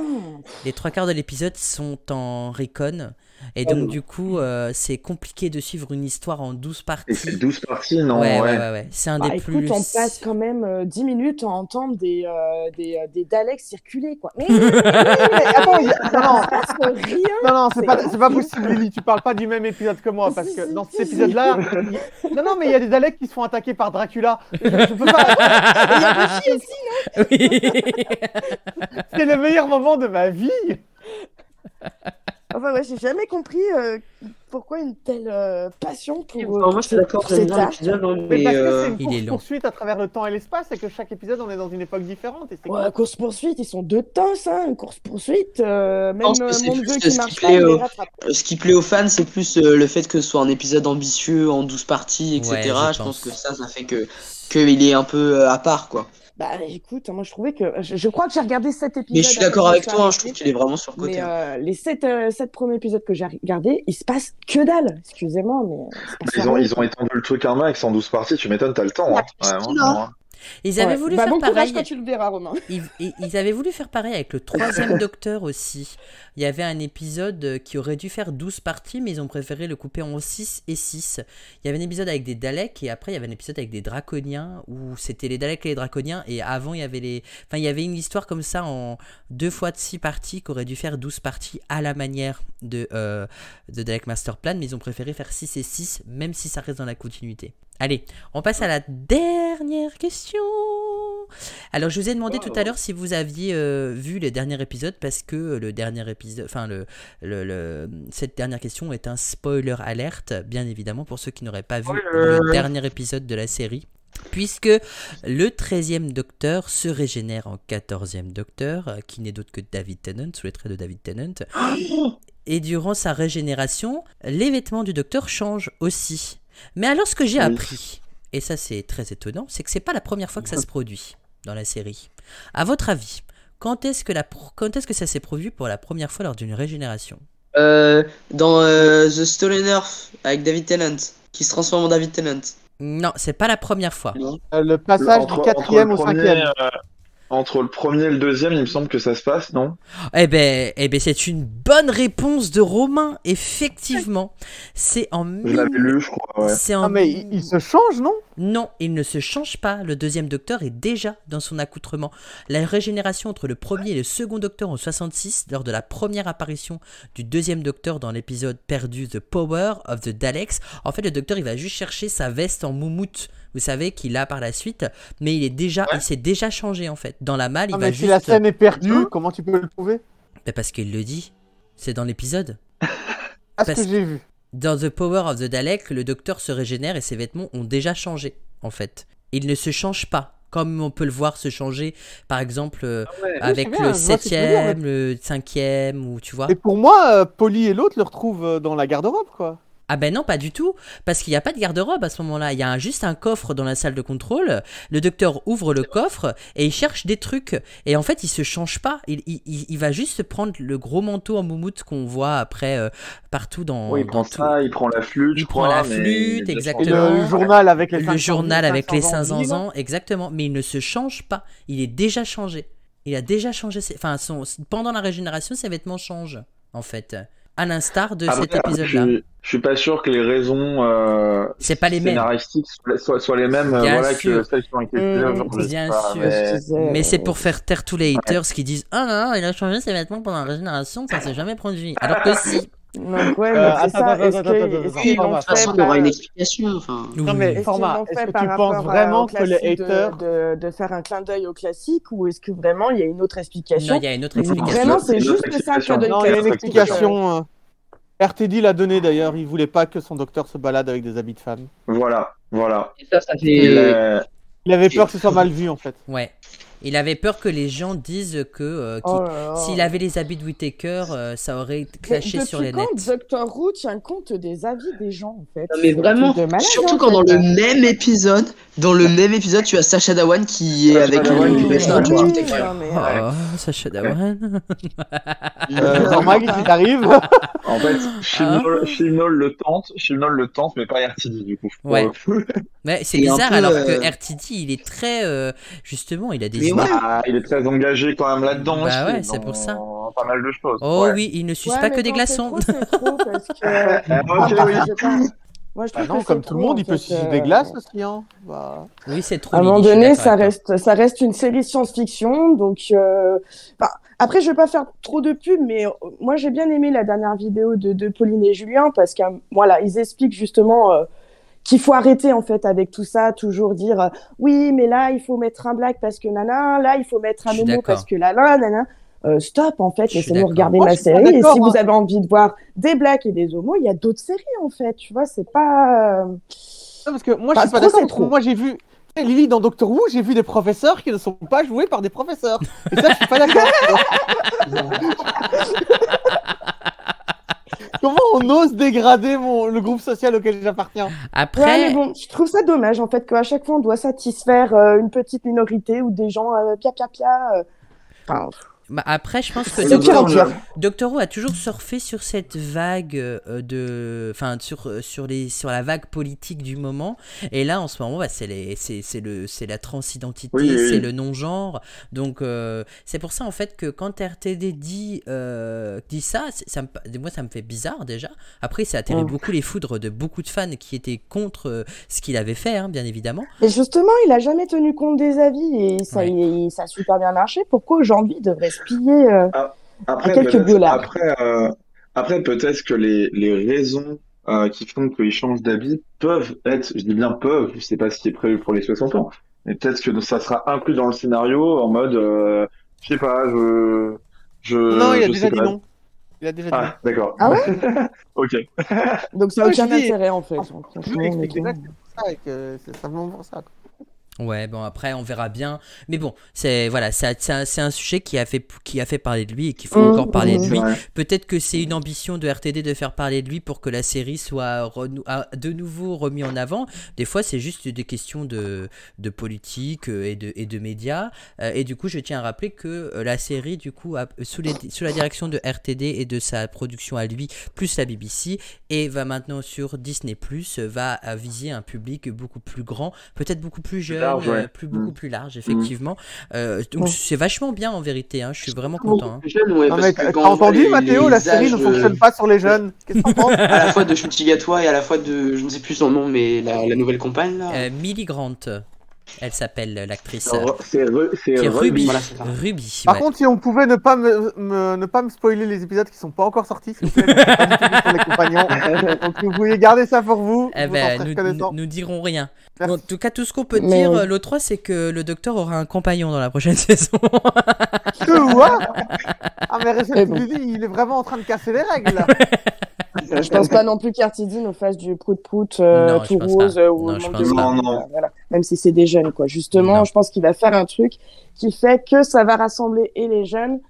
S1: les trois quarts de l'épisode sont en recon. Et donc, du coup, euh, c'est compliqué de suivre une histoire en 12
S6: Et c'est
S1: parties.
S6: 12 parties, non
S1: Ouais, ouais,
S6: Ouais.
S1: ouais. ouais. C'est un
S4: Bah,
S1: des
S4: écoute,
S1: plus.
S4: on passe quand même euh, 10 minutes à entendre des, euh, des, euh, des Daleks circuler, quoi. Mais
S3: Mais attends, il y a- non, non,
S4: parce que rien.
S3: non, non, c'est pas, c'est pas possible, Lily. Tu parles pas du même épisode que moi parce
S4: Si,
S3: que
S4: si,
S3: dans cet
S4: si, si.
S3: épisode-là, il- non, non, mais il y a des Daleks qui se font attaquer par Dracula. Je, je peux pas.
S4: Il y a Buffy aussi.
S1: Oui.
S3: C'est le meilleur moment de ma vie.
S4: Enfin, ouais, j'ai jamais compris euh, pourquoi une telle euh, passion pour. euh,
S2: moi, je suis d'accord,
S4: j'aime bien
S3: Mais, parce que
S2: euh,
S3: c'est
S1: euh,
S3: une
S1: il est
S3: course
S1: long.
S3: poursuite à travers le temps et l'espace et que chaque épisode, on est dans une époque différente. Et c'est
S4: Ouais, course-poursuite, ils sont deux tasses, hein, une course-poursuite. euh, même
S2: pense que
S4: euh,
S2: c'est
S4: mon
S2: plus
S4: dieu
S2: de euh.
S4: qui
S2: ce
S4: marche
S2: qui
S4: pas, il
S2: plaît
S4: les
S2: au-
S4: rattrape.
S2: Ce qui plaît aux fans, c'est plus euh, le fait que ce soit un épisode ambitieux, en 12 parties, etc.
S1: Ouais, je
S2: je, pense.
S1: pense.
S2: que ça, ça fait que qu'il est un peu euh, à part, quoi.
S4: Bah écoute, moi je trouvais que. Je, je crois que j'ai regardé sept épisodes.
S2: Mais je suis
S4: avant
S2: d'accord
S4: de
S2: avec
S4: faire
S2: toi, hein,
S4: un
S2: je trouve
S4: truc,
S2: qu'il est vraiment surcoté.
S4: Mais
S2: hein.
S4: euh, les sept, euh, sept premiers épisodes que j'ai regardés, il se passe que dalle. Excusez-moi, mais. euh, c'est pas
S6: Ils
S4: sérieux.
S6: ont, ils ont étendu le truc en main avec 112 parties, tu m'étonnes, t'as le temps. Hein.
S2: Ah,
S6: Vraiment,
S2: là.
S6: vraiment.
S1: Ils avaient
S4: Ouais.
S1: voulu
S4: Bah,
S1: faire
S4: bon
S1: pareil.
S4: courage quand tu le verras, Romain.
S1: Ils, ils- ils avaient voulu faire pareil avec le troisième docteur aussi. Il y avait un épisode qui aurait dû faire 12 parties, mais ils ont préféré le couper en 6 et 6. Il y avait un épisode avec des Daleks, et après il y avait un épisode avec des Draconiens, où c'était les Daleks et les Draconiens, et avant il y avait les... Enfin, il y avait une histoire comme ça en deux fois de 6 parties qui aurait dû faire 12 parties à la manière de, euh, de Dalek Master Plan, mais ils ont préféré faire 6 et 6, même si ça reste dans la continuité. Allez, on passe à la dernière question. Alors, je vous ai demandé tout à l'heure si vous aviez euh, vu les derniers épisodes parce que le dernier épisode, enfin le, le- le- cette dernière question est un spoiler alerte, bien évidemment pour ceux qui n'auraient pas vu le dernier épisode de la série. Puisque le 13e Docteur se régénère en 14e Docteur, euh, qui n'est d'autre que David Tennant, sous les traits de David Tennant. Et durant sa régénération, les vêtements du Docteur changent aussi. Mais alors ce que j'ai
S6: Oui.
S1: appris, et ça c'est très étonnant, c'est que c'est pas la première fois que ça se produit dans la série. À votre avis, quand est-ce que, la pro- quand est-ce que ça s'est produit pour la première fois lors d'une régénération
S2: Euh, dans euh, The Stolen Earth, avec David Tennant, qui se transforme en David Tennant.
S1: Non, c'est pas la première fois.
S3: Euh, le passage
S6: Entre-
S3: du
S6: entre
S3: quatrième
S6: le
S3: au
S6: premier,
S3: cinquième.
S6: euh, entre le premier et le deuxième, il me semble que ça se passe, non
S1: Eh ben, eh ben c'est une bonne réponse de Romain, effectivement. C'est en...
S6: Je l'avais
S1: mille-
S6: lu, je crois. Ouais.
S1: C'est en...
S3: Ah, mais il, il se change, non
S1: Non, il ne se change pas. Le deuxième docteur est déjà dans son accoutrement. La régénération entre le premier et le second docteur en 66, lors de la première apparition du deuxième docteur dans l'épisode perdu The Power of the Daleks, en fait, le docteur, il va juste chercher sa veste en moumoute. Vous savez qu'il a par la suite, mais il est déjà, il s'est déjà changé en fait. Dans la malle, il
S3: Non,
S1: va
S3: Ah, mais
S1: juste.
S3: si la scène est perdue, comment tu peux le trouver
S1: Mais parce qu'il le dit. C'est dans l'épisode.
S3: À ce
S1: Parce-
S3: que j'ai vu.
S1: Dans The Power of the Dalek, le docteur se régénère et ses vêtements ont déjà changé, en fait. Il ne se change pas, comme on peut le voir se changer, par exemple, euh, avec
S3: Ah, Oui, c'est bien,
S1: le
S3: je vois ce que tu veux dire,
S1: septième, le cinquième, ou tu vois.
S3: Et pour moi, euh, Polly et l'autre le retrouvent euh, dans la garde-robe, quoi.
S1: Ah ben non, pas du tout, parce qu'il n'y a pas de garde-robe à ce moment-là. Il y a un- juste un coffre dans la salle de contrôle. Le docteur ouvre le coffre et il cherche des trucs. Et en fait, il se change pas. Il, il- il- il va juste prendre le gros manteau en moumoute qu'on voit après euh, partout dans,
S6: Oui, il
S1: dans
S6: prend
S1: tout.
S6: ça, il prend la flûte,
S1: Il
S6: je
S1: prend
S6: crois,
S1: la
S6: mais
S1: flûte,
S6: il est
S1: exactement.
S3: Et
S6: déjà
S3: le
S6: changé.
S3: journal avec les
S1: le
S3: 500
S1: journal avec les 500
S3: vives.
S1: ans, exactement. Mais il ne se change pas. Il est déjà changé. Il a déjà changé. Ses... Enfin, son... pendant la régénération, ses vêtements changent, en fait. À l'instar de
S6: Après,
S1: cet
S6: après,
S1: épisode-là.
S6: Ah, Je, je suis pas sûr que les raisons euh,
S1: C'est pas les mêmes.
S6: scénaristiques soient, soient- soient les mêmes euh,
S1: Bien
S6: voilà,
S1: sûr.
S6: que celles qui ont
S3: Mmh,
S6: été
S4: Mm,
S6: faites aujourd'hui.
S1: bien
S6: Je sais pas,
S1: sûr.
S6: mais-
S1: Mais c'est pour faire taire tous les haters qui disent Ah non, non, il a changé ses vêtements pendant la régénération, ça s'est jamais produit. Alors que si.
S4: Donc, ouais, mais
S3: Euh,
S4: c'est
S3: attends,
S4: ça.
S3: attends,
S4: Est-ce
S3: attends,
S4: que-
S3: attends,
S4: est-ce qu'ils
S3: attends,
S4: l'ont
S3: attends,
S2: toute façon,
S4: fait
S8: bah,
S2: on aura
S4: par-
S2: une explication. Enfin,
S1: Oui.
S3: Non, mais
S4: Est-ce qu'ils
S3: format,
S4: l'ont fait
S3: est-ce que
S4: par
S3: tu
S4: rapport
S3: penses
S4: à-
S3: vraiment
S4: au
S3: que les
S4: classique de-
S3: haters.
S4: de, de faire un clin d'œil au classique ou est-ce que vraiment il y a une autre
S1: Non,
S4: explication
S1: il y a une autre
S6: Non,
S1: explication.
S4: Vraiment,
S6: C'est
S4: c'est
S6: une
S4: juste
S6: autre
S4: ça
S6: explication.
S4: que
S3: Non, il y a une
S6: Une
S3: explication. euh, RTD l'a donné d'ailleurs, il voulait pas que son docteur se balade avec des habits de femme.
S6: Voilà, voilà.
S2: ça, ça
S6: Il, euh,
S3: Il avait peur que ce soit mal vu en fait.
S1: Ouais. Il avait peur que les gens disent que euh,
S4: Oh
S1: qu'il- s'il avait les habits de Whittaker, euh, ça aurait clashé sur les nets.
S4: Doctor Who tient compte des avis des gens, en fait.
S2: Non, mais
S4: C'est un
S2: vraiment,
S4: truc de malade,
S2: Surtout
S4: en
S2: quand
S4: fait.
S2: dans le même épisode, dans le même épisode, tu as Sacha Dawan qui est
S6: Sacha
S2: avec
S6: Dawan
S2: le
S6: qui est
S2: personnage
S6: avec
S2: du
S6: lui.
S2: Whittaker.
S4: Non, mais, euh,
S1: Oh, Sacha Dawan.
S3: Euh, Normal qu'il arrive.
S6: en fait,
S1: Ah.
S6: Chibnall Chibnall le tente, Chibnall le tente, mais pas RTD du coup.
S1: Ouais. Ouais, c'est
S2: Et un
S1: bizarre,
S2: peu,
S1: alors
S2: euh,
S1: que RTD, il est très. euh, Justement, il a des
S2: Mais
S1: idées
S2: ouais.
S6: Ah, il est très engagé quand même là-dedans.
S1: Bah
S6: aussi,
S1: ouais, c'est
S6: dans
S1: pour ça.
S6: Pas mal de choses.
S1: Oh
S6: ouais.
S1: oui, il ne suce
S4: ouais,
S1: pas
S4: mais
S1: que des
S4: quand c'est
S1: glaçons.
S4: trop, c'est trop, parce que-
S6: Ah, ok, oui.
S4: Je sais pas. Moi, je
S3: Bah
S4: trouve
S3: non,
S4: que
S3: comme
S4: c'est
S3: tout
S4: trop,
S3: le monde,
S4: en
S3: il peut
S4: fait,
S3: se
S4: euh,
S3: des glaces aussi. Hein. Bah...
S1: Oui, c'est trop.
S4: À un moment
S1: Lily, je suis
S4: donné,
S1: d'accord
S4: ça
S1: avec toi.
S4: reste, ça reste une série science-fiction, donc euh, bah, après je vais pas faire trop de pub, mais euh, moi j'ai bien aimé la dernière vidéo de, de Pauline et Julien parce que voilà, ils expliquent justement euh, qu'il faut arrêter en fait avec tout ça, toujours dire euh, oui, mais là il faut mettre un black parce que nana, là il faut mettre
S1: Je
S4: un
S1: suis
S4: homo
S1: d'accord.
S4: parce que nana, nana. Euh, stop en fait,
S1: Je suis
S4: laissez-nous
S1: d'accord.
S4: regarder
S3: Moi,
S4: ma
S3: je suis pas
S4: série. Et
S3: d'accord,
S4: si
S3: hein.
S4: vous avez envie de voir des blacks et des homos, il y a d'autres séries en fait, tu vois, c'est pas. euh,
S3: Non, parce que moi,
S4: Bah,
S3: je suis
S4: trop, c'est
S3: pas d'accord. parce que
S4: trop.
S3: Moi, j'ai vu. Eh, Lily, dans Doctor Who, j'ai vu des professeurs qui ne sont pas joués par des professeurs. Et ça, je suis pas d'accord. Comment on ose dégrader mon... le groupe social auquel j'appartiens
S1: Après,
S4: Ouais, mais bon, je trouve ça dommage en fait qu'à chaque fois on doit satisfaire euh, une petite minorité ou des gens euh, pia pia pia. euh. Enfin,
S1: bah, après, je pense que
S4: C'est
S1: Doctor,
S4: pire en pire.
S1: Doctor Who a toujours surfé sur cette vague euh, de, enfin sur euh, sur les sur la vague politique du moment. Et là, en ce moment, bah, c'est les c'est c'est le c'est la transidentité,
S6: Oui, oui,
S1: c'est
S6: oui.
S1: le non-genre. Donc euh, c'est pour ça en fait que quand RTD dit euh, dit ça, c'est- ça me pa- moi ça me fait bizarre déjà. Après, ça a attiré
S4: Ouais.
S6: Mm.
S1: beaucoup les foudres de beaucoup de fans qui étaient contre euh, ce qu'il avait fait, hein, bien évidemment.
S4: Et justement, il a jamais tenu compte des avis et ça,
S1: Ouais.
S4: et ça a super bien marché. Pourquoi aujourd'hui il devrait se piller euh,
S6: Après,
S4: À quelques
S6: peut-être-
S4: dollars.
S6: Après, euh, après peut-être que les, les raisons euh, qui font qu'ils changent d'habit peuvent être, je dis bien peuvent, je sais pas ce qui est prévu pour les 60 ans, mais peut-être que ça sera inclus dans le scénario en mode, euh, je sais pas, je. je
S3: Non, il a
S6: Euh, je
S3: déjà
S6: sais
S3: dit
S6: pas.
S3: non. Il a déjà dit non.
S6: Ah, d'accord.
S4: Ah
S6: Ok.
S4: Donc ça
S3: Ah,
S4: n'a
S3: je
S4: aucun
S3: dis-
S4: intérêt en fait. hein,
S3: Ah,
S4: Franchement,
S3: Je lui explique
S4: honnêtement.
S3: exactement ça et que c'est simplement pour ça. quoi.
S1: Ouais, bon, après, on verra bien. Mais bon, c'est voilà, c'est c'est un, c'est un sujet qui a, fait, qui a fait parler de lui et qu'il faut
S6: Mm.
S4: Mmh,
S1: encore parler de
S4: mmh.
S1: lui.
S6: C'est vrai.
S1: Peut-être que c'est une ambition de RTD de faire parler de lui pour que la série soit renou- à- de nouveau remis en avant. Des fois, c'est juste des questions de, de politique euh, et de, et de médias. Euh, et du coup, je tiens à rappeler que euh, la série, du coup, a- sous, les- sous la direction de RTD et de sa production à lui, plus la BBC, et va maintenant sur Disney+, euh, va euh, viser un public beaucoup plus grand, peut-être beaucoup plus jeune,
S6: large, ouais.
S1: euh, plus, beaucoup
S6: Mm.
S1: plus large, effectivement. Euh, donc c'est vachement bien en vérité, hein, je suis vraiment content. hein.
S8: Plus jeune, ouais,
S3: Non,
S8: parce
S3: mais
S8: que
S3: T'as
S8: quand
S3: t'as
S8: on voit
S3: entendu,
S8: les-
S3: Mathéo
S8: les
S3: La série ne
S8: visages,
S3: fonctionne
S8: euh,
S3: pas sur les jeunes. Qu'est-ce qu'on pense
S8: À la fois de Shutigato et à la fois de. Je ne sais plus son nom, mais la, la nouvelle compagne, là.
S1: Euh, Millie Grant, elle s'appelle l'actrice. euh,
S6: C'est re- c'est
S1: qui est Ruby.
S6: Ruby.
S8: Voilà, c'est ça.
S1: Ruby,
S3: Par
S1: ouais.
S3: contre, si on pouvait ne pas me, me- ne pas me spoiler les épisodes qui sont pas encore sortis, s'il vous plaît, parce que c'est pas du tout vu sur les compagnons. Donc, vous pouvez garder ça pour vous.
S1: Eh
S3: vous en
S1: ben,
S3: serez
S1: nous,
S3: reconnaissant.
S1: nous- nous dirons rien.
S3: Merci.
S1: En tout cas, tout ce qu'on peut
S4: Mais-
S1: dire, euh, l'autre 3, c'est que le docteur aura un compagnon dans la prochaine saison.
S3: Que, what Ah, mais Rachel
S4: Mais Eh bon.
S3: Tilly, il est vraiment en train de casser les règles, là.
S4: Je pense pas non plus qu'Artidi nous fasse du prout-prout euh,
S1: Non, je
S4: tout
S1: pense
S4: rose
S1: pas.
S4: euh, ou
S1: Non,
S4: au
S1: je
S4: manque
S1: pense
S4: de
S6: pas.
S4: lumière,
S6: Non, non.
S4: Euh, voilà. Même si c'est des jeunes, quoi. Justement,
S1: Non.
S4: je pense qu'il va faire un truc qui fait que ça va rassembler et les jeunes,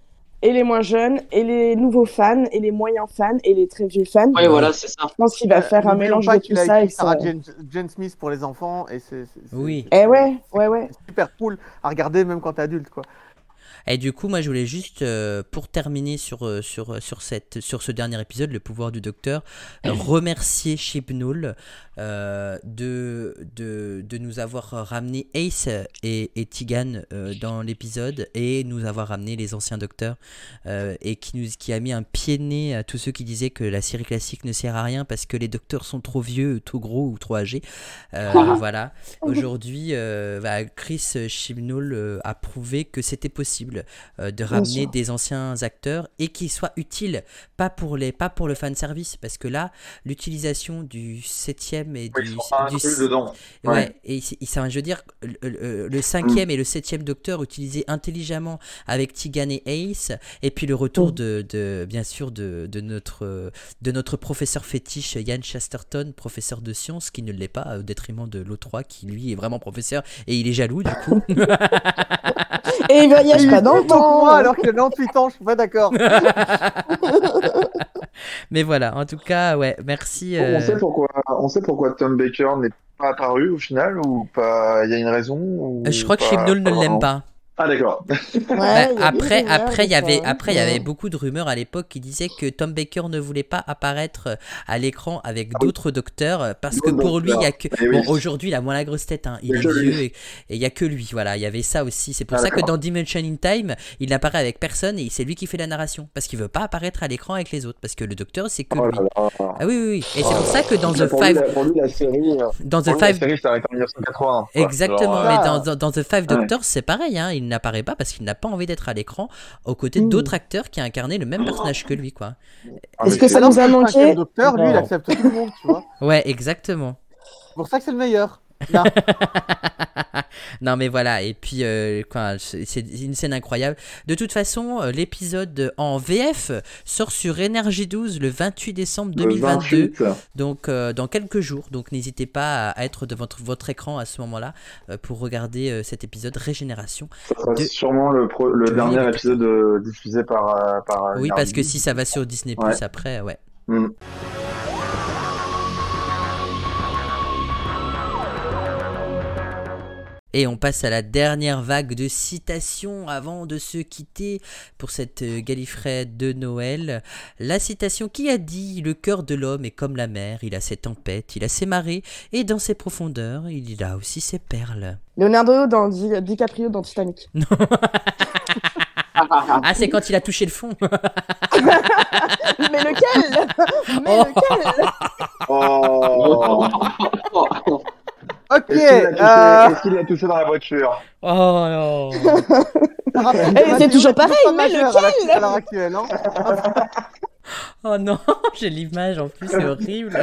S4: et les moins jeunes, et les nouveaux fans, et les moyens fans, et les très vieux fans.
S8: Ouais, voilà, c'est ça.
S4: Je pense qu'il va faire un
S3: Euh, N'oublions
S4: mélange
S3: pas
S4: de tout
S3: qu'il a
S4: ça.
S3: écrit
S4: Et ça...
S3: Sarah Jane, Jane Smith pour les enfants, et c'est c'est- c'est-
S1: Oui.
S4: Eh ouais, ouais, ouais.
S3: c'est super cool à regarder, même quand t'es adulte, quoi.
S1: Et du coup, moi, je voulais juste, euh, pour terminer sur, euh, sur, euh, sur, cette, sur ce dernier épisode, Le pouvoir du docteur, euh, remercier Chibnall euh, de, de, de nous avoir ramené Ace et, et Tigan euh, dans l'épisode et nous avoir ramené les anciens docteurs euh, et qui, nous, qui a mis un pied de nez à tous ceux qui disaient que la série classique ne sert à rien parce que les docteurs sont trop vieux, trop gros ou trop âgés. Euh, voilà. Aujourd'hui, euh, bah, Chris Chibnall euh, a prouvé que c'était possible euh, de ramener
S4: sûr.
S1: des anciens acteurs et qu'ils soient utiles, pas pour, les, pas pour le fan service, parce que là, l'utilisation du 7e et
S6: Ils
S1: du,
S6: sont pas
S1: du-
S6: inclus dedans.
S1: Ouais,
S6: Ouais. Mm.
S1: et il- il- ça, je veux dire, le- le, le cinquième et le septième docteur utilisés intelligemment avec Tigan et Ace, et puis le retour
S4: Mm.
S1: de, de- bien sûr, de, de notre, euh, de notre professeur fétiche Ian Chesterton, professeur de sciences, qui ne l'est pas, au détriment de l'O3, qui lui est vraiment professeur, et il est jaloux du coup.
S4: Et il voyage
S3: Il
S4: pas dans le
S3: est plus grand que
S4: temps.
S3: moi, alors qu'il a 98 ans, je suis pas d'accord.
S1: Mais voilà, en tout cas, ouais, merci.
S6: Bon,
S1: euh,
S6: On, sait pourquoi, on sait pourquoi Tom Baker n'est pas apparu au final ou pas Il y a une raison ou
S1: Euh, je crois que
S6: pas-
S1: Chibnall ne l'aime pas.
S6: Ah d'accord.
S4: Ouais,
S1: Bah,
S4: il y a
S1: après,
S4: des rumeurs
S1: après, il y
S4: comme
S1: avait,
S4: ça, hein.
S1: après, il y avait
S4: Ouais.
S1: beaucoup de rumeurs à l'époque qui disaient que Tom Baker ne voulait pas apparaître euh, à l'écran avec
S6: Ah
S1: d'autres docteurs euh, parce que
S6: D'autres
S1: pour lui, il y a que,
S6: Eh oui.
S1: bon, aujourd'hui, il a moins la grosse tête, hein. il
S6: Mais
S1: est
S6: que lui.
S1: vieux et, et il y a que lui, voilà, il y avait ça aussi. C'est pour
S6: Ah,
S1: ça que
S6: d'accord.
S1: dans Dimension in Time, il n'apparaît avec personne et c'est lui qui fait la narration parce qu'il veut pas apparaître à l'écran avec les autres parce que le docteur, c'est que
S6: Oh
S1: lui.
S6: là là.
S1: Ah oui, oui, oui. Et c'est pour ça que dans
S6: Mais
S1: The
S6: pour, lui,
S1: Five,
S6: la, pour lui, la série, euh,
S1: dans
S6: pour
S1: The
S6: lui, la
S1: Five
S6: série s'arrête en 1980. quoi.
S1: Exactement,
S6: Genre, euh,
S1: mais
S3: Ah.
S1: dans, dans, dans The Five
S6: Ouais.
S1: Doctors, c'est pareil, hein, il n'apparaît pas parce qu'il n'a pas envie d'être à l'écran aux côtés
S6: Mmh.
S4: Mm.
S1: d'autres acteurs qui incarnaient le même personnage que lui, quoi.
S6: ah,
S4: Est-ce
S6: mais
S4: que
S6: c'est-
S4: ça nous a
S3: Le
S4: manqué
S3: cinquième docteur, lui, il accepte tout le monde, tu vois.
S1: Ouais, exactement.
S3: C'est pour ça que c'est le meilleur. Là.
S1: Non, mais voilà, et puis, euh, quoi, c'est c'est une scène incroyable. De toute façon, euh, l'épisode en VF sort sur NRJ 12 le 28 décembre
S6: le
S1: 2022.
S6: 28.
S1: Donc euh, dans quelques jours, donc n'hésitez pas à être devant votre, votre écran à ce moment-là euh, pour regarder euh, cet épisode Régénération.
S6: Ça sera
S1: De-
S6: sûrement le, pro- le
S1: de-
S6: dernier épisode euh, diffusé par. euh, par euh,
S1: Oui, parce
S6: Gardi.
S1: que si ça va sur Disney
S6: Ouais.
S1: Plus après, ouais.
S6: Mm.
S1: Et on passe à la dernière vague de citations avant de se quitter pour cette euh, Gallifrey de Noël. La citation qui a dit Le cœur de l'homme est comme la mer, il a ses tempêtes, il a ses marées, et dans ses profondeurs, il a aussi ses perles.
S4: Leonardo dans Di- euh, DiCaprio dans Titanic.
S1: Ah, c'est quand il a touché le fond
S4: Mais lequel Mais
S1: Oh.
S4: lequel
S6: Oh
S3: Ok,
S6: Est-ce qu'il l'a touché-
S3: euh,
S6: est-ce qu'il l'a touché dans la voiture
S1: Oh non
S3: rappelle-
S4: Eh, c'est toujours
S3: Mathéo,
S4: pareil,
S3: pas
S4: mais
S3: majeur à la-
S4: lequel
S3: à l'heure actuelle, hein.
S1: Oh non, j'ai l'image en plus, c'est horrible.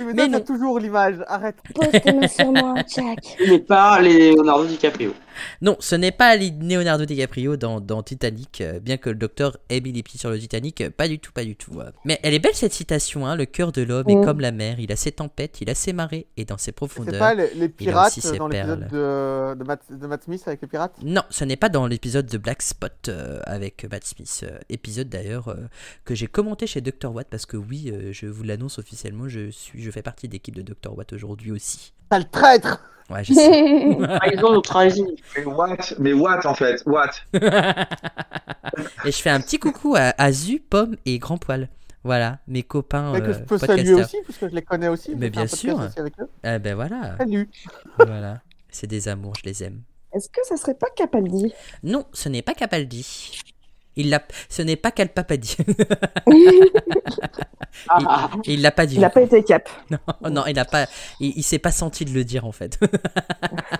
S3: Mais,
S1: Mais
S3: toi, t'as
S1: non.
S3: toujours l'image, arrête.
S4: Pose tes mains sur moi, Jack.
S8: Mais pas les Leonardo DiCaprio.
S1: Non, ce n'est pas Leonardo DiCaprio dans, dans Titanic, euh, bien que le docteur ait mis les pieds sur le Titanic, euh, pas du tout, pas du tout. euh. Mais elle est belle cette citation, hein, le cœur de l'homme est
S4: Mm.
S1: comme la mer, il a ses tempêtes, il a ses marées, et dans ses
S3: C'est
S1: profondeurs...
S3: pas les, les pirates
S1: aussi ses
S3: dans l'épisode de, de, Matt, de Matt Smith avec les pirates
S1: Non, ce n'est pas dans l'épisode de Black Spot euh, avec Matt Smith. euh, épisode d'ailleurs euh, que j'ai commenté chez Dr. Watt parce que oui, euh, je vous l'annonce officiellement, je, suis, je fais partie de l'équipe de Dr. Watt aujourd'hui aussi.
S3: T'as le traître
S1: Ouais, je sais.
S8: Trahison ou trahison.
S6: Mais what Mais what en fait What
S1: Et je fais un petit coucou à, à Zu, Pomme et Grand Poil. Voilà, mes copains
S3: Mais Bah, que je
S1: euh,
S3: peux saluer
S1: podcasteurs.
S3: aussi, parce que je les connais aussi.
S1: Mais
S3: j'ai fait
S1: bien
S3: un podcast
S1: sûr.
S3: aussi avec eux.
S1: Eh ben voilà,
S3: Salut.
S1: voilà. C'est des amours, je les aime.
S4: Est-ce que ça serait pas Capaldi
S1: Non, ce n'est pas Capaldi. Il l'a... Ce n'est pas Calpapadi.
S4: Il
S1: Ah, il l'a pas dit.
S4: n'a pas été Cap.
S1: Non, oh non, il n'a pas. Il, il s'est pas senti de le dire en fait.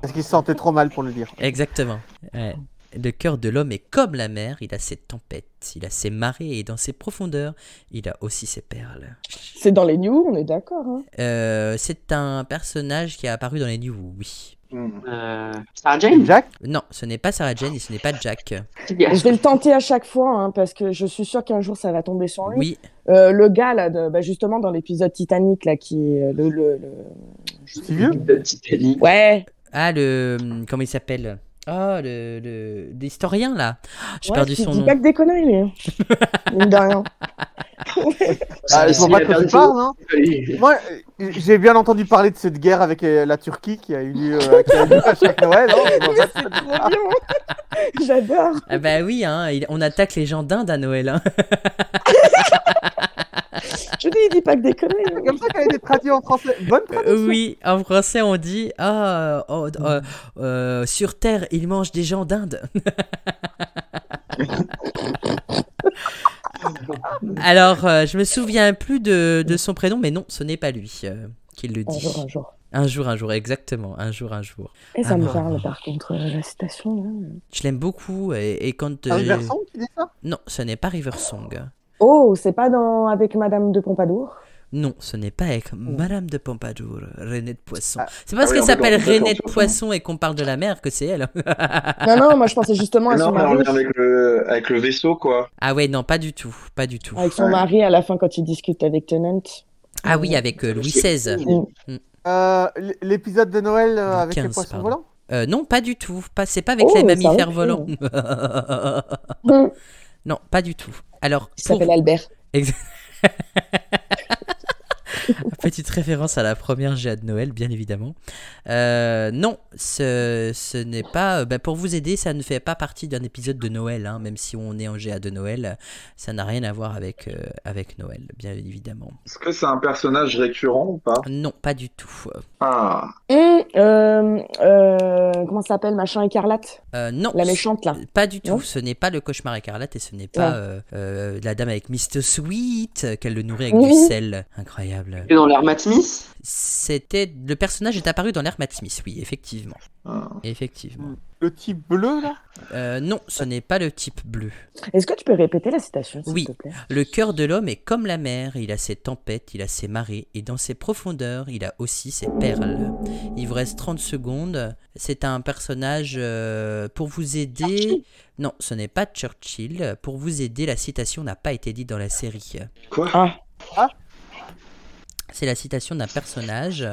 S3: Parce qu'ils se sentaient trop mal pour le dire.
S1: Exactement. Ouais. Le cœur de l'homme est comme la mer, il a ses tempêtes, il a ses marées et dans ses profondeurs, il a aussi ses perles.
S4: C'est dans les news, on est d'accord. Hein.
S1: Euh, c'est un personnage qui a apparu dans les New Who, oui.
S6: Hmm.
S3: Mm.
S8: Euh, Sarah Jane
S3: Jack,
S1: Non, ce n'est pas Sarah Jane et ce n'est pas Jack.
S4: Je vais le tenter à chaque fois hein, parce que je suis sûr qu'un jour ça va tomber sur lui.
S1: Oui,
S4: Euh, le gars là, de, bah, justement dans l'épisode Titanic là, qui est euh, le, le, le-
S3: c'est vieux.
S8: Titanic.
S4: ouais,
S1: Ah, le. Comment il s'appelle Ah, le. le- L'historien, là. Ah, J'ai
S4: ouais,
S1: perdu
S4: qui
S1: son
S4: dit
S1: nom.
S4: pas que des conneries lui. hein. Mine de rien.
S3: Ah, il faut
S8: Si,
S3: pas
S8: il a
S3: que
S8: perdu
S3: tu parles, hein.
S8: Oui.
S3: Moi, euh, j'ai bien entendu parler de cette guerre avec euh, la Turquie qui a eu lieu, euh, qui a eu lieu à chaque Noël.
S1: Oh,
S3: hein.
S4: Mais
S1: bah,
S4: c'est trop bien. J'adore.
S1: Ah, bah oui, hein, il- on attaque les gens d'Inde à Noël. hein.
S4: Je dis, il dit pas que des conneries. hein.
S3: C'est comme ça qu'elle a été traduite en français. Bonne traduction.
S1: Euh, oui, en français, on dit Ah, oh, euh, euh, sur Terre, ils mangent des gens d'Inde. Alors, euh, je me souviens plus de, de son prénom, mais non, ce n'est pas lui euh, qui le
S4: Un
S1: dit.
S4: jour, un jour.
S1: Un jour, un jour, exactement. Un jour, un jour.
S4: Et ça
S1: Ah
S4: me
S1: bon.
S4: parle par contre, euh, la citation. là.
S1: Je l'aime beaucoup et, et quand.
S3: Un
S1: euh,
S3: garçon, tu dis ça
S1: Non, ce n'est pas River Song.
S4: Oh, c'est pas dans avec Madame de Pompadour
S1: Non, ce n'est pas avec Madame de Pompadour, Renée de Poisson.
S3: Ah.
S1: C'est parce
S6: Ah
S1: qu'elle
S6: oui, on est
S1: s'appelle
S6: d'accord,
S1: Renée de
S6: d'accord,
S1: Poisson et qu'on parle de la mer que c'est elle.
S4: Non, non, moi je pensais justement à son
S6: Non, mais on
S4: mari.
S6: vient avec le, avec le vaisseau, quoi.
S1: ah ouais, non, pas du tout, pas du tout.
S4: Avec son mari à la fin quand il discute avec Tennant.
S1: Ah oui, avec euh, Louis XVI.
S3: Euh, l- L'épisode de Noël euh, avec
S1: 15,
S3: les poissons
S1: pardon.
S3: volants
S1: Euh, non, pas du tout. Pas, c'est pas avec
S4: Oh,
S1: les
S4: ça
S1: mammifères
S4: recule.
S1: volants.
S4: Hum,
S1: non, pas du tout. Alors,
S4: Il
S1: pour...
S4: s'appelle Albert.
S1: petite référence à la première GA de Noël, bien évidemment. Euh, non, ce, ce n'est pas. euh, bah, pour vous aider, ça ne fait pas partie d'un épisode de Noël, hein, même si on est en GA de Noël. Ça n'a rien à voir avec, euh, avec Noël, bien évidemment.
S6: Est-ce que c'est un personnage récurrent ou pas
S1: Non, pas du tout.
S6: Ah,
S4: Hum, euh, euh, comment ça s'appelle, machin écarlate
S1: Euh, non.
S4: La méchante là.
S1: Pas du tout,
S4: Non
S1: ce n'est pas le cauchemar écarlate et ce n'est pas
S4: Ouais.
S1: euh, euh, la dame avec Mr. Sweet euh, qu'elle le nourrit avec du
S4: Oui.
S1: sel. Incroyable.
S8: Et dans l'air Matt Smith
S1: C'était le personnage est apparu dans l'ère Matt Smith, oui, effectivement,
S6: Ah.
S1: effectivement.
S3: Le type bleu, là
S1: Euh, non, ce n'est pas le type bleu.
S4: Est-ce que tu peux répéter la citation, s'il
S1: Oui.
S4: te plaît
S1: Le cœur de l'homme est comme la mer, il a ses tempêtes, il a ses marées, et dans ses profondeurs, il a aussi ses perles. Il vous reste 30 secondes. C'est un personnage euh, pour vous aider. Non, ce n'est pas Churchill. Pour vous aider, la citation n'a pas été dite dans la série.
S6: quoi
S4: Ah,
S1: C'est la citation d'un personnage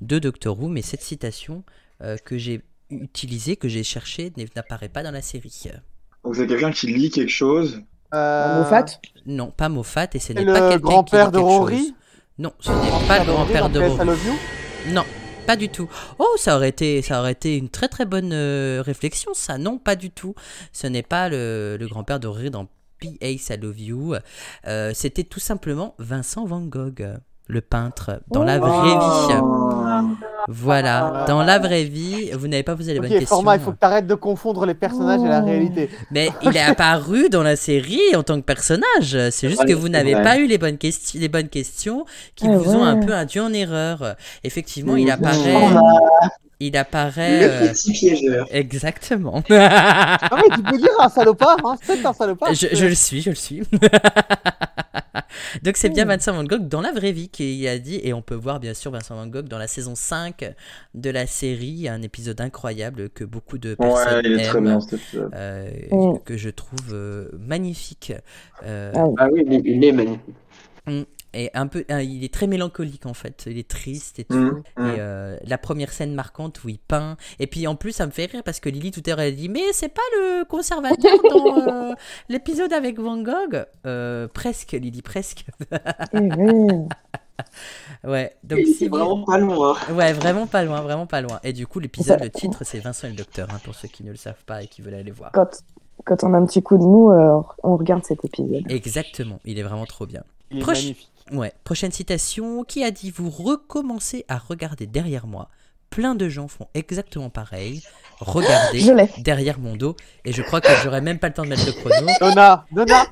S1: de Doctor Who, mais cette citation euh, que j'ai utilisée, que j'ai cherchée, n'est- n'apparaît pas dans la série.
S6: Donc c'est quelqu'un qui lit quelque chose.
S3: euh,
S4: Moffat
S1: Non, pas Moffat, et ce
S3: c'est
S1: n'est pas quelqu'un
S3: le
S1: qui
S3: grand-père
S1: lit
S3: de
S1: quelque
S3: Rory
S1: chose. Non, ce n'est pas le grand-père de
S3: dans PS I
S1: Rory.
S3: Love You.
S1: Non, pas du tout. Oh, ça aurait été, ça aurait été une très très bonne euh, réflexion, ça. Non, pas du tout. Ce n'est pas le, le grand-père de Rory dans P.A. I Love You. Euh, C'était tout simplement Vincent Van Gogh, le peintre, dans la
S4: Oh.
S1: vraie vie.
S6: Ah.
S1: Voilà, dans la vraie vie, vous n'avez pas posé la bonne
S3: Ok, format, il faut
S1: question.
S3: que t'arrêtes de confondre les personnages et la
S4: Oh.
S3: réalité.
S1: Mais il est apparu dans la série en tant que personnage. C'est juste
S8: Ouais,
S1: que vous
S8: c'est
S1: n'avez
S8: vrai.
S1: pas eu les bonnes, questi- les bonnes questions qui
S4: Ah
S1: vous ont un
S4: ouais.
S1: peu induit en erreur. Effectivement, il
S8: Mmh.
S1: apparaît. Il apparaît. euh,
S8: Le petit piégeur.
S1: Exactement.
S3: Non, mais tu peux dire un salopard, hein, c'est un salopard.
S1: je, je le suis, je le suis. Donc c'est bien Vincent Van Gogh dans la vraie vie qui y a dit, et on peut voir bien sûr Vincent Van Gogh dans la saison 5 de la série, un épisode incroyable que beaucoup de
S6: Ouais,
S1: personnes
S6: il est très
S1: aiment,
S6: bien cet épisode.
S1: euh,
S4: Mm.
S1: que je trouve euh, magnifique. Euh, Mm.
S4: Ah oui.
S8: Ah oui, mais il est magnifique.
S1: Et un peu, euh, il est très mélancolique en fait, il est triste et tout.
S8: Mm,
S6: Mmh, mmh.
S1: Et euh, la première scène marquante où il peint. Et puis en plus, ça me fait rire parce que Lily tout à l'heure elle dit Mais c'est pas le conservateur dans euh, l'épisode avec Van Gogh Euh, Presque, Lily, presque.
S4: Eh oui.
S1: Ouais, donc
S8: Il
S1: si
S8: est
S1: vous-
S8: vraiment pas loin.
S1: Ouais, vraiment pas loin,
S4: Euh,
S1: vraiment pas loin. Et du coup, l'épisode, le titre, c'est Vincent et le docteur, hein, pour ceux qui ne le savent pas et qui veulent aller voir.
S4: Quand, Quand on a un petit coup de mou, euh, on regarde cet épisode.
S1: Exactement, il est vraiment trop bien.
S3: Il est
S1: Proche-
S3: magnifique.
S1: Ouais, prochaine citation. Qui a dit vous recommencez à regarder derrière moi Plein de gens font exactement pareil. Regardez
S4: Je l'ai.
S1: derrière mon dos. Et je crois que j'aurais même pas le temps de mettre le chrono.
S3: Donna, Donna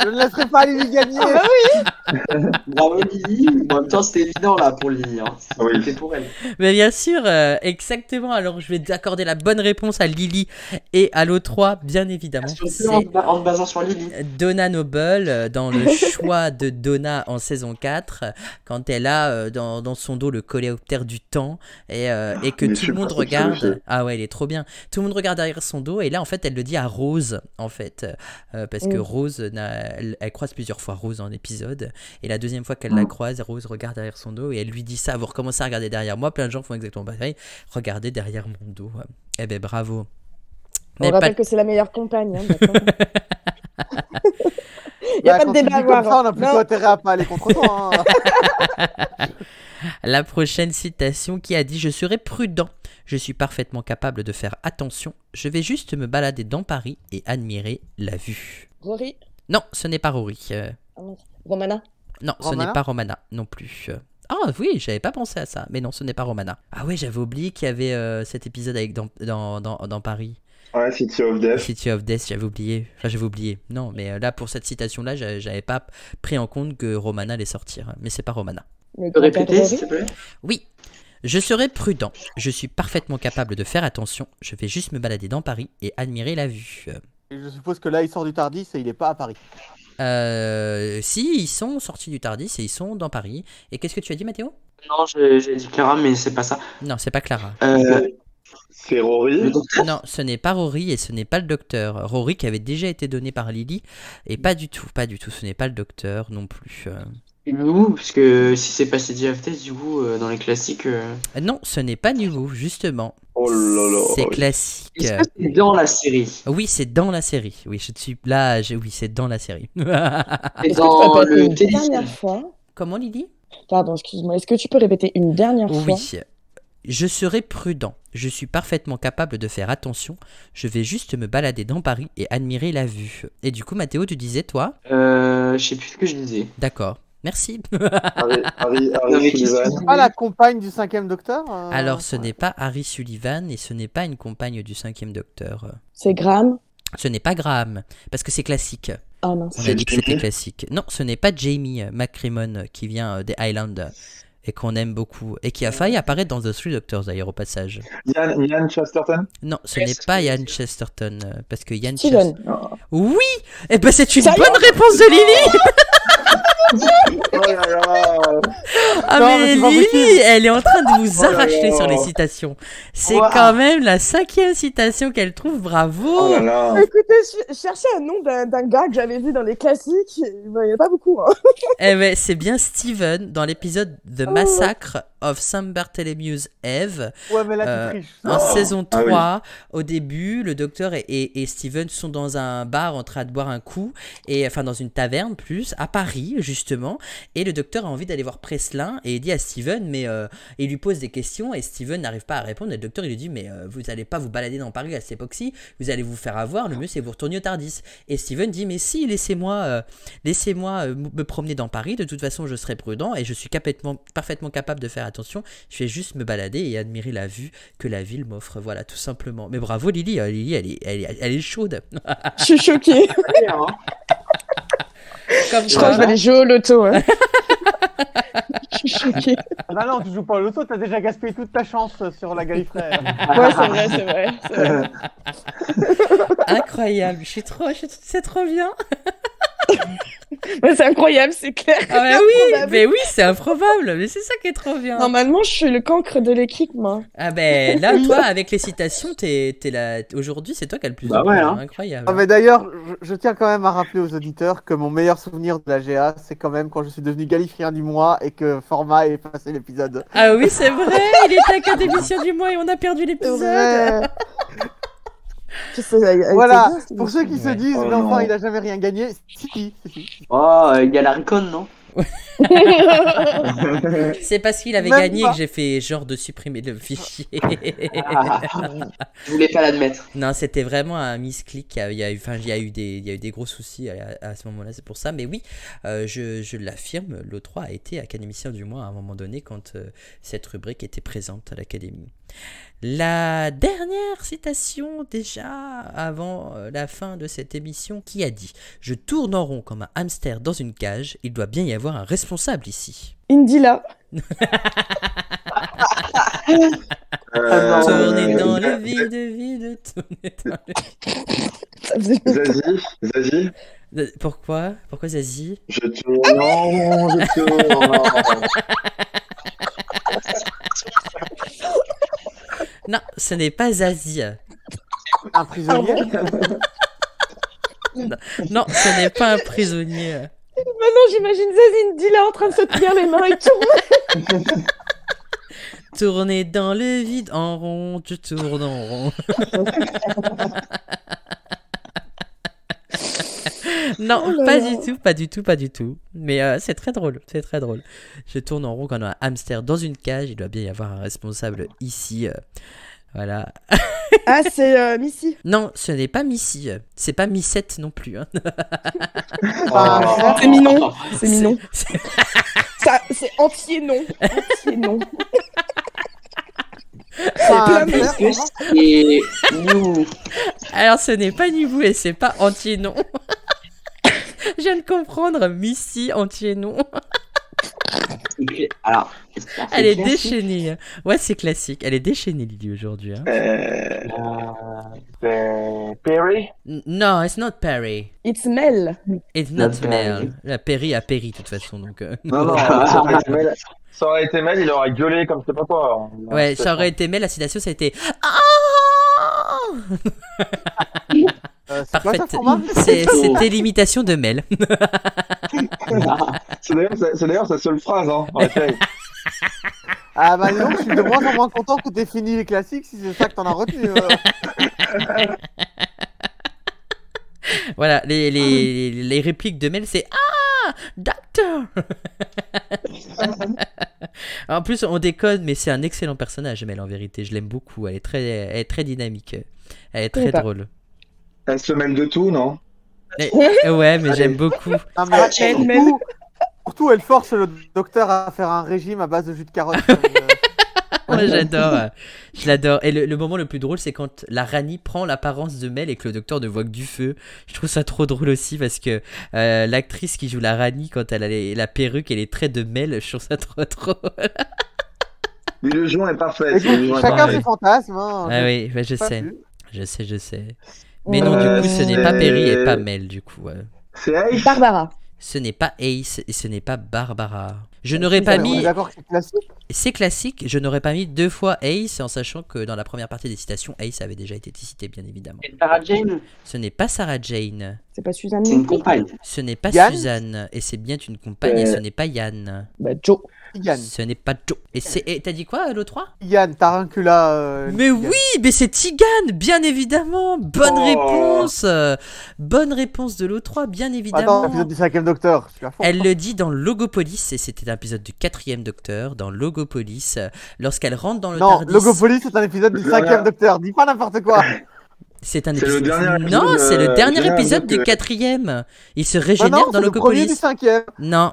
S3: Je ne laisserai pas Lily
S4: Ah
S3: gagner
S4: bah
S8: Bravo Lily, mais en même temps c'était évident là pour Lily. Hein.
S6: Oui.
S8: C'était pour elle.
S1: Mais bien sûr, euh, exactement. Alors je vais accorder la bonne réponse à Lily et à l'O3, bien
S4: Ah,
S1: évidemment.
S8: Surtout en,
S1: C'est
S8: te ba- en te basant sur Lily.
S1: Donna Noble euh, dans le choix de Donna en saison 4, euh, quand elle a euh, dans, dans son dos le coléoptère du temps et, euh, et que tout
S6: Ah, Mais je
S1: le
S6: suis
S1: monde
S6: pas sûr que je le
S1: regarde.
S6: sais.
S1: Ah ouais, il est trop bien. Tout le monde regarde derrière son dos et là, en fait, elle le dit à Rose, en fait, euh, parce que
S4: Mm.
S1: Rose, n'a- elle, elle croise plusieurs fois Rose dans l'épisode et la deuxième fois qu'elle
S6: Mm.
S1: la croise, Rose regarde derrière son dos et elle lui dit ça, vous recommencez à regarder derrière moi, plein de gens font exactement pareil, regardez derrière mon dos. Eh ben bravo.
S4: On
S1: Mais
S4: rappelle
S1: pas-
S4: que c'est la meilleure compagne. hein, d'accord. Il n'y a
S3: Bah,
S4: pas
S3: quand
S4: de
S3: tu
S4: débat à
S3: dis comme
S4: avoir. hein.
S3: ça, on a plutôt
S4: Non.
S3: intérêt à pas aller contre toi. hein.
S1: La prochaine citation qui a dit Je serai prudent, je suis parfaitement capable de faire attention, je vais juste me balader dans Paris et admirer la vue.
S4: Rory,
S1: Non, ce n'est pas Rory. euh,
S4: Romana.
S1: non, ce
S3: Romana
S1: n'est pas Romana non plus. euh. Ah oui, j'avais pas pensé à ça, mais non, ce n'est pas Romana. Ah oui, j'avais oublié qu'il y avait euh, cet épisode avec dans, dans, dans, dans Paris.
S6: Ouais, City of Death.
S1: City of Death, j'avais oublié. Enfin, j'avais oublié. Non, mais euh, là, pour cette citation-là, j'a- j'avais pas pris en compte que Romana allait sortir. Mais c'est pas Romana.
S4: Le
S8: Tu peux
S4: grand-père
S8: répéter
S4: Rory.
S8: s'il te plaît
S1: Oui. Je serai prudent. Je suis parfaitement capable de faire attention. Je vais juste me balader dans Paris et admirer la vue.
S3: Et je suppose que là, il sort du Tardis et il est pas à Paris.
S1: Euh, si, ils sont sortis du Tardis et ils sont dans Paris. Et qu'est-ce que tu as dit, Mathéo
S8: Non, je- j'ai dit Clara, mais c'est pas ça.
S1: Non, c'est pas Clara.
S8: Euh,
S6: C'est Rory.
S8: le docteur
S1: Non, ce n'est pas Rory et ce n'est pas le docteur. Rory qui avait déjà été donné par Lily. Et pas du tout, pas du tout. Ce n'est pas le docteur non plus. Euh,
S8: est où Parce que si c'est passé DFT, du coup, euh, dans les classiques. euh,
S1: Non, ce n'est pas Nouveau, justement.
S6: Oh là là.
S1: C'est classique.
S8: Est-ce que c'est dans la série
S1: Oui, c'est dans la série. Oui, je suis là. je- Oui, c'est dans la série.
S8: C'est
S4: Ah. Est-ce que tu peux
S8: dans
S4: répéter
S8: le
S4: une
S8: téléfilm.
S4: dernière fois
S1: Comment, Lily
S4: Pardon, excuse-moi. Est-ce que tu peux répéter une dernière fois
S1: Oui. Je serai prudent. Je suis parfaitement capable de faire attention. Je vais juste me balader dans Paris et admirer la vue. Et du coup, Mathéo, tu disais, toi
S8: Euh, je sais plus ce que je disais.
S1: D'accord. Merci.
S6: Harry, Harry,
S8: Non, mais
S6: Harry
S8: qu'est-ce que
S6: Sullivan.
S8: je disais
S3: Ah, la compagne du cinquième docteur euh,
S1: Alors, ce n'est pas Harry Sullivan et ce n'est pas une compagne du cinquième docteur.
S4: C'est Graham
S1: Ce n'est pas Graham, parce que c'est classique.
S4: Ah non.
S1: On a
S6: C'est
S1: dit que c'était
S6: Jamie
S1: classique. Non, ce n'est pas Jamie McCrimmon qui vient euh, des Highlands et qu'on aime beaucoup et qui a failli apparaître dans The Three Doctors d'ailleurs au passage.
S6: Ian, Ian Chesterton.
S1: Non, ce
S8: Ouais,
S1: n'est
S8: c'est ce
S1: pas
S8: que je
S1: Ian
S8: veux dire.
S1: Chesterton euh, parce que Ian Chesterton.
S4: Steven.
S1: Oui Eh ben c'est une
S4: Ça y est
S1: bonne réponse de Lily
S6: Oh là là.
S1: Ah mais
S3: Non, mais c'est pas
S1: Lily,
S3: possible.
S1: elle est en train de vous
S6: Oh là
S1: arracher
S6: là.
S1: sur les citations. C'est
S8: Wow.
S1: quand même la cinquième citation qu'elle trouve,
S6: Oh
S1: bravo
S6: là là.
S4: Bah, Écoutez, je cherchais un nom d'un d'un gars que j'avais vu dans les classiques. Il n'y en a pas beaucoup. Hein.
S1: Eh ben c'est bien Steven dans l'épisode The Massacre of Saint Barthélemy's Eve.
S3: Ouais, mais là,
S1: Euh,
S3: tu triches.
S1: En
S6: Oh.
S1: saison
S6: Ah
S1: 3,
S6: oui.
S1: au début, le docteur et, et, et Steven sont dans un bar en train de boire un coup, et enfin dans une taverne plus, à Paris justement, et le docteur a envie d'aller voir Preslin et il dit à Steven, mais euh, il lui pose des questions et Steven n'arrive pas à répondre, et le docteur il lui dit, mais euh, vous allez pas vous balader dans Paris à cette époque-ci, vous allez vous faire avoir, le mieux c'est vous retourner au Tardis. Et Steven dit, mais si, laissez-moi euh, laissez-moi euh, m- me promener dans Paris, de toute façon je serai prudent et je suis capaitement- parfaitement capable de faire attention, je vais juste me balader et admirer la vue que la ville m'offre. Voilà, tout simplement. Mais bravo Lily, euh, Lily, elle est, elle est, elle est chaude.
S4: Je suis choquée.
S8: Hein.
S1: Comme
S4: Je crois que je vais aller jouer au loto. Hein. je suis choquée.
S3: Non, Ah bah non, tu joues pas au loto, t'as déjà gaspillé toute ta chance sur la Galifrey.
S4: Ouais, c'est vrai, c'est vrai. c'est vrai.
S1: Incroyable, je suis trop, je suis- c'est trop bien.
S4: Ouais, C'est incroyable, c'est clair.
S1: Ah bah oui,
S4: Improbable.
S1: mais oui, c'est improbable, mais c'est ça qui est trop bien.
S4: Normalement, je suis le cancre de l'équipe, moi.
S1: Ah ben là, toi, avec les citations, t'es, t'es là. Aujourd'hui, c'est toi qui as le plus.
S8: Bah
S1: de
S8: ouais,
S1: points,
S8: hein.
S1: Incroyable.
S3: Ah, mais d'ailleurs, je, je tiens quand même à rappeler aux auditeurs que mon meilleur souvenir de la GA, c'est quand même quand je suis devenu Galifrien du mois et que Format est passé l'épisode.
S1: Ah oui, c'est vrai. Il était académicien du mois et on a perdu l'épisode.
S4: Tu sais, elle- elle
S3: Voilà,
S4: était bien, cette
S3: pour ceux qui se
S1: Ouais.
S3: disent,
S6: Oh
S3: mais enfin,
S6: non.
S3: il a jamais rien gagné, si, si, si, si.
S8: Oh, euh, il y a la Recon, non
S1: C'est parce qu'il avait
S3: Même
S1: gagné
S3: pas.
S1: que j'ai fait genre de supprimer le fichier.
S8: Ah, je voulais pas l'admettre.
S1: non, c'était vraiment un misclick. Il y a, il y a eu, enfin, il y a eu des, il y a eu des gros soucis à, à ce moment-là, c'est pour ça. Mais oui, euh, je, je l'affirme, l'O3 a été académicien du mois à un moment donné quand euh, cette rubrique était présente à l'académie. La dernière citation déjà avant euh, la fin de cette émission qui a dit Je tourne en rond comme un hamster dans une cage, il doit bien y avoir un responsable ici.
S4: Indila.
S1: Ah
S6: Euh,
S1: Tourner dans
S6: euh,
S1: le vide, vide, tourner dans le
S4: Ça faisait-
S6: Zazie, Zazie,
S1: Euh, Pourquoi Pourquoi Zazie
S6: je tourne en rond, je tourne en rond.
S1: Non, ce n'est pas Zazie.
S3: Un prisonnier
S1: Non, ce n'est pas un prisonnier.
S4: Maintenant, j'imagine Zazie Indila en train de se tenir les mains et tout.
S1: Tourner dans le vide en rond, tu tournes en rond. non,
S4: Oh là
S1: pas
S4: là.
S1: du tout, pas du tout, pas du tout. Mais euh, c'est très drôle, c'est très drôle. Je tourne en rond quand un hamster dans une cage, il doit bien y avoir un responsable ici. euh, voilà.
S4: Ah, c'est euh, Missy.
S1: Non, ce n'est pas Missy. euh, C'est pas Missette non plus. hein.
S3: Ah,
S2: Ah.
S4: Ah, c'est mignon. C'est mignon.
S1: C'est-
S4: Ça, c'est entier non. Entier non.
S3: Enfin,
S4: plein
S3: un
S4: de
S3: prisonnier,
S8: Plus, et nous.
S1: Alors ce n'est pas Nibou et c'est pas entier non. Je viens de comprendre Missy entier non.
S8: Alors,
S1: Elle est déchaînée. hein. Ouais, c'est classique. Elle est déchaînée Lily aujourd'hui. hein.
S6: Euh, euh, Perry
S1: N- Non, it's not Perry.
S4: It's Mel.
S1: It's not,
S8: Not Perry.
S1: Mel. La Perry a péri de toute façon donc. euh.
S6: Non, non, ça aurait été mal, ça aurait été mal, il aurait gueulé comme je sais pas quoi.
S1: Ouais,
S6: C'est-
S1: ça aurait été Mel. La citation ça a été. Ah
S3: euh, c'est quoi ça,
S1: Parfaite.
S3: Format
S1: C'est- C'était l'imitation de Mel.
S6: C'est d'ailleurs sa- c'est d'ailleurs sa seule phrase, hein, en effet.
S3: Ah bah non, je suis de moins en moins content que t'aies fini les classiques si c'est ça que t'en as retenu. euh.
S1: Voilà, les, les, les- les répliques de Mel, c'est Ah Docteur En plus, on déconne, mais c'est un excellent personnage, Mel, en vérité. Je l'aime beaucoup. Elle est très, elle est très dynamique. Elle est très
S4: Sympa.
S1: drôle.
S6: Elle se mêle de tout, non
S1: Ouais, mais j'aime beaucoup.
S3: Non, mais
S8: Ah, tiens,
S3: surtout-
S4: Mel.
S3: Surtout, elle force le docteur à faire un régime à base de jus de carotte. comme, euh,
S1: Moi, j'adore. Je l'adore. Et le, le moment le plus drôle, c'est quand la Rani prend l'apparence de Mel et que le docteur ne voit que du feu. Je trouve ça trop drôle aussi parce que euh, l'actrice qui joue la Rani, quand elle a les- la perruque et les traits de Mel, je trouve ça trop drôle.
S6: L'illusion est parfaite.
S3: Écoute,
S6: l'illusion est
S3: chacun ses
S6: parfaite.
S3: fantasmes. Hein,
S1: Ah oui, bah, je
S3: Pas
S1: sais.
S3: plus.
S1: Je sais, je sais. Mais non,
S6: Euh,
S1: du coup, ce n'est pas
S6: c'est-
S1: Perry et pas Mel, du coup. euh.
S6: C'est Ace
S4: Barbara.
S1: Ce n'est pas Ace et ce n'est pas Barbara. Je
S3: Mais
S1: n'aurais
S3: on
S1: pas
S3: est
S1: mis.
S3: D'accord, que c'est classique.
S1: C'est classique, je n'aurais pas mis deux fois Ace en sachant que dans la première partie des citations, Ace avait déjà été cité, bien évidemment.
S8: C'est Sarah Jane
S1: Ce n'est pas Sarah Jane.
S4: C'est pas Suzanne.
S8: C'est une compagne.
S1: Ce n'est pas
S3: Yann Euh,
S1: Suzanne. Et c'est bien une compagne et ce n'est pas Yann.
S4: Bah, Joe.
S3: Il gagne.
S1: Ce n'est pas Joe. Et c'est. et T'as dit quoi, l'autre 3
S3: Il gagne, Tarincula. euh,
S1: Mais
S3: il
S1: oui,
S3: gagne.
S1: mais c'est Tigane, bien évidemment. Bonne
S6: Oh.
S1: réponse. euh, Bonne réponse de l'O3, bien évidemment. Eh,
S3: Attends, l'épisode du cinquième docteur, je suis à fond.
S1: Elle le dit dans Logopolis, et c'était un épisode du quatrième Docteur, dans Logopolis, euh, lorsqu'elle rentre dans le
S3: Non,
S1: TARDIS.
S3: Logopolis, c'est un épisode du
S6: Le
S3: cinquième
S6: dernier.
S3: docteur, dis pas n'importe quoi
S1: C'est un
S6: C'est le
S1: épisode.
S6: dernier épisode euh,
S1: non,
S6: de-
S1: c'est le dernier
S6: dernier
S1: épisode du
S6: de-
S1: quatrième. Il se
S3: Bah
S1: régénère
S3: non,
S1: dans
S3: c'est le premier du
S1: Logopolis.
S3: cinquième
S1: Non.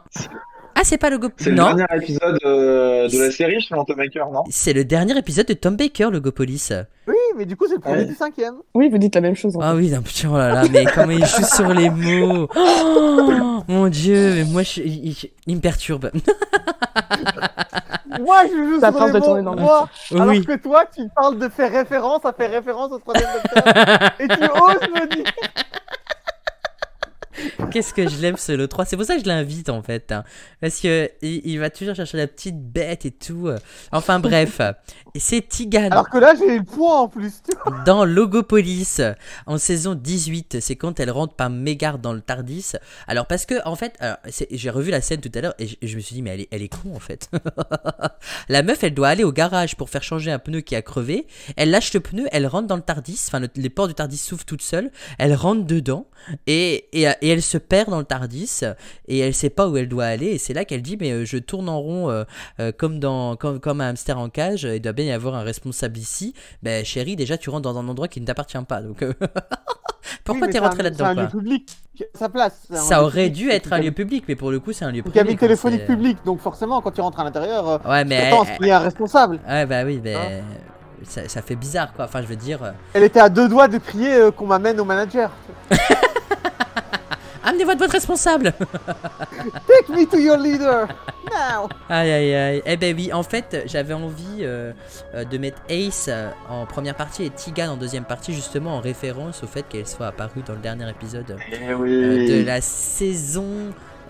S1: Ah, c'est pas Logopolis.
S6: C'est le
S1: Non.
S6: dernier épisode euh, de la série, je suis Maker, non
S1: C'est le dernier épisode de Tom Baker, Logopolis.
S3: Oui, mais du coup, c'est le premier
S6: Ouais.
S3: du cinquième
S4: Oui, vous dites la même chose. en
S1: Ah oui, non, putain, oh là là, mais comment il joue sur les mots. Oh, mon dieu, mais moi, je- il, il- il me perturbe.
S3: Moi, je joue
S4: Ça
S3: sur
S4: tente
S3: les
S4: de
S3: mots,
S4: tourner dans le
S3: moi Alors
S1: oui.
S3: que toi, tu parles de faire référence à faire référence au troisième docteur Et tu oses me dire
S1: Qu'est-ce que je l'aime ce lot 3 C'est pour ça que je l'invite en fait. hein. Parce que il, il va toujours chercher la petite bête et tout. euh. Enfin bref, Et c'est Tigane
S3: Alors que là, j'ai eu le point en plus tu vois.
S1: dans Logopolis en saison 18. C'est quand elle rentre par mégarde dans le Tardis. Alors parce que en fait, alors, c'est- j'ai revu la scène tout à l'heure et je, je me suis dit mais elle est, elle est con en fait. la meuf, elle doit aller au garage pour faire changer un pneu qui a crevé. Elle lâche le pneu, elle rentre dans le Tardis. Enfin le- les portes du Tardis s'ouvrent toutes seules. Elle rentre dedans et, et, et elle se perd dans le Tardis et elle sait pas où elle doit aller. Et c'est là qu'elle dit Mais euh, je tourne en rond euh, euh, comme, dans, comme, comme un hamster en cage. Il doit bien y avoir un responsable ici. Ben chérie, déjà tu rentres dans un endroit qui ne t'appartient pas. Donc euh, pourquoi
S3: Oui, mais
S1: t'es
S3: c'est un-
S1: rentré
S3: C'est
S1: là-dedans
S3: un lieu
S1: quoi
S3: public, à sa place. c'est un
S1: Ça
S3: lieu
S1: aurait
S3: public,
S1: dû
S3: c'est
S1: être un
S3: une
S1: lieu public, mais pour le coup, c'est un lieu
S3: Une
S1: privé.
S3: cabine
S1: quoi,
S3: téléphonique
S1: c'est- euh,
S3: publique, donc forcément, quand tu rentres à l'intérieur, euh,
S1: Ouais, mais.
S3: t'attends à ce qu'il y ait un responsable.
S1: Ouais, bah oui, mais.
S3: Hein
S1: ça, ça fait bizarre quoi. Enfin, je veux dire. euh,
S3: Elle était à deux doigts de crier euh, qu'on m'amène au manager.
S1: Amenez-moi de votre responsable
S3: Take me to your leader now.
S1: Aïe aïe aïe. Eh ben oui, en fait, j'avais envie euh, euh, de mettre Ace euh, en première partie et Tigan en deuxième partie, justement en référence au fait qu'elle soit apparue dans le dernier épisode
S6: Eh
S1: euh, de
S6: oui.
S1: la saison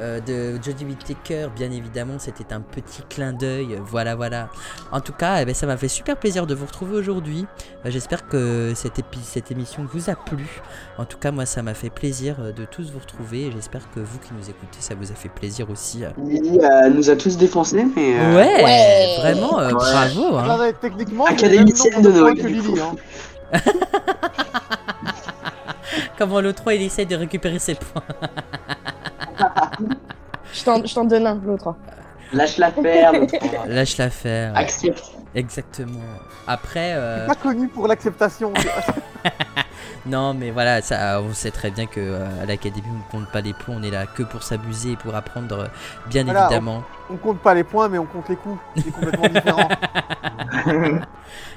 S1: euh, de Jodie Whittaker. Bien évidemment, c'était un petit clin d'œil. Voilà, voilà. En tout cas, eh ben, ça m'a fait super plaisir de vous retrouver aujourd'hui. Euh, J'espère que cette, épi- cette émission vous a plu. En tout cas, moi, ça m'a fait plaisir euh, de tous vous retrouver. et J'espère que vous qui nous écoutez, ça vous a fait plaisir aussi. euh,
S8: Lily euh, nous a tous défoncés, mais. euh,
S1: Ouais,
S4: Ouais.
S1: vraiment, euh,
S6: Ouais.
S1: bravo. hein.
S3: Attendez, techniquement,
S8: Académicienne Ah, de Noël.
S3: Que
S8: du coup.
S3: Lily, hein.
S1: Comment le 3 il essaie de récupérer ses points.
S4: Je t'en- je t'en donne un, l'autre.
S8: Lâche la ferme. euh,
S1: Lâche l'affaire.
S8: Accepte.
S1: Exactement. Après, euh,
S3: Pas connu pour l'acceptation.
S1: non, mais voilà, ça, on sait très bien que euh, à l'académie on ne compte pas les points, on est là que pour s'amuser et pour apprendre, euh, bien
S3: Voilà,
S1: évidemment.
S3: on compte pas les points, mais on compte les coups. C'est complètement différent.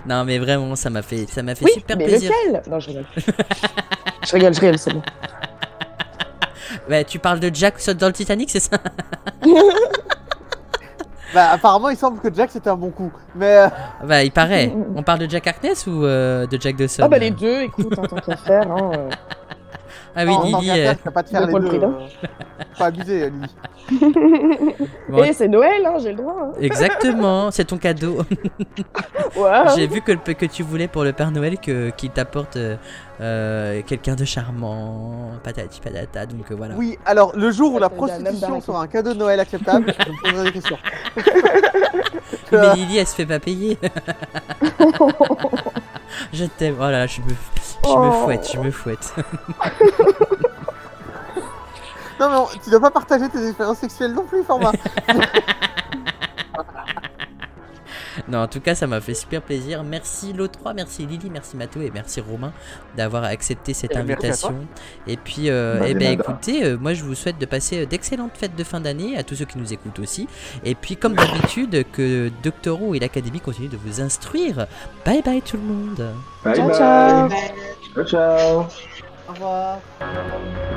S1: Non, mais vraiment, ça m'a fait, ça m'a fait
S4: Oui,
S1: super
S4: mais
S1: plaisir.
S4: lequel Non, je rigole. je rigole, je rigole, c'est bon.
S1: Ouais, tu parles de Jack saute dans le Titanic, c'est ça
S3: bah, apparemment, il semble que Jack c'était un bon coup. Mais euh,
S1: Bah, il paraît. On parle de Jack Harkness ou euh, de Jack Dawson
S4: Ah bah les deux, écoute, hein, tant qu'à faire. Hein, euh.
S1: Ah oui,
S3: en tant
S1: Lily.
S3: qu'à
S1: euh,
S3: faire, t'as pas de faire
S4: Paul
S3: les
S4: Prida.
S3: deux. euh, Faut pas abusé, Lily.
S1: Bon.
S4: Eh, c'est Noël, hein, j'ai le droit. Hein.
S1: Exactement, c'est ton cadeau.
S4: Ouais.
S1: J'ai vu que, le- que tu voulais pour le Père Noël que qu'il t'apporte euh, euh, quelqu'un de charmant, patati patata, donc euh, voilà.
S3: Oui, alors le jour où la
S4: Ça, c'est un homme
S3: prostitution
S4: d'arrêt.
S3: sera un cadeau de Noël acceptable, je me poserai des questions. Bah. Euh,
S1: Mais Lily, elle se fait pas payer. je t'aime. Oh là là, je me, je me
S4: Oh.
S1: fouette, je me fouette.
S3: Non, mais on- tu dois pas partager tes expériences sexuelles non plus, format.
S1: non, en tout cas, ça m'a fait super plaisir. Merci Lo3, merci Lily, merci Mathieu et merci Romain d'avoir accepté cette
S3: Et Eh, merci à
S1: invitation. Et puis, euh,
S6: Bah,
S1: eh
S6: de
S1: ben,
S6: nada.
S1: écoutez, euh, moi je vous souhaite de passer euh, d'excellentes fêtes de fin d'année à tous ceux qui nous écoutent aussi. Et puis, comme d'habitude, que Doctoro et l'Académie continuent de vous instruire. Bye bye tout le monde.
S6: Bye
S4: Ciao,
S6: bye.
S4: ciao.
S6: Ciao, ciao.
S3: Au revoir.
S6: Thank